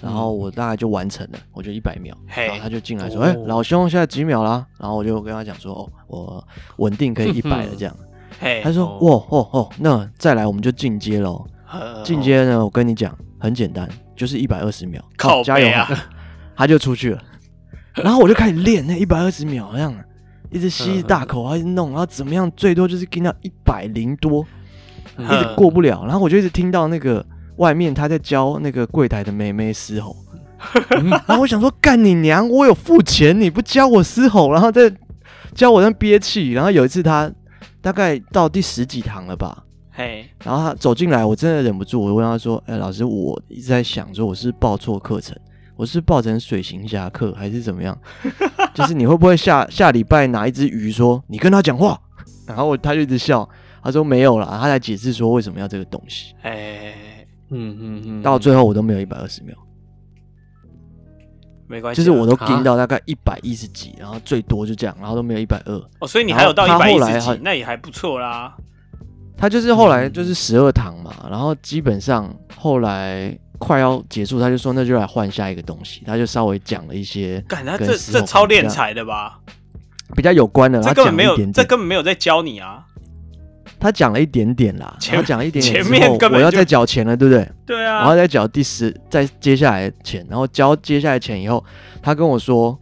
S3: 然后我大概就完成了，我就一百秒，
S2: 嘿
S3: 然后他就进来说：“
S1: 嗯哦
S3: 哎，老兄，现在几秒啦？”然后我就跟他讲说：“哦，我稳定可以一
S1: 嗯
S3: 百了。”这样，
S2: 嘿
S3: 他，说：“哇哦哦，那再来我们就进阶喽。”
S2: 呃
S3: 进阶呢，我跟你讲，很简单，就是一百二十秒，
S2: 靠
S3: 好加油 [laughs]
S2: 北啊
S3: 好他就出去了。然后我就开始练那一百二十秒，这样啊一直吸大口，啊然后一直弄，然后怎么样，最多就是听到一百零多，
S1: 嗯
S3: 一直过不了。然后我就一直听到那个外面他在教那个柜台的妹妹
S2: [laughs]
S3: 嘶吼，然后我想说，干你娘！我有付钱，你不教我嘶吼，然后再教我在那憋气。然后有一次他大概到第十几堂了吧，
S2: 嘿，
S3: 然后他走进来，我真的忍不住，我问他说：“哎、老师，我一直在想，说我是报错课程，我是报成水行侠课还是怎
S1: [laughs]
S3: 么样？就是你会不会下下礼拜拿一只鱼说你跟他讲话？”然后他就一直笑，他说没有啦，他来解释说为什么要这个东西。
S2: 哎，
S1: 嗯嗯嗯，
S3: 到最后我都没有一百二十秒，
S2: 没关系
S3: 就
S2: 啊，
S3: 是我都
S1: 啊
S3: 盯到大概一百一十几，然后最多就这样，然后都没有一百二。
S2: 哦，所以你
S3: 然
S2: 还有
S3: 后
S2: 到
S3: 他
S2: 一百
S3: 后
S2: 一
S3: 来
S2: 十
S3: 还
S2: 几，那也还不错啦。
S3: 他就是后
S2: 嗯
S3: 来就是十二堂嘛，然后基本上后来快要结束，他就说那就来换下一个东西，他就稍微讲了一些
S2: 干，他
S3: 跟
S2: 这
S3: 石
S2: 这
S3: 头
S2: 超
S3: 比较
S2: 练才的吧？
S3: 比较有关的，
S2: 这
S3: 他
S2: 根本
S3: 讲
S2: 没
S3: 了一
S2: 有
S3: 点，
S2: 这
S3: 点，
S2: 根本没有在教你啊。
S3: 他讲了一点点啦，
S2: 前
S3: 然后讲了一点点
S2: 前
S3: 之
S2: 面
S3: 后
S2: 根，本
S3: 我要
S2: 就
S3: 再缴钱了，对不对？
S2: 对
S3: 然
S2: 啊
S3: 后，再缴第十，再接下来的钱，然后交接下来的钱以后，他跟我说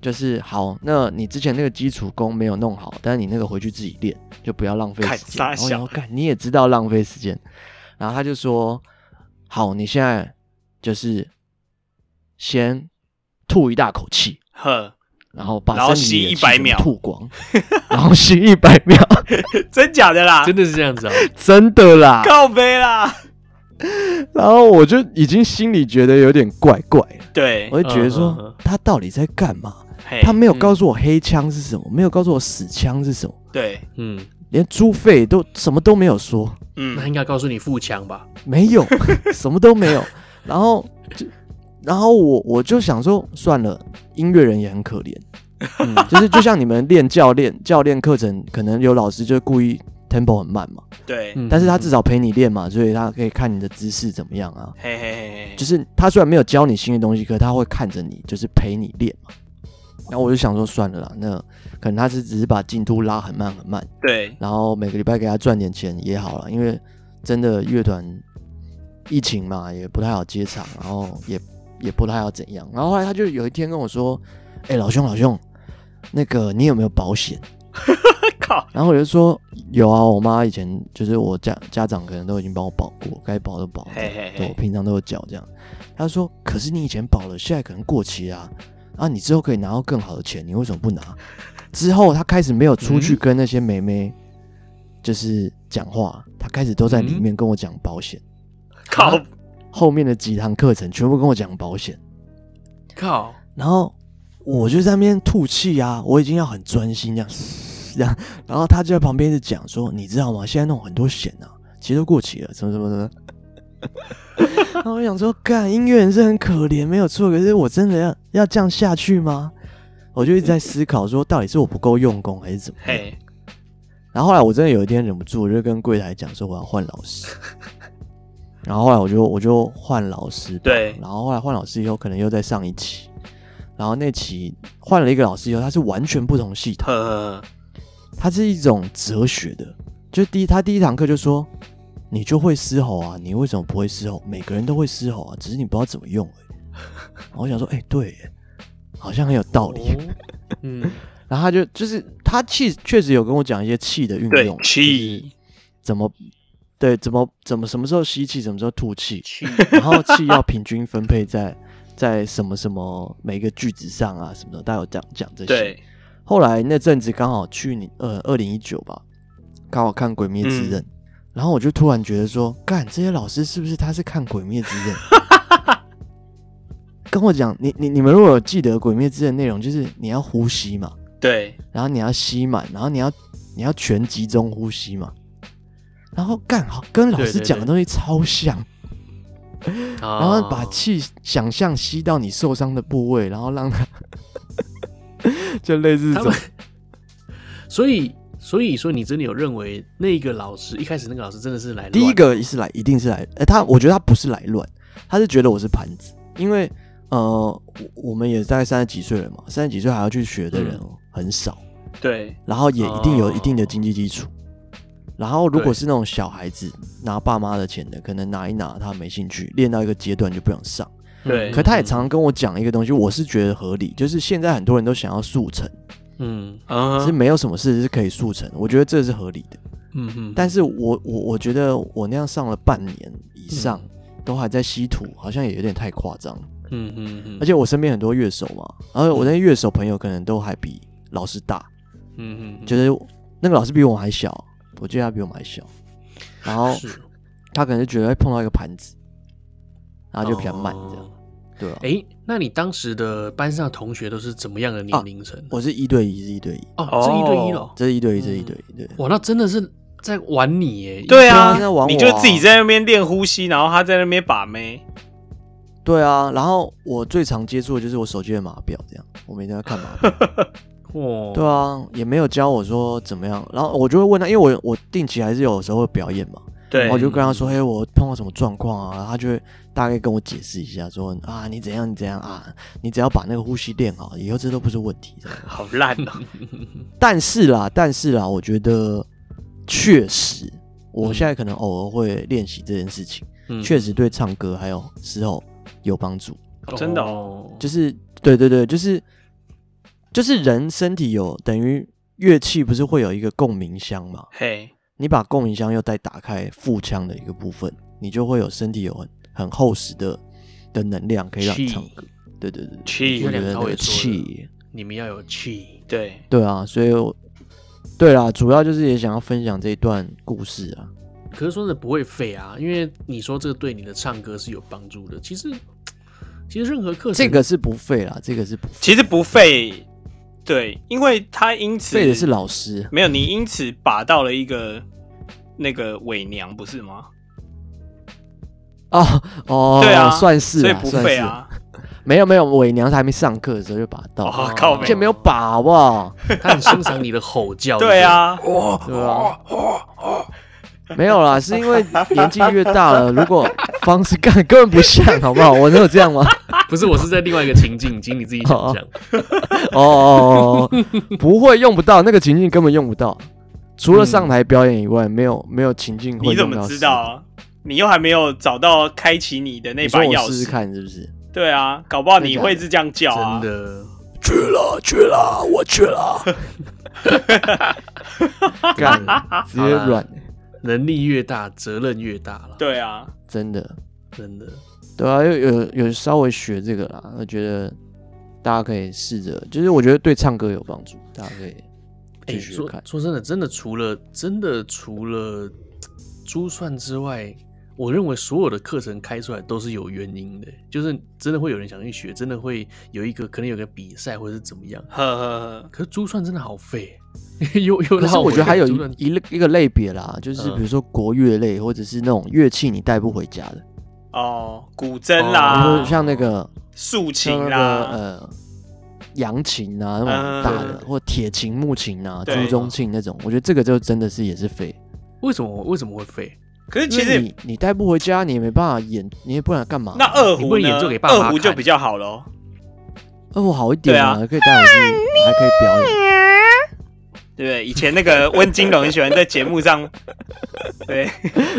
S3: 就是好，那你之前那个基础功没有弄好，但是你那个回去自己练，就不要浪费
S2: 看
S3: 时间。
S2: 傻
S3: 然后我
S2: 小
S3: 想说干你也知道浪费时间，然后他就说好，你现在就是先吐一大口气，
S2: 呵，
S3: 然后把
S2: 然后
S3: 身体里的
S2: 吸
S3: 气
S2: 100
S3: 全部
S2: 秒
S3: 吐光，然后吸一百秒， [laughs]
S2: 真假的啦
S1: 真，的是这样子啊、
S3: 真的啦。
S2: 靠背啦，
S6: 然后我就已经心里觉得有点怪怪了，
S2: 对，
S3: 我就觉得
S1: 嗯嗯嗯哎
S3: 说他到底在干嘛？
S2: 嘿
S3: 他没有告诉我黑枪是什么，没有告诉我死枪是什么，
S2: 对，
S1: 嗯，
S3: 连猪肺都什么都没有说，
S2: 嗯
S1: 那，应该告诉你腹腔吧？
S3: 没
S1: [laughs]
S3: 有，什么都没有。然后就，然后我我就想说，算了，音乐人也很可怜，
S1: [laughs] 嗯
S3: 就是就像你们练教练教练课程，可能有老师就故意 tempo 很慢嘛，
S2: 对，
S1: 嗯
S3: 但是他至少陪你练嘛，所以他可以看你的姿势怎么样啊。
S2: 嘿嘿嘿嘿，
S3: 就是他虽然没有教你新的东西，可是他会看着你，就是陪你练嘛。然后我就想说，算了啦，那可能他是只是把进度拉很慢很慢， [laughs]
S2: 对，
S3: 然后每个礼拜给他赚点钱也好了，因为真的乐团疫情嘛，也不太好接场，然后也也不太好怎样。然后后来他就有一天跟我说：“哎、老兄，老兄，那个你有没有保险？”
S2: 靠，
S3: 然后我就说有啊，我妈以前就是我家家长可能都已经帮我保过，该保都保了，
S2: 嘿嘿嘿
S3: 对我平常都有缴这样。他说：“可是你以前保了，现在可能过期啦、啊，你之后可以拿到更好的钱，你为什么不拿？”之后他开始没有出
S2: 嗯
S3: 去跟那些妹妹就是讲话，他开始都在里面跟我讲保险。
S1: 啊
S2: 靠，
S3: 后面的几堂课程全部跟我讲保险，
S1: 靠，
S3: 然后我就在那边吐气啊，我已经要很专心这样， [laughs] 这样，然后他就在旁边一直讲说，你知道吗？现在弄很多险啊，其实都过期了，什么什么什么， [laughs] 然后我想说，干音乐人是很可怜，没有错。可是我真的要要这样下去吗？我就一直在思考，说到底是我不够用功，还是怎么样？
S1: 嗯
S2: 嘿，
S3: 然后后来我真的有一天忍不住，我就跟柜台讲说我要换老师。然后后来我就我就换老师吧，
S2: 对
S3: 然后后来换老师以后，可能又再上一期，然后那期换了一个老师以后，他是完全不同系
S2: 呵
S3: 统，
S2: 呵呵，
S3: 它是一种哲学的。就第一，他第一堂课就说，你就会嘶吼啊，你为什么不会嘶吼？每个人都会嘶吼啊，只是你不知道怎么用而已。然后我想说，哎、对耶，好像很有道理。
S1: 哦嗯，
S3: 然后他就就是他气确实有跟我讲一些气的运
S2: 对
S3: 用，，
S2: 气，
S3: 怎么对怎么怎么什么时候吸气，什么时候吐气， [laughs] 然后气要平均分配在在什么什么每个句子上啊什么的，他有讲讲这些。
S2: 对，
S3: 后来那阵子刚好去年呃二零一九吧，刚好看《鬼灭之刃》
S2: 嗯
S3: 然后我就突然觉得说，干这些老师是不是他是看《鬼灭之
S2: [laughs]
S3: 刃》？跟我讲，你你你们如果有记得《鬼灭之刃》内容，就是你要呼吸嘛，
S2: 对，
S3: 然后你要吸满，然后你要你要全集中呼吸嘛，然后干好跟老
S1: 对
S3: 师
S1: 对
S3: 讲的
S1: 对
S3: 东西超像，
S1: 然
S3: 然后把气想象吸到你受伤的部位，然后让它 [laughs] 就类似这
S1: 他
S3: 种
S1: 们，所以所以说你真的有认为那个老师一开始那个老师真的是来乱
S3: 第一个是来，一定是来，哎、他我觉得他不是来乱，他是觉得我是盘子，因为呃，我我们也大概三十几岁了嘛，三十几岁还要去学的人
S1: 嗯
S3: 很少，
S2: 对，
S3: 然后也一定有
S1: 哦
S3: 一定的经济基础。然后，如果
S1: 对
S3: 是那种小孩子拿爸妈的钱的，可能拿一拿他没兴趣，练到一个阶段就不想上。
S1: 嗯
S2: 对
S3: 可他也常常跟我讲一个东西，我是觉得合理，就是现在很多人都想要速成，
S1: 嗯
S2: 嗯
S3: 是
S2: 哼，
S3: 没有什么事是可以速成的，我觉得这是合理的。
S1: 嗯嗯，
S3: 但是我我我觉得我那样上了半年以上，都还在稀土，好像也有点太夸张了。
S1: 嗯嗯嗯，
S3: 而且我身边很多乐手嘛，然后我那些乐手朋友可能都还比老师大，
S1: 嗯嗯嗯
S3: 就是那个老师比我们还小，我记得他比我们还小，然后
S1: 是
S3: 他可能就觉得会碰到一个盘子，然后就比较慢这样，
S1: 哦
S3: 对啊，
S1: 哎、那你当时的班上的同学都是怎么样的年龄层？
S3: 我是一对一，是一对一，
S1: 哦，
S2: 哦
S1: 是一对一了。
S3: 这是一对一，这是一对
S1: 嗯
S3: 一，对。
S1: 哇，那真的是在玩你耶！
S2: 对
S3: 对啊在
S2: 啊，
S3: 玩
S2: 你
S3: 我
S2: 就
S3: 啊
S2: 自己在那边练呼吸，然后他在那边把妹，
S3: 对啊，然后我最常接触的就是我手机的码表，这样我每天要看
S1: [laughs]
S3: 码表。
S1: 哦，
S3: 对啊，也没有教我说怎么样，然后我就会问他，因为我我定期还是有时候会表演嘛，
S2: 对
S3: 然后哦我，就跟他说，嘿，我碰到什么状况啊，他就会大概跟我解释一下说，啊，你怎样你怎样啊，你只要把那个呼吸练好，以后这都不是问题。这样
S2: 好烂
S3: [laughs]
S2: 哦，
S3: 但是啦，但是啦，我觉得确实，我现在可能偶尔会练习这件事情，
S1: 嗯
S3: 确实对唱歌还有嘶吼有帮助。
S2: 真的
S1: 哦，
S3: 就是对对对，就是就是人身体有等于乐器不是会有一个共鸣箱嘛？
S2: 嘿，
S3: 你把共鸣箱又再打开腹腔的一个部分，你就会有身体有很很厚实的的能量可以让你唱歌。对对对，
S2: 气
S3: 我觉
S1: 那
S3: 得
S1: 两
S3: 那
S1: 套
S3: 个
S1: 也说了
S3: 气，
S1: 你们要有气。
S2: 对，
S3: 对啊，所以我对啦，主要就是也想要分享这一段故事啊。
S1: 可是说真的不会废啊，因为你说这个对你的唱歌是有帮助的。其实，其实任何课程
S3: 这个是不废啦，这个是不
S2: 其实不费，对，因为他因此
S3: 废的是老师，
S2: 没有你因此把到了一个那个伪娘，不是吗？
S3: 哦哦，
S2: [laughs] 对啊
S3: 算是
S2: 所以
S3: 啊
S2: 不
S3: 算
S2: 费
S3: 是
S2: 啊，
S3: 没有没有，伟娘还没上课的时候就把它倒
S2: 哦
S3: 了，
S2: 靠
S3: 而
S2: 北
S3: 且没有把好不好？
S1: 他很欣赏你的吼叫。
S2: 对啊，
S3: 对吧？没有啦，是因为年纪越大了，如果方式干根本不像，好不好？我能有这样吗？
S1: 对不对，不是，我是在另外一个情境，请你自己
S3: [laughs] 啊
S1: 想象。
S3: 哦哦
S2: [laughs]
S3: 哦哦，不会用不到那个情境，根本用不到。除了上台表演以外，没有没有情境会
S2: 嗯你怎
S3: 用到。
S2: 么知道？啊？你又还没有找到开启你的那
S3: 你
S2: 把
S3: 说我
S2: 钥
S3: 试试
S2: 匙，
S3: 看是不是？
S2: 对啊，搞不好你会是这样叫啊
S1: 真，的，
S3: 去了去了，我
S2: [laughs]
S3: 去了。 [laughs] 干，直接
S1: 好
S3: 软
S1: 啦，能力越大，责任越大了。，
S2: 对啊，
S3: 真的。
S1: 真的。
S3: 对啊，有有有稍微学这个啦，我觉得大家可以试着，就是我觉得对唱歌有帮助，大家可以
S1: 哎，
S3: 去学
S1: 说
S3: 看。
S1: 说真的，真的除了真的除了珠算之外，我认为所有的课程开出来都是有原因的，就是真的会有人想去学，真的会有一个可能有个比赛或者是怎么样。
S2: 呵呵呵，
S1: 可是珠算真的好废， [laughs] 又又
S3: 可是
S1: 让
S3: 我觉得还有
S1: 珠
S3: 一
S1: 算
S3: 一类一个类别啦，就是
S1: 嗯
S3: 比如说国乐类，或者是那种乐器你带不回家的，
S2: 哦，古筝
S3: 比
S2: 啦，
S3: 哦如说像那个
S2: 竖
S3: 像
S2: 琴
S3: 那个
S2: 啦，
S3: 呃扬琴啊那种
S2: 嗯
S3: 很大的，或铁琴、木琴啊、
S2: 对
S3: 朱宗庆那种，我觉得这个就真的是也是废。
S1: 为什么为什么会废？
S2: 可是
S3: 因
S2: 其
S3: 为
S2: 实
S3: 你你带不回家，你也没办法演，你也不然干嘛？
S2: 那二
S1: 你
S2: 胡
S1: 不能
S2: 呢
S1: 演奏给？爸妈
S2: 二胡就
S1: 看
S2: 比较好喽。
S3: 二胡好一点啊，
S2: 对
S3: 可以带回去，还可以
S2: [laughs]
S3: 表演。
S2: 对不对？以前那个温金龙很喜欢在节目上，对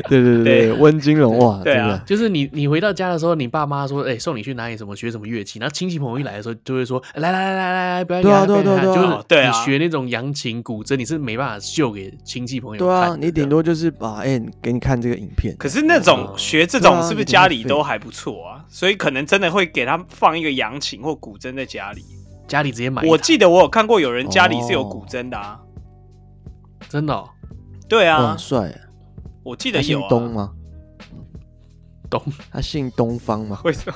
S3: 对
S2: 对
S3: 对对，温金龙哇，
S2: 对
S3: 真
S2: 啊
S3: 的
S1: 就是你你回到家的时候，你爸妈说，哎、送你去哪里什么学什么乐器，然后亲戚朋友一来的时候，就会说，来来来来来，不要给他
S3: 对啊
S1: 不要给他
S3: 对啊对啊
S1: 就是
S2: 对啊
S1: 你学那种扬琴、古筝，你是没办法秀给亲戚朋友
S3: 对啊，
S1: 看的
S3: 你顶多就是把哎给你看这个影片，
S2: 啊可是那种
S1: 哦
S2: 学这
S3: 对
S2: 种
S3: 啊
S2: 是不是家里都还不错啊？所以可能真的会给他放一个扬琴或古筝在家里。
S1: 家里直接买一台，
S2: 我记得我有看过有人家里是有古筝的啊。
S1: 真的、哦、
S2: 对
S3: 哇
S2: 啊
S3: 很，帅啊。
S2: 我记
S3: 他
S2: 得
S3: 姓
S2: 有、啊。
S3: 东吗？
S1: 东
S3: 他姓东方吗？
S2: [laughs] 为什么？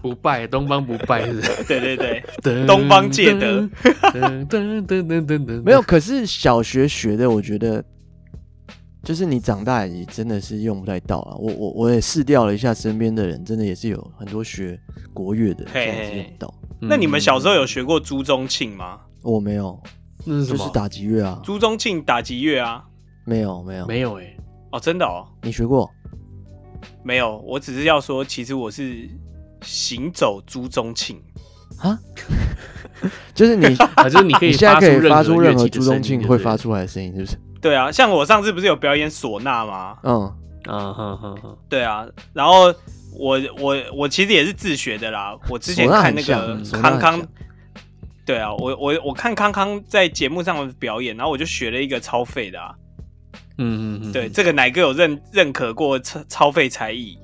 S1: 不败，东方不败是不是
S2: 对对对，
S1: 噔
S2: 东方借德
S1: 噔噔噔噔噔噔，
S3: [laughs] 没有，可是小学学的，我觉得就是你长大也真的是用不太到啊。我我我也试掉了一下，身边的人真的也是有很多学国乐的，
S2: 嘿
S3: 现在是用不到。
S1: 嗯，
S2: 那你们小时候有学过朱宗庆吗？
S3: 我没有，
S1: 那是什
S3: 就
S1: 么？
S3: 是打击乐啊，
S2: 朱宗庆打击乐啊？
S3: 没有没有，
S1: 没有哎、
S2: 哦，真的哦，
S3: 你学过？
S2: 没有。我只是要说，其实我是行走朱宗庆。
S3: 就是你
S1: 啊，就是你可以
S3: [laughs] 你现在可以发出任
S1: 任
S3: 何
S1: 何
S3: 朱宗庆会发出来的声音，是不是？
S2: 对啊，像我上次不是有表演唢呐吗？
S3: 嗯，
S1: 啊，哼哼哼，
S2: 对啊，然后我我我其实也是自学的啦。我之前
S3: 唢呐
S2: 看
S3: 很
S2: 那个
S3: 像，唢呐
S2: 康
S3: 很
S2: 康
S3: 像，
S2: 对啊，我我我看康康在节目上的表演，然后我就学了一个超废的啊。
S1: 嗯嗯嗯，
S2: 对，这个哪个有认认可过超超废才艺？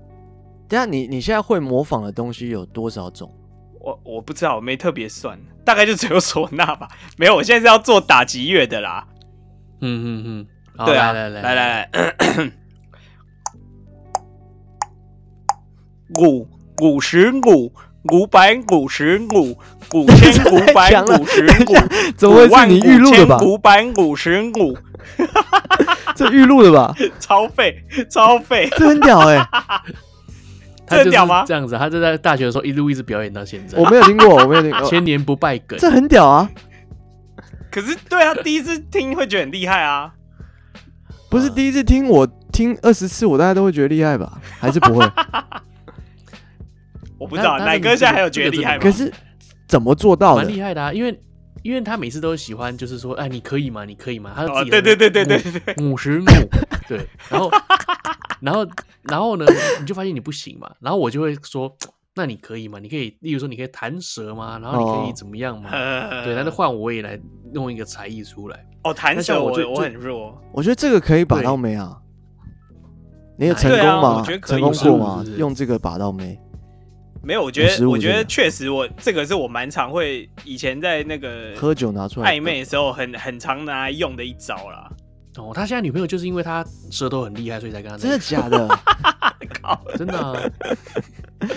S3: 等一下你你现在会模仿的东西有多少种？
S2: 我我不知道，我没特别算，大概就只有唢呐吧。没有，我现在是要做打击乐的啦。
S1: 嗯嗯嗯，好
S2: 对啊，
S1: 来来
S2: 来来来， [coughs] 五五十五五百五十五五
S1: [laughs]
S2: 千五百五十五
S3: 怎么会是你预录的吧？
S2: 五百五十五，
S3: 这预录的吧？
S2: 超费超费，
S3: 这很屌哎、
S1: 他就是
S2: 这屌吗
S1: 这样子，他就在大学的时候一路一直表演到现在
S3: 我，没有听过，我没有听过，
S1: 千年不败梗。
S3: 这很屌啊！
S2: 可是对啊，第一次听会觉得很厉害啊。
S3: 不是
S1: 嗯
S3: 第一次听，我听二十次，我大家都会觉得厉
S2: [laughs]
S3: 害吧？还是不会？
S2: 我不知道
S1: 那那
S2: 奶哥现在还有觉得厉害吗
S1: 这
S3: 可
S1: 个？
S3: 是怎么做到
S1: 蛮
S3: 的？
S1: 厉害的啊，因为因为他每次都喜欢，就是说，哎，你可以吗？你可以吗？他就自
S2: 哦，
S1: 己
S2: 对对对对对对，
S1: 母，五十母，对，然后然后然后呢，你就发现你不行嘛，然后我就会说，那你可以吗？你可以，例如说你可以弹舌吗？然后你可以
S3: 哦
S1: 怎么样吗？ [laughs]
S2: 呃
S1: 对，那就换我也来弄一个才艺出来。
S2: 哦，弹
S1: 那像
S2: 手
S1: 我
S2: 我
S1: 就
S2: 我
S1: 就
S2: 很弱，
S3: 我觉得这个可以把到妹啊！你有成功
S2: 对啊
S3: 吗？
S2: 我觉得可以
S3: 成功过
S1: 是
S3: 吗
S1: 不是？
S3: 用这个把到妹，
S2: 没有，我觉得
S3: 55
S2: 我觉
S3: 这
S2: 得
S3: 个
S2: 确实我这个是我蛮常会以前在那个
S3: 喝酒拿出来
S2: 暧昧的时候很很常拿来用的一招啦。
S1: 哦，他现在女朋友就是因为他舌头很厉害，所以才跟他在
S3: 真的
S1: 一起
S2: [laughs]
S3: 假的？
S1: 真的啊。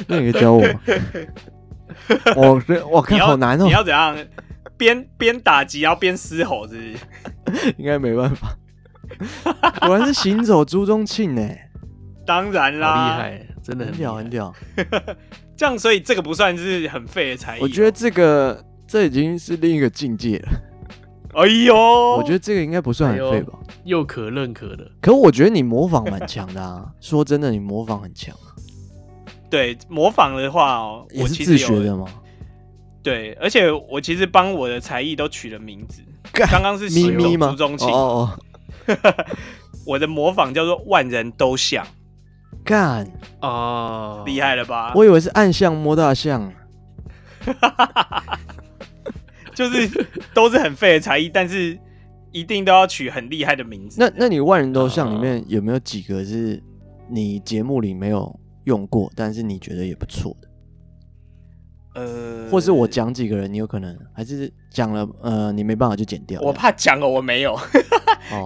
S3: 那你可以教我
S2: [laughs]
S3: 吗？我这我
S2: 你
S3: 看
S2: 要
S3: [laughs] 好难哦
S2: 你，要怎样？边边打击，然后边嘶吼，是不是？
S3: [laughs] 应该没办
S2: [laughs]
S3: 法。果然是行走朱宗庆呢，
S2: 当然
S1: 好
S2: 啦，
S1: 厉。害，真的
S3: 很
S1: 很厉
S3: 屌
S1: 害
S3: 很。屌。
S2: 这样，所以这个不算是很废的才艺哦。
S3: 我觉得这个这已经是另一个境界了。
S2: 哎呦，
S3: 我觉得这个应该不算
S1: 哎呦
S3: 很废吧？
S1: 又可认可的，
S3: 可我觉得你模仿蛮强的
S2: [laughs]
S3: 啊，说真的，你模仿很强，啊
S2: 对模仿的话哦，
S3: 也
S2: 我
S3: 是
S2: 其
S3: 自
S2: 实有
S3: 学的吗？
S2: 对，而且我其实帮我的才艺都取了名字。
S3: 干
S2: 刚刚是
S3: 咪咪吗？
S2: 朱宗庆
S3: 哦，哦哦，
S2: 我的模仿叫做万人都像，
S3: 干！
S1: 哦，
S2: 厉害了吧？
S3: 我以为是暗象摸大啊象，
S2: [laughs] 就是都是很废的才艺，但是一定都要取很厉害的名字。
S3: 那那你万人都像
S1: 啊
S3: 里面有没有几个是你节目里没有用过，但是你觉得也不错的？
S2: 呃，
S3: 或是我讲几个人，你有可能还是讲了，呃，你没办法就剪掉。
S2: 我怕讲了我没有，
S3: 哦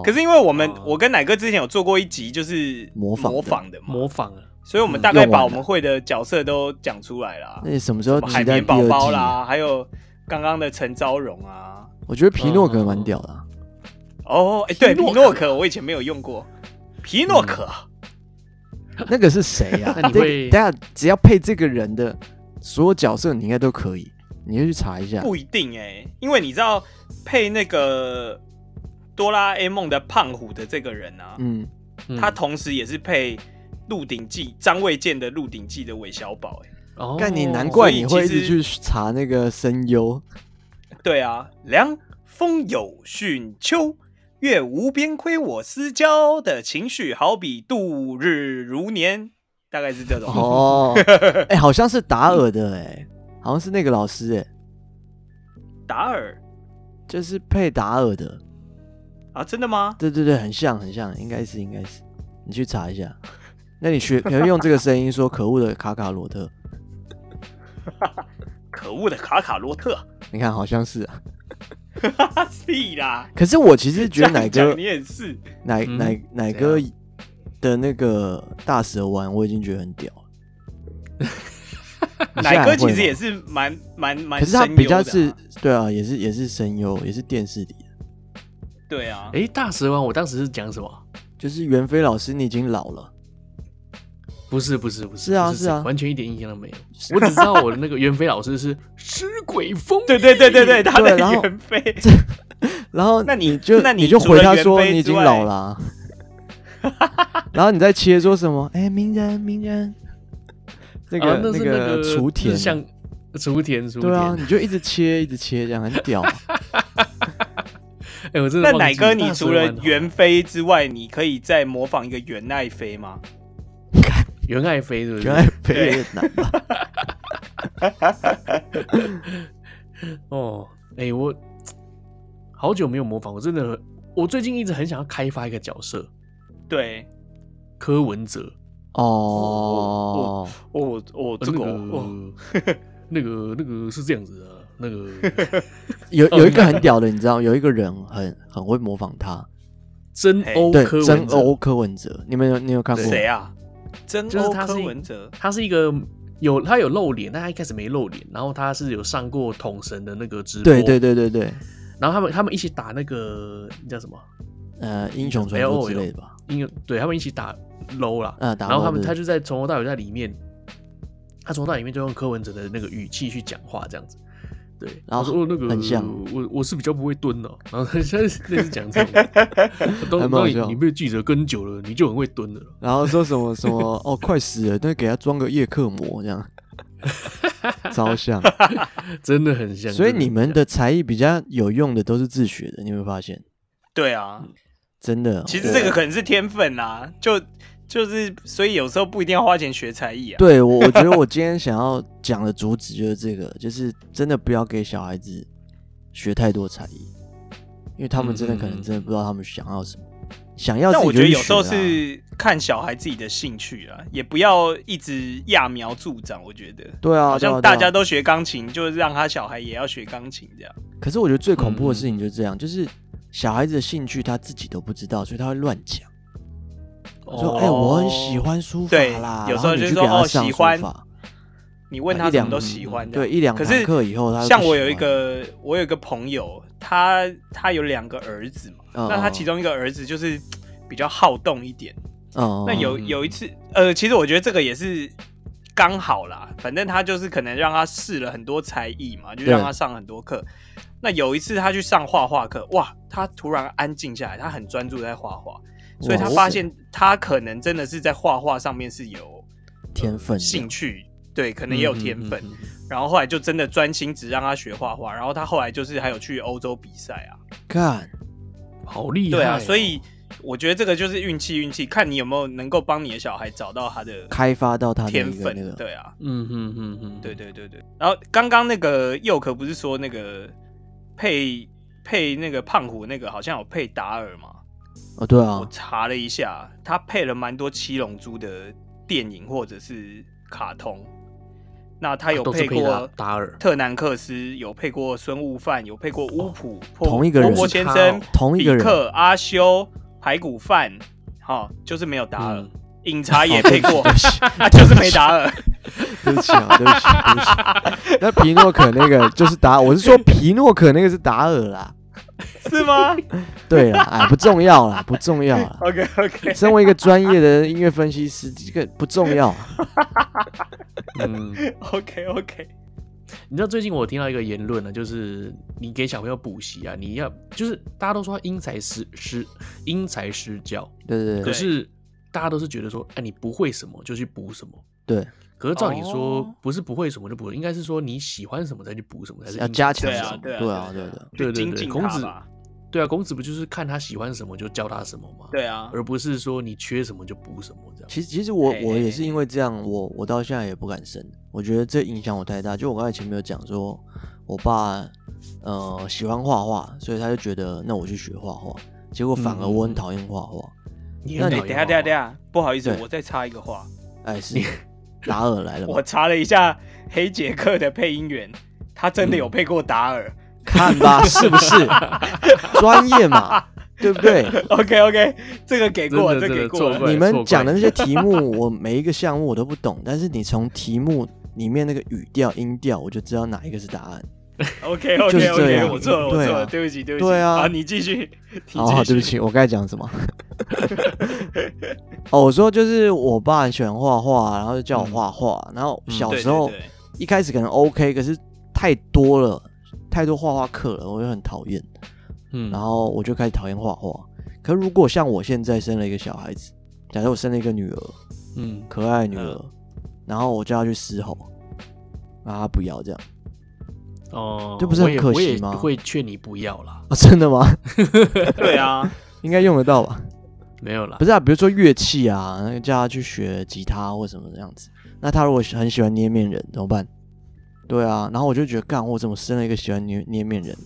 S2: [laughs] 可是因为我们、
S1: 哦
S2: 我跟奶哥之前有做过一集，就是
S3: 模仿的
S2: 模仿的嘛，
S1: 模仿啊，
S2: 所以我们大概
S3: 用完
S2: 把
S3: 了
S2: 我们会的角色都讲出来了啊。
S3: 哦那你什么时候
S2: 什么
S3: 期
S2: 海
S3: 待
S2: 绵
S3: 第
S2: 宝
S3: 二
S2: 宝
S3: 季？
S2: 啦，还有刚刚的陈昭荣啊。
S3: 我觉得皮诺可能蛮屌的啊、
S2: 哦，哎、对，
S1: 皮诺
S2: 皮
S1: 可
S2: 啊诺可我以前没有用过，皮诺可、
S3: 那个是谁呀、啊？
S1: [laughs] 那你会
S3: 这等下只要配这个人的所有角色，你应该都可以，你就去查一下。
S2: 不一定哎、因为你知道配那个哆啦 A 梦的胖虎的这个人啊，
S3: 嗯，
S1: 嗯
S2: 他同时也是配《鹿鼎记》张卫健的《鹿鼎记》的韦小宝哎、
S1: 哦，
S3: 但你难怪你会一
S2: 所以
S3: 直
S2: 其实
S3: 去查那个声优，
S2: 对啊，凉风有讯秋，月无边亏我思交的情绪，好比度日如年，大概是这种。
S3: 哦， [laughs] 哎、好像是达尔的哎、好像是那个老师哎、
S2: 达尔
S3: 就是配达尔的，
S2: 啊，真的吗？
S3: 对对对，很像很像，应该是应该是，你去查一下。那你 [laughs] 学，你会用这个声音说“可恶的卡卡罗特
S2: 可恶的卡卡罗特，”， [laughs]
S3: 你看好像是、啊。
S2: 哈哈，屁啦！
S3: 可是我其实觉得
S2: 这
S3: 奶
S2: 样讲
S3: 哥
S2: 你也是
S3: 奶
S1: 嗯
S3: 奶奶
S1: 怎
S3: 哥的那个大蛇丸，我已经觉得很屌了。你现在
S2: 奶
S3: 还
S2: 哥，
S3: 会
S2: 其
S3: 吗
S2: 实也，是蛮蛮蛮
S3: 可是
S2: 深
S3: 他
S2: 幽的啊，
S3: 比较是，对啊，也是也是声优，也是电视里的。
S2: 对啊，
S1: 哎，大蛇丸，我当时是讲什么？
S3: 就是袁飞老师，你已经老了，
S1: 不是不是不是，
S3: 是啊
S1: 不
S3: 是啊
S1: 完全一点印象都没有。我只知道我的那个袁飞老师是尸鬼风衣，
S2: 对对对对对，他的
S3: 对然后
S2: 袁飞，
S3: 然后
S2: 那你
S3: 就
S2: 那你
S3: 就
S2: 除
S3: 回
S2: 了
S3: 他
S2: 袁
S3: 说
S2: 飞
S3: 你已
S2: 之
S3: 经
S2: 外
S3: 老了啊、然后你再切说什么？哎，鸣人鸣人，那个、
S1: 啊，那是
S3: 个
S1: 个
S3: 雏田
S1: 日向雏田雏田。
S3: 对啊，你就一直切一直切，这样很屌啊、
S1: 哎，我真的忘
S2: 那
S1: 记
S2: 奶哥，你
S1: 大蛇
S2: 除了
S1: 丸好
S2: 袁飞之外，你可以再模仿一个袁爱妃吗？
S1: 袁爱妃是不是？
S3: 原来飞越南吧？
S1: 哦，哎、我好久没有模仿，我真的很，我最近一直很想要开发一个角色，
S2: 对，
S1: 柯文哲，
S3: 哦，
S2: 我我这个哦
S1: 呃
S2: 我
S1: 那个那个那个是这样子的，啊那个
S3: 有有一个很屌的，你知道，有一个人很很会模仿他，
S1: 真欧
S3: 对
S1: 柯，
S3: 真
S1: 文哲，
S3: 欧柯文哲，你们有你有看过？
S2: 谁啊？真
S1: 就是
S2: 欧
S1: 他
S2: 柯
S1: 是一
S2: 文哲，
S1: 他是一个有他有露脸，但他一开始没露脸，然后他是有上过统神的那个直播，
S3: 对对，对对对，
S1: 然后他们他们一起打那个那叫什么
S3: 呃，英雄
S1: 哎
S3: 传说之类的吧？
S1: 音乐，对他们一起打 low 啦，
S3: 呃，打
S1: 哦然后他
S3: 过
S1: 们
S3: 的
S1: 他就在从头到尾在里面，他从头到尾里面就用柯文哲的那个语气去讲话这样子。对，
S3: 然后
S1: 他说哦那个
S3: 很像
S1: 我我是比较不会蹲的、哦然后他 [laughs] 现在类似讲这
S3: [laughs]
S1: 种，
S3: 还
S1: 当
S3: 蛮好
S1: 当你
S3: 笑
S1: 你被记者跟久了，你就很会蹲了。
S3: 然后说什么什么哦，快死了，那给他装个叶克膜这样，超像。
S1: 真的很像。
S3: 所以
S1: 真的
S3: 你
S1: 很
S3: 们
S1: 像
S3: 的才艺比较有用的都是自学的，你有没有发现？
S2: 对啊，
S3: 真的，
S2: 其
S3: 我
S2: 实这个可能是天分啦，就就是所以有时候不一定要花钱学才艺啊。
S3: 对我，我觉得我今天想要讲的主旨就是这个，就是真的不要给小孩子学太多才艺，因为他们真的可能真的不知道他们想要什么，想要自
S2: 但
S3: 己
S2: 我
S3: 就
S2: 觉得
S3: 去
S2: 有时候
S3: 学啦啊
S2: 是看小孩自己的兴趣啦，也不要一直揠苗助长。我觉得，
S3: 对啊，
S2: 好
S3: 对啊
S2: 像大
S3: 对啊
S2: 家都学钢琴，就让他小孩也要学钢琴这样。
S3: 可是我觉得最恐怖的事情就是这样，就是小孩子的兴趣他自己都不知道，所以他会乱讲。说：“哎、我很喜欢书法
S2: 哦对
S3: 啦。”
S2: 有
S3: 然
S2: 时候
S3: 后你
S2: 就是
S3: 去
S2: 说
S3: 给他
S2: 哦
S3: 上
S2: 喜
S3: 书
S2: 欢
S3: 法
S2: 你问
S3: 啊
S2: 他
S3: 一
S2: 什
S3: 两
S2: 么都喜欢这样，
S3: 对一两
S2: 可
S3: 堂
S2: 是
S3: 课以后他就不
S2: 像我有
S3: 喜
S2: 一
S3: 欢
S2: 个我有一个朋友，他他有两个儿子嘛，
S3: 嗯
S2: 那他
S3: 嗯
S2: 其中一个儿子就是比较好动一点。
S3: 哦，
S2: 那有
S1: 嗯
S2: 有一次，呃，其实我觉得这个也是刚好啦，反正他就是可能让他试了很多才艺嘛，就让他上很多课。那有一次他去上画画课，哇，他突然安静下来，他很专注在画画，所以他
S3: 哇塞
S2: 发现他可能真的是在画画上面是有
S3: 天分的
S2: 兴趣，对，可能也有天分。
S1: 嗯嗯嗯嗯
S2: 然后后来就真的专心只让他学画画，然后他后来就是还有去欧洲比赛啊，
S3: 看
S1: 好厉害哦、
S2: 对啊，所以我觉得这个就是运气，运气看你有没有能够帮你的小孩找到他的
S3: 开发到他的
S2: 天
S3: 一个
S2: 分，
S3: 那个
S2: 对啊，
S1: 嗯哼哼哼，
S2: 对对对对。然后刚刚那个佑可不是说那个配配那个胖虎那个好像有配达尔嘛？
S3: 哦，对啊
S2: 我，查了一下，他配了蛮多七龙珠的电影或者是卡通。那他有
S1: 啊
S3: 啊
S1: 都是
S2: 配
S1: 配达
S2: 过
S1: 达尔
S2: 特南克斯，有配过孙悟饭，有配过巫普，破
S3: 哦同一个人
S2: 波波先
S1: 是他
S2: 生
S1: 哦，
S3: 同一个
S2: 比
S3: 人
S2: 克、阿修、排骨饭，好、就是没有达尔。
S1: 嗯
S2: 饮茶也
S3: 哦对
S2: 配
S3: 不起
S2: 过
S3: 对，不起
S2: [laughs] 啊，就是没达尔。
S3: [laughs] 对不起啊，对不起， [laughs] 对不起。那皮诺可那个就是达，我是说皮诺可那个是达尔啦，
S2: 是吗 [laughs]
S3: 对啦，哎，不重要啦，不重要啦。
S2: ？OK OK，
S3: 身为一个专业的音乐分析师，这个不重要啊。
S1: 嗯， [laughs]
S2: OK OK，
S1: 你知道最近我听到一个言论呢，就是你给小朋友补习啊，你要就是大家都说因材施施因材施教，
S3: 对对
S1: 可
S3: 对，
S1: 是大家都是觉得说，哎，你不会什么就去补什么。
S3: 对，
S1: 可是照理说，
S2: 哦
S1: 不是不会什么就补，应该是说你喜欢什么再去补什么才是
S3: 要
S1: 因材
S3: 加
S1: 施
S2: 对
S3: 强
S1: 教
S2: 啊
S3: 什么？
S2: 对啊
S3: 对啊，
S2: 对
S3: 对
S2: 啊
S3: 的，
S1: 对对
S2: 精
S1: 对，
S2: 进
S1: 孔
S2: 他
S1: 子
S2: 吧。
S1: 对啊，孔子不就是看他喜欢什么就教他什么吗？，
S2: 对啊，
S1: 而不是说你缺什么就补什么这样。
S3: 其实其实我
S2: 嘿
S3: 我
S2: 嘿
S3: 也
S2: 嘿
S3: 是因为这样，我我到现在也不敢生，我觉得这影响我太大。就我刚才前面有讲说，我爸呃喜欢画画，所以他就觉得那我去学画画，结果
S2: 嗯
S3: 反而我很讨厌画画。
S1: 你
S3: 那
S1: 很
S2: 哎、
S1: 讨
S2: 等一
S1: 厌
S2: 下等一
S1: 画
S2: 下
S1: 画
S2: 等一下，不好意思，
S3: 对
S2: 我再插一个话，
S3: 哎，是达尔来了
S2: 嗯
S3: 吗
S2: 我？查了一下黑杰克的配音员，他真的有配过达尔。
S3: [laughs] 看吧，是不
S2: [laughs]
S3: 是专业嘛？对不对？
S2: OK OK，这个给过，
S1: 真
S2: 这
S1: 的
S2: 个给
S1: 真的
S2: 过
S1: 错
S2: 了。
S1: 怪
S3: 你
S1: 错
S3: 们
S1: 怪
S3: 讲的
S2: [laughs]
S3: 那些题目，我每一个项目我都不懂，但是你从题目里面那个语调、音调，我就知道哪一个是答案。
S2: OK
S3: 就是
S2: OK
S3: 这
S2: OK，
S3: 样
S2: 我错了，我错
S3: 对
S2: 了，
S3: 啊
S2: 对不起对不起。
S3: 对啊
S2: 好，你继续，你继续。
S3: 哦，对不，起，我刚才讲什么？ [laughs] 哦，我说就是我爸很喜欢画画，然后就叫我画画，然后小
S2: 对
S3: 时候
S2: 嗯对对
S3: 一开始可能 OK，可是太多了，太多画画课了，我就很讨厌，
S1: 嗯，
S3: 然后我就开始讨厌画画。可如果像我现在生了一个小孩子，假设我生了一个女儿，
S1: 嗯，
S3: 可爱的女儿，然后我叫她去嘶吼，让她不要这样
S1: 哦，
S3: 这不是
S1: 我
S3: 很
S1: 也
S3: 可
S1: 我也
S3: 惜吗
S1: 会劝你不要啦，
S3: 啊？真的吗？ [laughs]
S2: 对啊，
S3: 应该用得到吧？
S1: 没有啦
S3: 不，是啊，比如说乐器啊，那个叫她去学吉他或什么这样子。那她如果很喜欢捏面人怎么办？对啊，然后我就觉得，干，我怎么生了一个喜欢捏捏面人，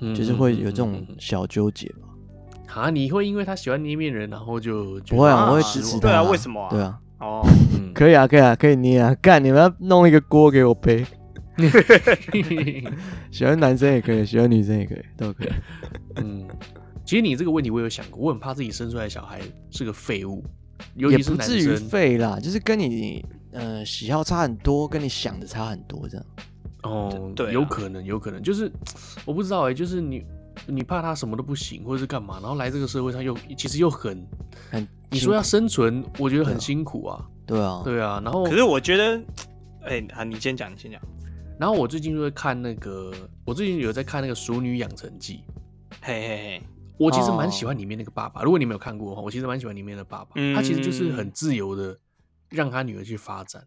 S1: 嗯
S3: 就是会有这种
S1: 嗯嗯嗯
S3: 小纠结吧？
S1: 嗯啊，你会因为他喜欢捏面人，然后就
S3: 不会啊，
S2: 啊
S3: 我会支持她。
S2: 对啊为什么啊
S3: 对啊，
S1: 嗯
S2: 哦，
S1: 可
S3: 可以啊，可以啊，可以捏啊，干，你们要弄一个锅给我背。嗯喜欢男生也可以，喜欢女生也可以，都可以。
S1: [laughs] 嗯，其实你这个问题我有想过，我很怕自己生出来的小孩是个废物，尤
S3: 也
S1: 其是
S3: 不
S1: 男
S3: 至于
S1: 生
S3: 废啦，就是跟你呃喜好差很多，跟你想的差很多这样。
S1: 哦，
S2: 对啊
S1: 有可能，有可能，就是我不知道哎、就是你你怕他什么都不行，或者是干嘛，然后来这个社会上又其实又很，
S3: 很
S1: 你
S3: 辛
S1: 说要
S3: 苦
S1: 生存，我觉得
S3: 对
S1: 很
S3: 啊
S1: 辛苦啊，
S3: 对啊，
S1: 对啊，然后
S2: 可是我觉得，哎、啊，你先讲，你先讲。
S1: 然后我最近就会看那个，我最近有在看那个《熟女养成记》，
S2: 嘿嘿嘿，
S1: 我其实蛮喜欢里面那个爸
S3: 哦
S1: 爸。如果你没有看过的话，我其实蛮喜欢里面的爸爸，
S2: 嗯
S1: 他其实就是很自由的让他女儿去发展。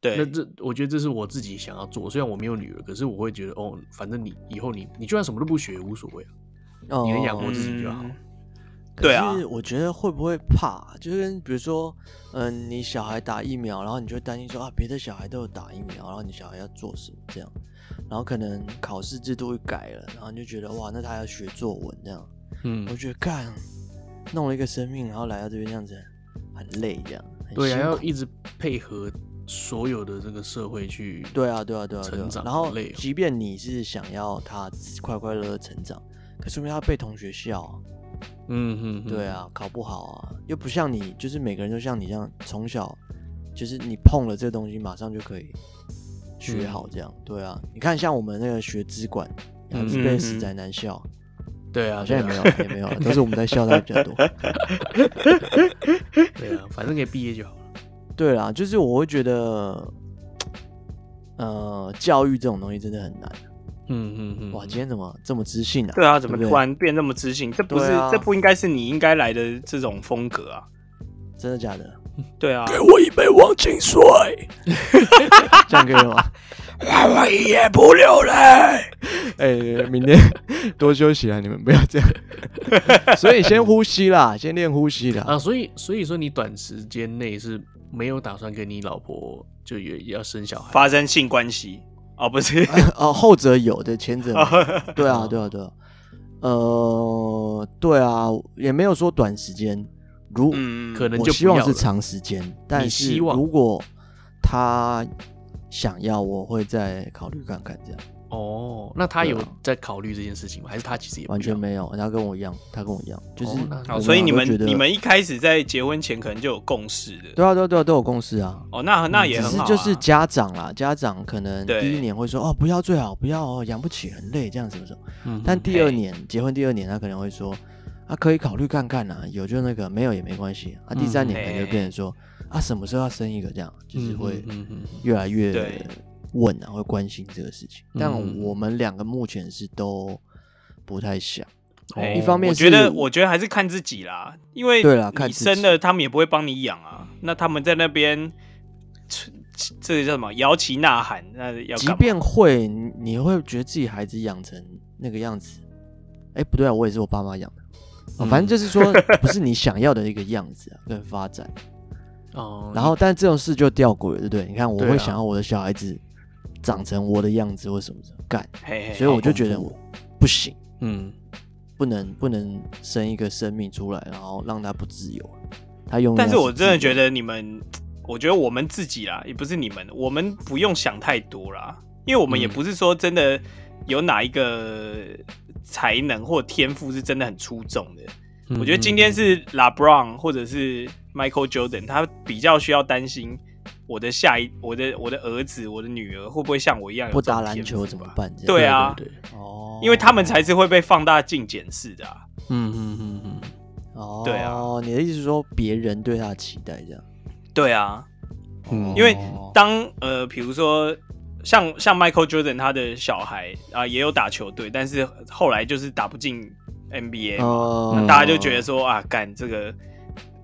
S1: 那
S2: 对，
S1: 这我觉得这是我自己想要做，虽然我没有女儿，可是我会觉得哦，反正你以后你你就算什么都不学也无所谓啊，
S3: 哦
S1: 你能养活自己就好。
S2: 嗯
S3: 可
S2: 对啊
S3: 是我觉得会不会怕，就是跟比如说，嗯、你小孩打疫苗，然后你就会担心说啊，别的小孩都有打疫苗，然后你小孩要做什么这样，然后可能考试制度一改了，然后你就觉得哇，那他要学作文这样，
S1: 嗯
S3: 我，觉得干弄了一个生命，然后来到这边这样子很累这样，很
S1: 对啊，
S3: 辛
S1: 要
S3: 苦
S1: 一直配合所有的这个社会去。
S3: 对啊，对啊，对啊，对
S1: 成
S3: 啊
S1: 长
S3: 然后
S1: 很累哦，
S3: 即便你是想要他快快乐乐成长，可说明他被同学笑啊，
S1: 嗯哼哼，
S3: 对，啊，考不好啊，又不像你，就是每个人都像你这样，从小就是你碰了这东西，马上就可以学
S1: 嗯
S3: 好这样。对啊，你看像我们那个学资管，还是
S1: 嗯
S3: 被
S2: 嗯
S3: 死
S2: 嗯
S3: 宅男笑，
S1: 对啊，
S3: 好像也没有
S1: 有，
S3: 了，也没有了，都是我们在笑他比较多。
S1: 对啊，反正可以毕业就好了。
S3: 对啦，就是我会觉得，呃，教育这种东西真的很难。
S1: 嗯嗯嗯，
S3: 哇，今天怎么这么自信啊？
S2: 对啊，怎么
S3: 不对
S2: 突然变那么知性？这不是，
S3: 对啊
S2: 这不应该是你应该来的这种风格啊。
S3: 真的假的？
S2: 对啊，
S7: 我一杯忘情水，
S3: 这样可以吗？
S7: 换我一夜不流泪。哎，明
S3: [laughs]
S7: 天多休息啊，你们不要这样。
S3: 所以先呼吸啦，先练呼吸啦。
S1: 啊，所以所以说你短时间内是没有打算跟你老婆就也也要生小孩，
S2: 发生性关系哦，不
S3: [laughs]
S2: 是，
S3: 哦，后者有的，前者没
S2: [laughs]
S3: 有对啊，
S1: 哦
S3: 对啊，对啊，呃，对啊，也没有说短时间，如、
S2: 嗯，
S1: 可能
S3: 我
S1: 就
S3: 希
S1: 不
S3: 望
S1: 要
S3: 是
S1: 了
S3: 长时间，但是
S1: 希望
S3: 如果他想要，我会再考虑看看这样。
S1: 哦，那他有
S3: 对啊
S1: 在考虑这件事情吗？还是他其实也不
S3: 啊完全
S1: 要
S3: 没有，他跟我一样，他跟我一样，就是
S1: 哦那
S3: 我
S1: 好
S3: 俩
S2: 哦，所以你
S3: 都
S2: 们
S3: 觉得
S2: 你们一开始在结婚前可能就有共识的。
S3: 对啊对啊对啊都有共识啊，
S2: 哦，那那也
S3: 只
S2: 很
S3: 是
S2: 好啊。
S3: 就是家长啦，家长可能
S2: 对
S3: 第一年会说哦不要最好不要哦养不起很累这样什么什么，
S1: 嗯
S3: 但第二年结婚第二年他可能会说啊可以考虑看看啊，有就那个没有也没关系啊，第三
S2: 嗯
S3: 年可能就变成说啊什么时候要生一个这样，就是会
S1: 嗯嗯
S3: 越来越
S2: 对
S3: 问啊会关心这个事情，但
S1: 嗯
S3: 我们两个目前是都不太想，
S2: 哎
S3: 哦一方面
S2: 我
S3: 是
S2: 觉得我觉得还是看自己啦，因为
S3: 对啦看
S2: 你
S3: 自己
S2: 生了他们也不会帮你养啊，那他们在那边这这个叫什么摇旗呐喊，那要干
S3: 即
S2: 嘛
S3: 便会，你你会觉得自己孩子养成那个样子，哎，不对啊，我也是我爸妈养的、哦反正就是说
S1: 嗯
S3: 不是你想要的一个样子啊，跟发展。
S1: 哦，
S3: 然后，但这种事就吊诡了，对不对？你看，我
S1: 对啊
S3: 会想要我的小孩子长成我的样子或什么的，干，
S2: 嘿嘿，
S3: 所以我就觉得我不行，
S1: 嗯，
S3: 不能不能生一个生命出来，然后让他不自由。他永远
S2: 但是
S3: 要
S2: 我真的
S3: 自由
S2: 觉得你们，我觉得我们自己啦，也不是你们，我们不用想太多啦，因为我们也
S1: 嗯
S2: 不是说真的有哪一个才能或天赋是真的很出众的。
S1: 嗯
S2: 我觉得今
S3: 嗯
S2: 天是 LeBron 或者是 Michael Jordan，他比较需要担心我的下一、我的我的儿子、我的女儿会不会像我一样有
S3: 不
S2: 这种
S3: 打篮
S2: 天赋
S3: 球怎么
S2: 吧？
S3: 办？这样
S2: 对啊
S1: 对，对对
S3: 哦，
S2: 因为他们才是会被放大镜检视的、啊。
S1: 嗯嗯嗯嗯，
S3: 哦，
S2: 对啊，
S3: 你的意思是说别人对他的期待这样？
S2: 对啊，
S1: 嗯
S2: 因为
S3: 哦
S2: 当呃，比如说像像 Michael Jordan 他的小孩啊、也有打球队，但是后来就是打不进 NBA，、
S3: 哦
S2: 啊那大家就觉得说啊，干这个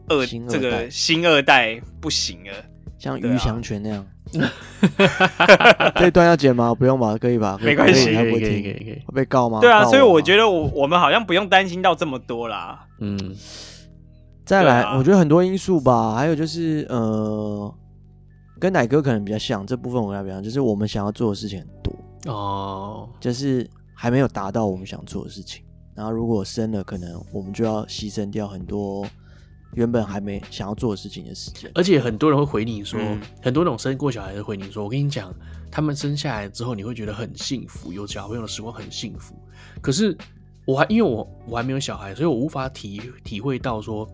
S2: 二
S3: 新二
S2: 这
S3: 代
S2: 个新二代不行了，
S3: 像
S2: 对啊
S3: 于翔泉
S2: [laughs]
S3: 那样。这一段要剪吗？不用吧，可以吧？可以
S2: 没关系
S3: 可以他
S1: 可
S3: 不
S1: 以
S3: 会
S1: 可以
S3: 听
S1: 可以可以，
S3: 会被告吗？
S2: 对啊，
S3: 告
S2: 所以我
S3: 吗
S2: 觉得我我们好像不用担心到这么多啦。
S1: 嗯
S3: 再
S2: 对
S3: 来，
S2: 啊
S3: 我觉得很多因素吧，还有就是呃，跟奶哥可能比较像这部分，我跟他比较像，就是我们想要做的事情很多，
S1: 哦，
S3: 就是还没有达到我们想做的事情。然后如果生了，可能我们就要牺牲掉很多原本还没想要做的事情的时间。
S1: 而且很多人会回你说，
S2: 嗯
S1: 很多那种生过小孩的回你说，我跟你讲，他们生下来之后，你会觉得很幸福，有小朋友的时光很幸福。可是我还因为我我还没有小孩，所以我无法体体会到说，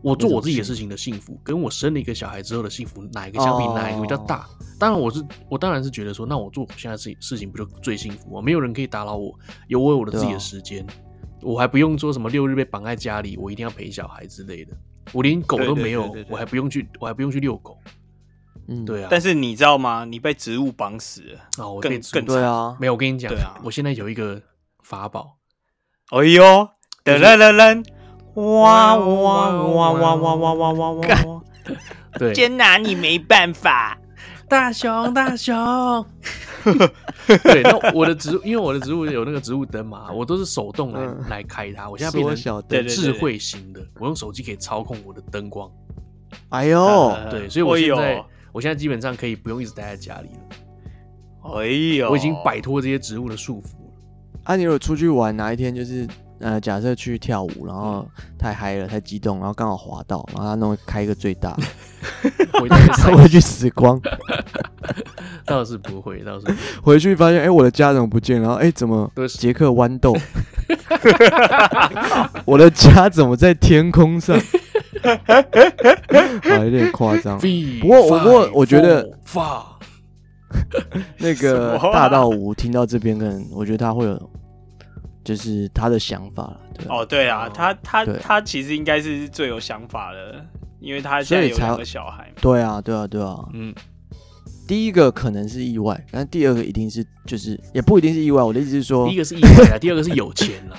S1: 我做我自己的事情的幸福，跟我生了一个小孩之后的幸福，哪一个相比
S3: 哦
S1: 哪一个比较大？当然，我是我当然是觉得说，那我做我现在事事情不就最幸福吗？没有人可以打扰我，有我有我的自己
S3: 对
S1: 的
S3: 啊
S1: 时间，我还不用说什么六日被绑在家里，我一定要陪小孩之类的。我连狗都
S2: 对对
S1: 没有，
S2: 对对对
S1: 我还不用去，我还不用去遛狗。
S3: 嗯，
S1: 对啊，
S2: 但是你知道吗？你被植物绑死了。
S1: 啊，我
S2: 更
S1: 被
S2: 更
S3: 对啊，
S1: 没有，我跟你讲
S2: 对啊，
S1: 我现在有一个法宝，
S2: 哎呦，噔噔噔噔，哇哇哇哇哇哇哇哇哇哇！
S1: 对，
S8: 真拿你没办法。
S2: [laughs]
S1: 大熊大熊， [laughs] 对，那我的植物，因为我的植物有那个植物灯嘛，我都是手动来、
S9: 嗯
S1: 来开它，我现在变
S9: 缩
S1: 成
S9: 小
S2: 灯对对对
S1: 智慧型的，我用手机可以操控我的灯光，
S3: 哎
S2: 呃
S3: 呦，
S1: 对，所以我现
S2: 哎
S1: 在、
S2: 呦
S1: 我现在基本上可以不用一直待在家里了，
S2: 哎呦，
S1: 我已经摆脱这些植物的束缚了。
S3: 啊，你有出去玩哪一天就是呃，假设去跳舞，然后太嗨了，太激动，然后刚好滑到，然后他弄开一个最大，
S1: 我一定会
S3: 他
S1: 塞
S3: 会去死光，
S1: [laughs] 倒是不会，倒是不会
S9: 回去发现，哎、我的家长不见，然后哎、怎么
S1: 都是
S9: 杰克豌
S2: [laughs]
S9: 豆？
S3: 我的家怎么在天空
S2: [laughs]
S3: 上？
S9: 啊，有点夸张。
S1: B。
S3: 不过我不过我觉得
S1: 发
S3: 那
S2: 什么
S3: 个
S2: 啊
S3: 大道五听到这边，可能我觉得他会有，就是他的想法了，对吧
S2: 哦，对啊，他他
S3: 对
S2: 他其实应该是最有想法的，因为他
S3: 所
S2: 现在
S3: 以
S2: 有
S3: 才
S2: 两个小孩嘛。
S3: 对啊，对啊，对啊。
S1: 嗯，
S3: 第一个可能是意外，但第二个一定是就是也不一定是意外。我的意思是说，
S1: 第一个是意外啊，第二个是有钱啦。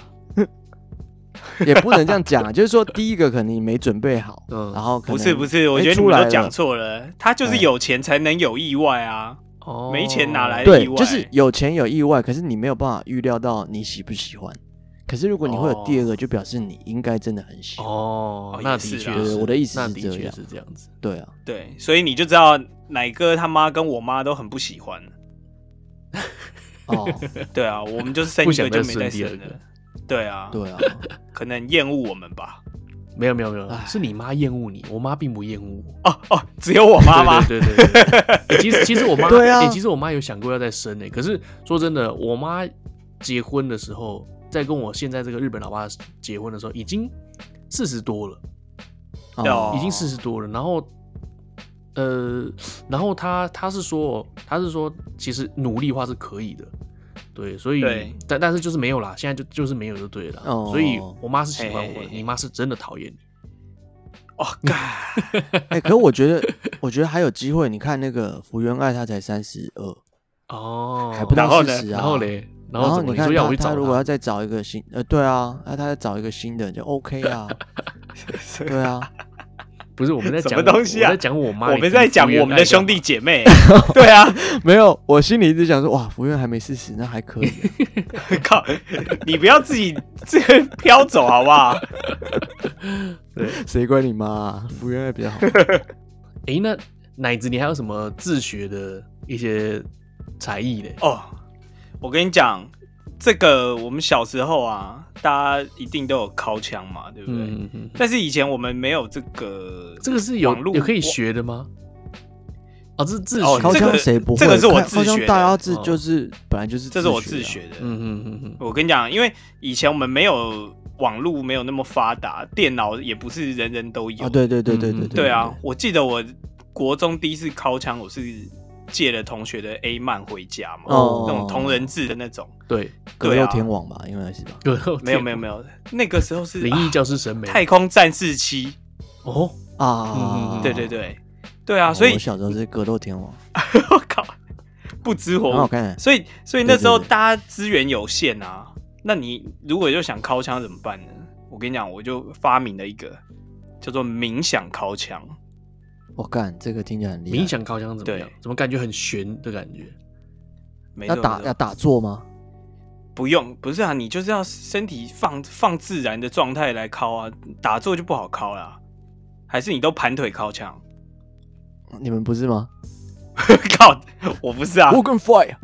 S3: 也不能这样讲啊，就是说第一个可能你没准备好，
S1: 嗯
S3: 然后可
S2: 不
S3: 能
S2: 是不是，我
S3: 哎
S2: 觉得你
S3: 出
S2: 们
S3: 来
S2: 都
S3: 了
S2: 讲错了，他就是有钱才能有意外啊。
S1: 哦
S2: 没钱哪来的
S3: 对
S2: 意，外
S3: 就是有钱有意外，可是你没有办法预料到你喜不喜欢。可是如果你会有第二个，就表示你应该真的很喜欢。
S1: 哦
S2: 哦，
S1: 那
S2: 也
S1: 的
S2: 是
S1: 确
S2: 啦
S1: 是，
S3: 对我的意思
S1: 那
S3: 是
S1: 的
S3: 这
S1: 确
S3: 样
S1: 是这样子。
S3: 对啊，
S2: 对，所以你就知道奶哥他妈跟我妈都很不喜欢。
S3: 哦，
S2: 对啊，我们就是
S1: [laughs]
S2: 生
S1: 不
S2: 一
S1: 想
S2: 个
S1: 再
S2: 就没
S1: 生
S2: 再
S1: 第二
S2: 生
S1: 个
S2: 了。对啊，
S3: 对啊，
S2: 可能厌恶我们吧。
S1: 没有没有没有，是你妈厌恶你，我妈并不厌恶我。
S2: 哦哦，只有我妈妈。
S1: 对对对对对对
S3: [laughs]
S1: 其实其实我妈，
S3: 对啊
S1: 欸其实我妈有想过要再生呢、可是说真的，我妈结婚的时候，在跟我现在这个日本老爸结婚的时候，已经四十多了，
S2: 哦
S1: 已经四十多了。然后，呃，然后她她是说，她是说，其实努力的话是可以的。对，所以
S2: 对
S1: 但但是就是没有啦，现在就就是没有就对了啦。
S3: 哦
S1: 所以我妈是喜欢我的，
S2: 嘿嘿嘿
S1: 你妈是真的讨厌你。
S2: 哦，干，
S3: 哎，可我觉得，我觉得还有机会。你看那个福原爱，她才三十二，
S1: 哦，
S3: 还不
S2: 然
S3: 到
S2: 后
S3: 四
S2: 呢
S3: 十啊。
S1: 然后，嘞，然
S3: 然
S1: 后
S3: 后
S1: 怎么
S3: 你
S1: 你
S3: 看
S1: 说要我去
S3: 她，她
S1: 找
S3: 如果要
S1: 她？
S3: 再找一个新，呃，对啊，那她再找一个新的就 OK 啊，对啊，
S1: 不是我们在
S2: 什
S1: 讲
S2: 么东西啊
S1: 我在讲我妈，
S2: 我
S1: 你跟
S2: 们在讲
S1: 福原
S2: 我们的
S1: 爱干
S2: 兄
S1: 嘛
S2: 弟。姐妹。 [laughs]
S1: [laughs]
S2: 对啊，
S3: 没有，我心里一直想说，哇，福原还没四十，那还可以啊、
S2: 靠，你不要自己这个飘走好不好？
S3: 谁管你妈、啊？福原爱比较好。
S1: 诶，那奶子，你还有什么自学的一些才艺嘞？
S2: 哦，我跟你讲，这个我们小时候啊，大家一定都有靠枪嘛，对不对？
S1: 嗯嗯嗯，
S2: 但是以前我们没有这个，
S1: 这个是有
S2: 网络
S1: 有可以学的吗？哦，这是自学
S2: 哦
S1: 的，
S3: 靠
S2: 这
S3: 枪
S2: 个
S3: 谁不会？
S2: 这个是我
S3: 靠
S2: 自学的嗯
S3: 靠枪大家自
S1: 哦
S3: 就是本来就是，啊
S2: 这是我自。学的。
S1: [laughs] 嗯嗯嗯嗯，
S2: 我跟你讲，因为以前我们没有网络，没有那么发达，电脑也不是人人都有。
S3: 啊，对对对对
S1: 嗯
S3: 对
S1: 嗯
S2: 对啊，，我记得我国中第一次敲枪，我是借了同学的 A 漫回家嘛，
S3: 哦
S2: 那种同人志的那种。
S1: 对，
S3: 葛
S2: 对
S3: 优
S2: 啊
S3: 天网吧，应该是吧？
S1: 格斗
S2: 没有
S1: 天
S2: 没有没有，那个时候是
S1: 灵异
S2: 啊
S1: 教师审美
S2: 太空战士七，
S1: 哦，嗯
S3: 啊，
S2: 对对对对啊，
S3: 哦
S2: 所以
S3: 我小时候是格斗天网，
S2: [laughs] 我靠，不知火
S3: 很
S2: 舞
S3: 好看。欸
S2: 所以所以那时候
S3: 对对对
S2: 大家资源有限啊，那你如果就想敲枪怎么办呢？我跟你讲，我就发明了一个叫做冥想敲枪。
S3: 我干，这个听起来很厉害。
S1: 冥想靠枪怎么样
S2: 对？
S1: 怎么感觉很悬的感觉？
S2: 没
S3: 要
S2: 错，
S3: 打
S2: 没错
S3: 要打坐吗？
S2: 不用，不是啊，你就是要身体放放自然的状态来敲啊，打坐就不好敲啦。还是你都盘腿敲枪？ [laughs]
S3: 你们不是吗？
S2: 靠，我不是啊，
S3: 我更 fire。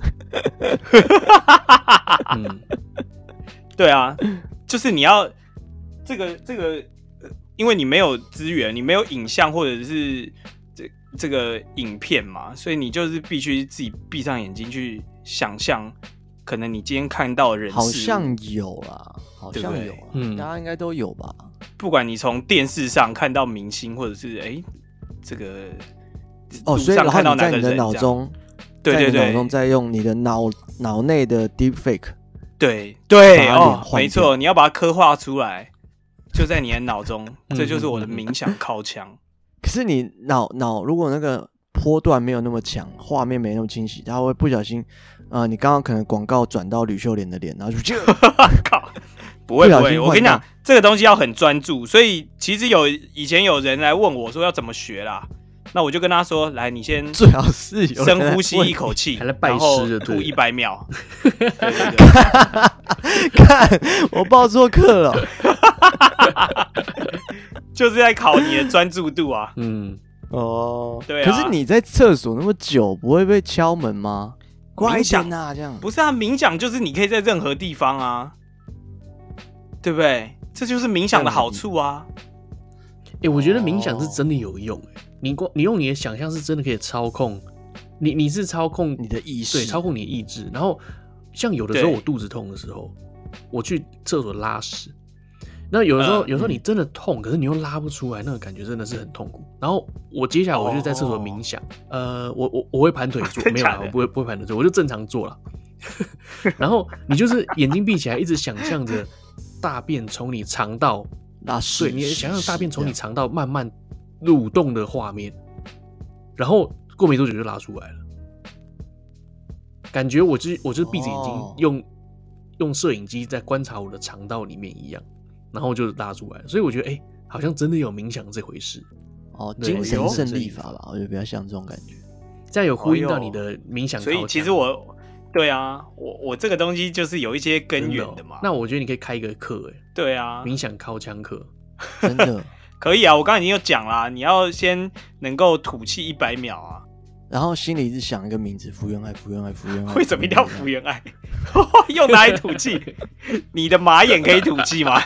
S1: 嗯，
S2: 对啊， [laughs] 就是你要这个这个，呃因为你没有资源，你没有影像或者是这这个影片嘛，所以你就是必须自己闭上眼睛去想象，可能你今天看到的人
S3: 好
S2: 事物
S3: 像有啦，好
S2: 对不
S3: 像
S2: 对
S3: 有啦，
S1: 嗯
S3: 大家应该都有吧？
S2: 不管你从电视上看到明星，或者是哎这个
S3: 哦，
S2: 路
S3: 所以
S2: 上
S3: 然后
S2: 看到
S3: 你
S2: 哪
S3: 在
S2: 个
S3: 你的
S2: 人
S3: 脑
S2: 这样，
S3: 中，
S2: 对
S3: 在
S2: 对
S3: 你的脑
S2: 对
S3: 中再用你的脑脑内的 deep fake，
S2: 对对
S3: 把它脸
S2: 哦，
S3: 换
S2: 没
S3: 掉
S2: 错，你要把它刻画出来，就在你的脑中，这就是我的
S1: 嗯嗯嗯
S2: 冥想靠墙。
S3: 可是你脑脑如果那个波段没有那么强，画面没那么清晰，它会不小心，呃，你刚刚可能广告转到吕秀莲的脸，然后就
S2: 靠，不会不
S3: 不小
S2: 会，
S3: 心
S2: 我跟你
S3: 换
S2: 讲，这个东西要很专注。所以其实有以前有人来问我说要怎么学啦，那我就跟他说，来，你先
S3: 最好是有人
S2: [laughs] 深呼吸
S3: 来问
S2: 一口气，
S1: 还来拜
S2: 然后
S1: 师就对
S2: 吐
S1: 了
S2: 一百
S1: [laughs]
S2: 秒。对对对，
S3: 看我报错课了，
S2: 就是在考你的专注度啊。
S1: 嗯，
S3: 哦，
S2: [laughs] 对啊
S3: 可是你在厕所那么久，不会被敲门吗？快一点呐、这样
S2: 不是啊，冥想就是你可以在任何地方啊，对不对？这就是冥想的好处啊。
S1: 哎，我觉得冥
S2: 哦
S1: 想是真的有用欸，你光你用你的想象是真的可以操控，你你是操控
S3: 你的意识，
S1: 对，操控你的意志。然后像有的时候
S2: 对
S1: 我肚子痛的时候，我去厕所拉屎，那有的时候、
S2: 嗯
S1: 有时候你真的痛，可是你又拉不出来，那个感觉真的是很痛苦。然后我接下来我就在厕所冥想，呃，我我我会盘腿坐，
S2: 哦啊真
S1: 没有啦
S2: 假，的
S1: 我不会不会盘腿坐，我就正常坐了。 [laughs] 然后你就是眼睛闭起来，一直想象着大便从你肠道，
S3: 拉屎，
S1: 对，你想象大便从你
S3: 这
S1: 肠道慢慢蠕动的画面，然后过没多久就拉出来了。感觉我就是我就是闭着眼睛
S3: 哦
S1: 用、用摄影机在观察我的肠道里面一样，然后就拉出来了。所以我觉得，哎、好像真的有冥想这回事，
S3: 样哦，
S1: 对
S3: 精神
S1: 有
S3: 胜利法吧，我觉得比较像这种感觉。
S1: 这样有呼应
S2: 哎
S1: 到
S2: 呦
S1: 你的冥想高
S2: 所
S1: 墙。
S2: 以其实我，对啊，我我这个东西就是有一些根源的嘛。
S1: 哦那我觉得你可以开一个课，哎，
S2: 对啊，
S1: 冥想靠枪课。
S3: 真的。 [laughs]
S2: 可以啊，我刚刚已经有讲啦，你要先能够吐气一百秒啊。
S3: 然后心里一直想一个名字，福原爱，福原爱，福原爱。
S2: [laughs] 为什么一定要
S3: 福
S2: 福
S3: 原
S2: 原爱？[laughs]
S3: 嗯
S2: 又
S3: [laughs]
S2: 拿来吐气？你的马眼可以吐气吗？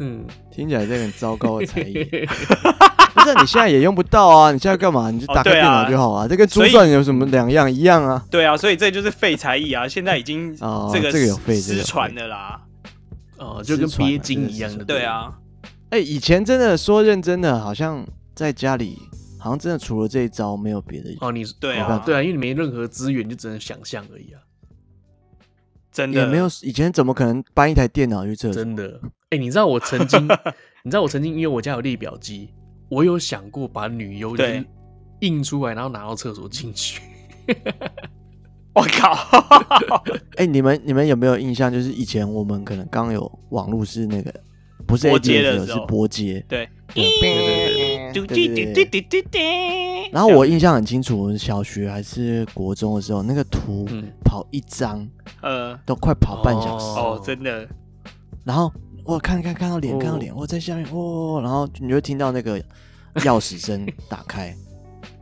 S1: 嗯，
S3: 听起来这个很糟糕的才艺。不是啊你现在也用不到啊，你现在干嘛？你就
S2: 哦
S3: 打开
S2: 对
S3: 电
S2: 啊
S3: 脑就好啊，这跟珠
S2: 所以
S3: 算有什么两样？一样啊。
S2: 对啊，所以这就是废才艺啊，现在已经
S3: 哦
S2: 个
S3: 这个有废这个
S2: 失
S3: 有
S2: 传
S3: 废
S2: 的啦。
S1: [laughs] 哦，就跟
S3: 失传
S1: 鳖
S3: 了真
S1: 精
S3: 的
S1: 一
S3: 是
S1: 样
S3: 失
S1: 的，
S2: 对，啊，
S3: 哎、以前真的说认真的，好像在家里，好像真的除了这一招没有别的。
S1: 哦，你
S2: 对
S3: 没办
S2: 啊
S3: 法，
S1: 对啊，因为你没任何资源，你就只能想象而已啊，
S2: 真的
S3: 也没有，以前怎么可能搬一台电脑去厕所？
S1: 真的。哎、你知道我曾
S2: [laughs]
S1: 经，你知道我曾经因为我家有列表机，我有想过把女优就
S2: 对
S1: 是印出来，然后拿到厕所进去。
S2: 我
S3: [laughs]
S2: 靠，
S3: 哎、你们你们有没有印象？就是以前我们可能刚有网络是那个，不是
S2: 拨
S3: A
S2: 接
S3: D
S2: 的
S3: 有
S2: 时
S3: 是
S2: 候
S3: 拨接，
S2: 对啊
S3: 对对
S5: 嘟
S3: 对
S5: 滴滴滴
S3: 对对对。
S5: 滴滴滴。
S3: 然后我印象很清楚，我们小学还是国中的时候，那个图
S1: 嗯
S3: 跑一张
S2: 呃，
S3: 都快跑半小时，
S2: 哦，真的，
S3: 然后我看看看到脸，
S1: 哦
S3: 看到脸，我在下面哦，然后你就听到
S1: [laughs]
S3: 那个钥匙声打开，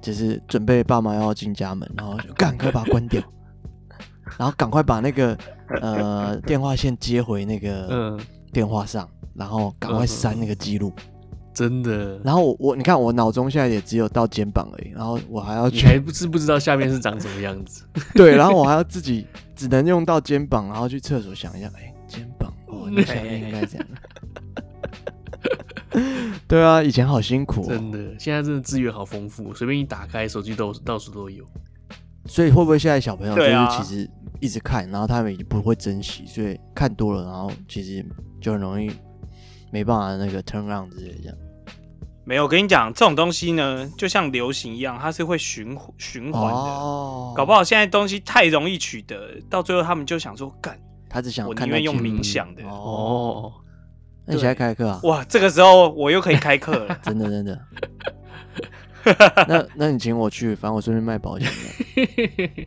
S3: 就是准备爸妈要进家门，然后就赶快把它关掉，然后赶快把那个呃电话线接回那个
S1: 嗯，
S3: 电话上，然后赶快删那个记录。
S1: [laughs] 真的。
S3: 然后我我你看我脑中现在也只有到肩膀而已，然后我还要
S1: 你
S3: 去
S1: 还不是不知道下面是长什么样
S2: [laughs]
S1: 子，
S3: 对，然后我还要自己只能用到肩膀，然后去厕所想一下，哎、肩膀，哦，
S2: 嗯
S3: 那下面应
S2: [laughs]
S3: 该这样。对啊，以前好辛苦、
S1: 真
S3: 哦，
S1: 的。现在真的资源好丰富，随便一打开手机都到处都有。
S3: 所以会不会现在小朋友就
S2: 对
S3: 是
S2: 啊
S3: 其实一直看，然后他们已经不会珍惜，所以看多了，然后其实就很容易没办法那个 turn around 之类的这样。
S2: 没有。我跟你讲，这种东西呢，就像流行一样，它是会循循环的。
S3: 哦，
S2: 搞不好现在东西太容易取得，到最后他们就想说，干，
S3: 他只想
S2: 我
S3: 看
S2: 宁
S3: 那
S2: 愿用
S3: 节目
S2: 冥想的。
S3: 哦，
S1: 哦， [laughs]
S3: 那你现在开
S2: [laughs]
S3: 课啊？。
S2: 哇，这个时候我又可以开课了
S3: [laughs] 真的
S2: [laughs]
S3: 真的。那那你请我去，反正我顺便卖保险的。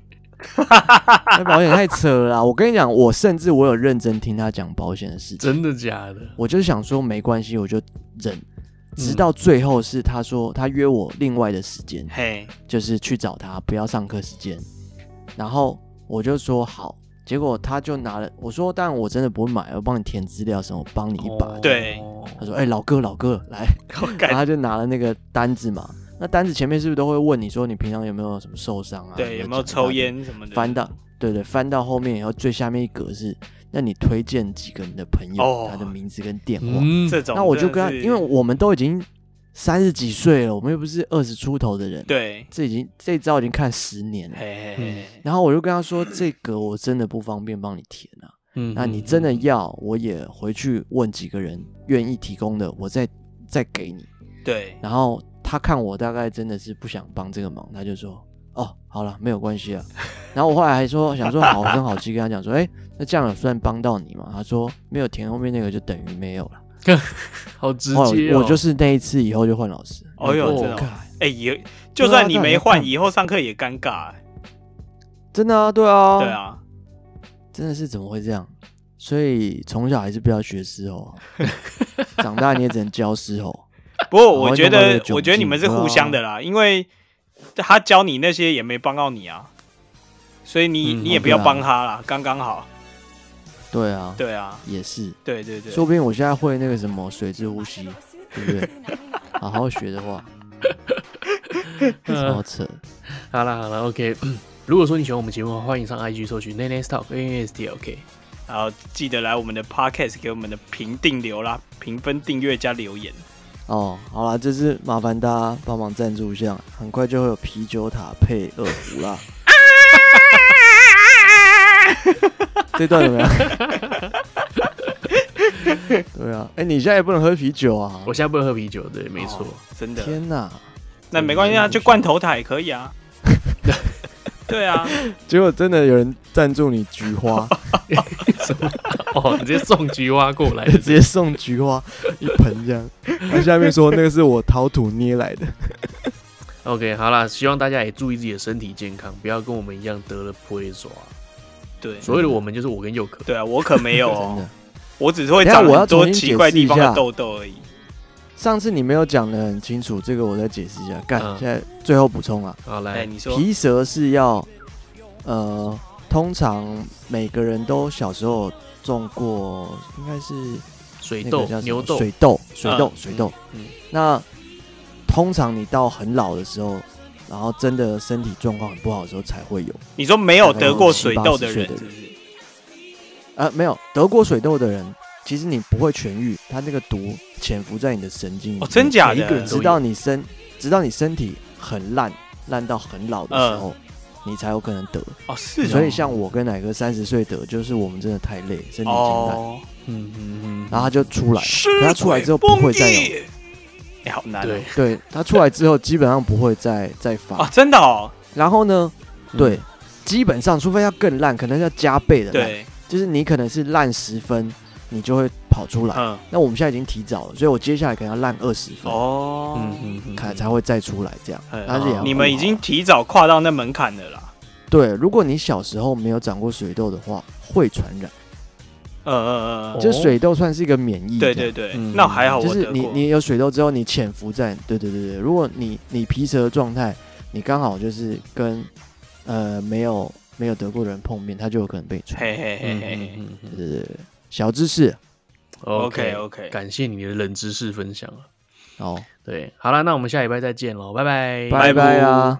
S3: [laughs] 卖保险太扯了啦！我跟你讲，我甚至我有认真听他讲保险的事情，
S1: 真的假的？
S3: 我就想说没关系，我就忍，
S2: 嗯
S3: 直到最后是他说他约我另外的时间，
S2: 嘿，
S3: 就是去找他，不要上课时间。然后我就说好，结果他就拿了我说，但我真的不会买，我帮你填资料什么，我帮你一把。
S1: 哦
S2: 对
S3: 他说：“哎、老哥，老哥，来，
S2: 我
S3: 然后
S2: 干，
S3: 他就拿了那个单子嘛。那单子前面是不是都会问你说你平常有没有什么受伤啊？
S2: 对，有没
S3: 没
S2: 有
S3: 讲到
S2: 抽？烟什么的？
S3: 翻到对对，翻到后面以后最下面一格是，那你推荐几个你的朋友，
S2: 哦
S3: 他的名字跟电话。
S1: 嗯，
S2: 这种，
S3: 那我就跟他，
S2: 真的是
S3: 因为我们都已经三十几岁了，我们又不是二十出头的人，，
S2: 对，
S3: 这已经这一招已经看十年了。
S2: 嘿嘿嘿，
S3: 然后我就跟他说，这格我真的不方便帮你填啊。
S1: 嗯
S3: 那你真的要，我也回去问几个人愿意提供的，我再再给你。
S2: 对，
S3: 然后他看我大概真的是不想帮这个忙，他就说：“哦，好了，没有关系啊。”然后我后来还说想说好声好气跟他讲说：“哎、那这样有算帮到你吗？”他说：“没有填后面那个就等于没有了。
S1: 好直”
S3: 后
S1: 接
S3: 来
S1: 哦、
S3: 我我就是那一次以后就换老师。
S2: 哦哟
S3: 然后
S1: 真的哦
S3: 干
S2: 哎，也就算你没换，
S3: 对啊
S2: 以后上课也尴尬。哎
S3: 真的啊，对啊，
S2: 对，啊，
S3: 真的是怎么会这样？所以从小还是不要学嘶吼，啊长大你也只能教嘶吼。
S2: 不过
S3: 然后
S2: 我觉
S3: 弄到哦那个
S2: 得，
S3: 窘
S2: 我觉得你
S3: 境
S2: 们是
S3: 对
S2: 互
S3: 啊
S2: 相的啦，因为他教你那些也没帮到你啊，所以你
S1: 嗯
S2: 你也
S3: 哦
S2: 不要
S3: 啊
S2: 帮他啦，刚刚好。
S3: 对啊，
S2: 对啊，
S3: 也是，
S2: 对对对，
S3: 说不定我现在会那个什么水之呼吸，对不对？好好学的
S2: [laughs]
S3: 话，超扯。
S1: 好啦好啦 o k [clears throat] 如果说你喜欢我们节目，欢迎上 IG 搜寻 n a n a s Talk N S T L K。
S3: 嗯
S2: 然后记得来我们的 podcast 给我们的评定留啦，评分、订阅加留言。
S3: 哦，好啦，这次麻烦大家帮忙赞助一下，很快就会有啤酒塔配二胡啦。啊这段怎么样？ [laughs] 对啊，哎、你现在也不能喝啤酒啊！
S1: 我现在不能喝啤酒，对，没错。
S2: 哦真的。
S3: 天哪！
S2: 那没关系啊，就罐头塔也可以
S3: [laughs]
S2: 啊。对啊，
S3: 结果真的有人赞助你菊
S2: [laughs]
S3: 花，
S1: [laughs] 哦，你直接送菊花过
S3: [laughs]
S1: 来，
S2: 哎
S3: 直接送菊花一盆这样。他下面说那个是我陶土捏来的。
S1: OK，好啦，希望大家也注意自己的身体健康，不要跟我们一样得了破爪。
S3: 嗯
S2: 对
S1: 所谓的我们就是我跟佑可。
S2: 对啊，我可没有
S1: [laughs]
S3: [laughs] 真
S2: 哦
S3: 的，
S2: 我只是会
S3: 等一
S2: 长
S3: 下我要
S2: 很多
S3: 重新
S2: 奇怪地方
S3: 解释
S2: 的
S3: 一下
S2: 痘痘而已。
S3: 上次你没有讲的很清楚，这个我再解释一下。干，
S1: 嗯
S3: 现在最后补充啊，
S1: 好
S2: 哎，
S1: 来，
S2: 你说
S3: 皮蛇是要，呃，通常每个人都小时候中过，应该是
S1: 水
S3: 那
S1: 痘
S3: 个叫、什
S1: 牛
S3: 么
S1: 痘，
S3: 水痘、水痘
S1: 嗯、
S3: 水痘
S1: 嗯嗯。
S3: 那通常你到很老的时候，然后真的身体状况很不好的时候才会有。
S2: 你说没有得过水痘的人
S3: 大概有七八十岁的人
S2: 是不是？
S3: 呃，没有得过水痘的人，其实你不会痊愈，它那个毒潜伏在你的神经里面。
S2: 哦，真假
S1: 每一个人
S2: 的
S1: 都？
S3: 直到你身，直到你身体很烂，烂到很老的时候，你才有可能得。
S2: 哦，是哦
S3: 所以像我跟奶哥三十岁得，就是我们真的太累，身体已经烂，
S2: 哦，
S1: 嗯嗯嗯，
S3: 然后他就出来。
S2: 是
S3: 可他出来之后不会再有
S2: 哎，好难
S1: 对
S2: 哦 [laughs]
S3: 对他出来之后，基本上不会再再发。
S2: 啊，嗯真的哦，
S3: 然后呢，对，基本上除非要更烂，可能要加倍的烂，
S2: 对，
S3: 就是你可能是烂十分，你就会跑出来。
S2: 嗯，
S3: 那我们现在已经提早了，所以我接下来可能要烂二十分，
S2: 哦，
S1: 嗯嗯嗯，
S3: 看才会再出来这样。
S2: 哎
S3: 但是也要
S2: 你们已经
S3: 顾好
S2: 提早跨到那门槛了啦。
S3: 对，如果你小时候没有长过水痘的话，会传染。
S2: 嗯嗯嗯嗯，
S3: 就是水痘算是一个免疫，
S2: 对对，对，
S1: 嗯
S2: 那还好
S3: 就
S2: 啊我
S3: 是
S2: 得
S3: 你
S2: 过。
S3: 你有水痘之后，你潜伏在，对对对对，如果你你皮蛇的状态，你刚好就是跟呃没有没有得过的人碰面，他就有可能被传。
S2: 嘿嘿嘿嘿嘿
S1: 嗯
S3: 对对对，对小知识
S2: ，OK OK，
S1: 感谢你的冷知识分享啊。
S3: 哦，
S1: 对，好了，那我们下礼拜再见喽，拜拜，
S3: 拜拜啊。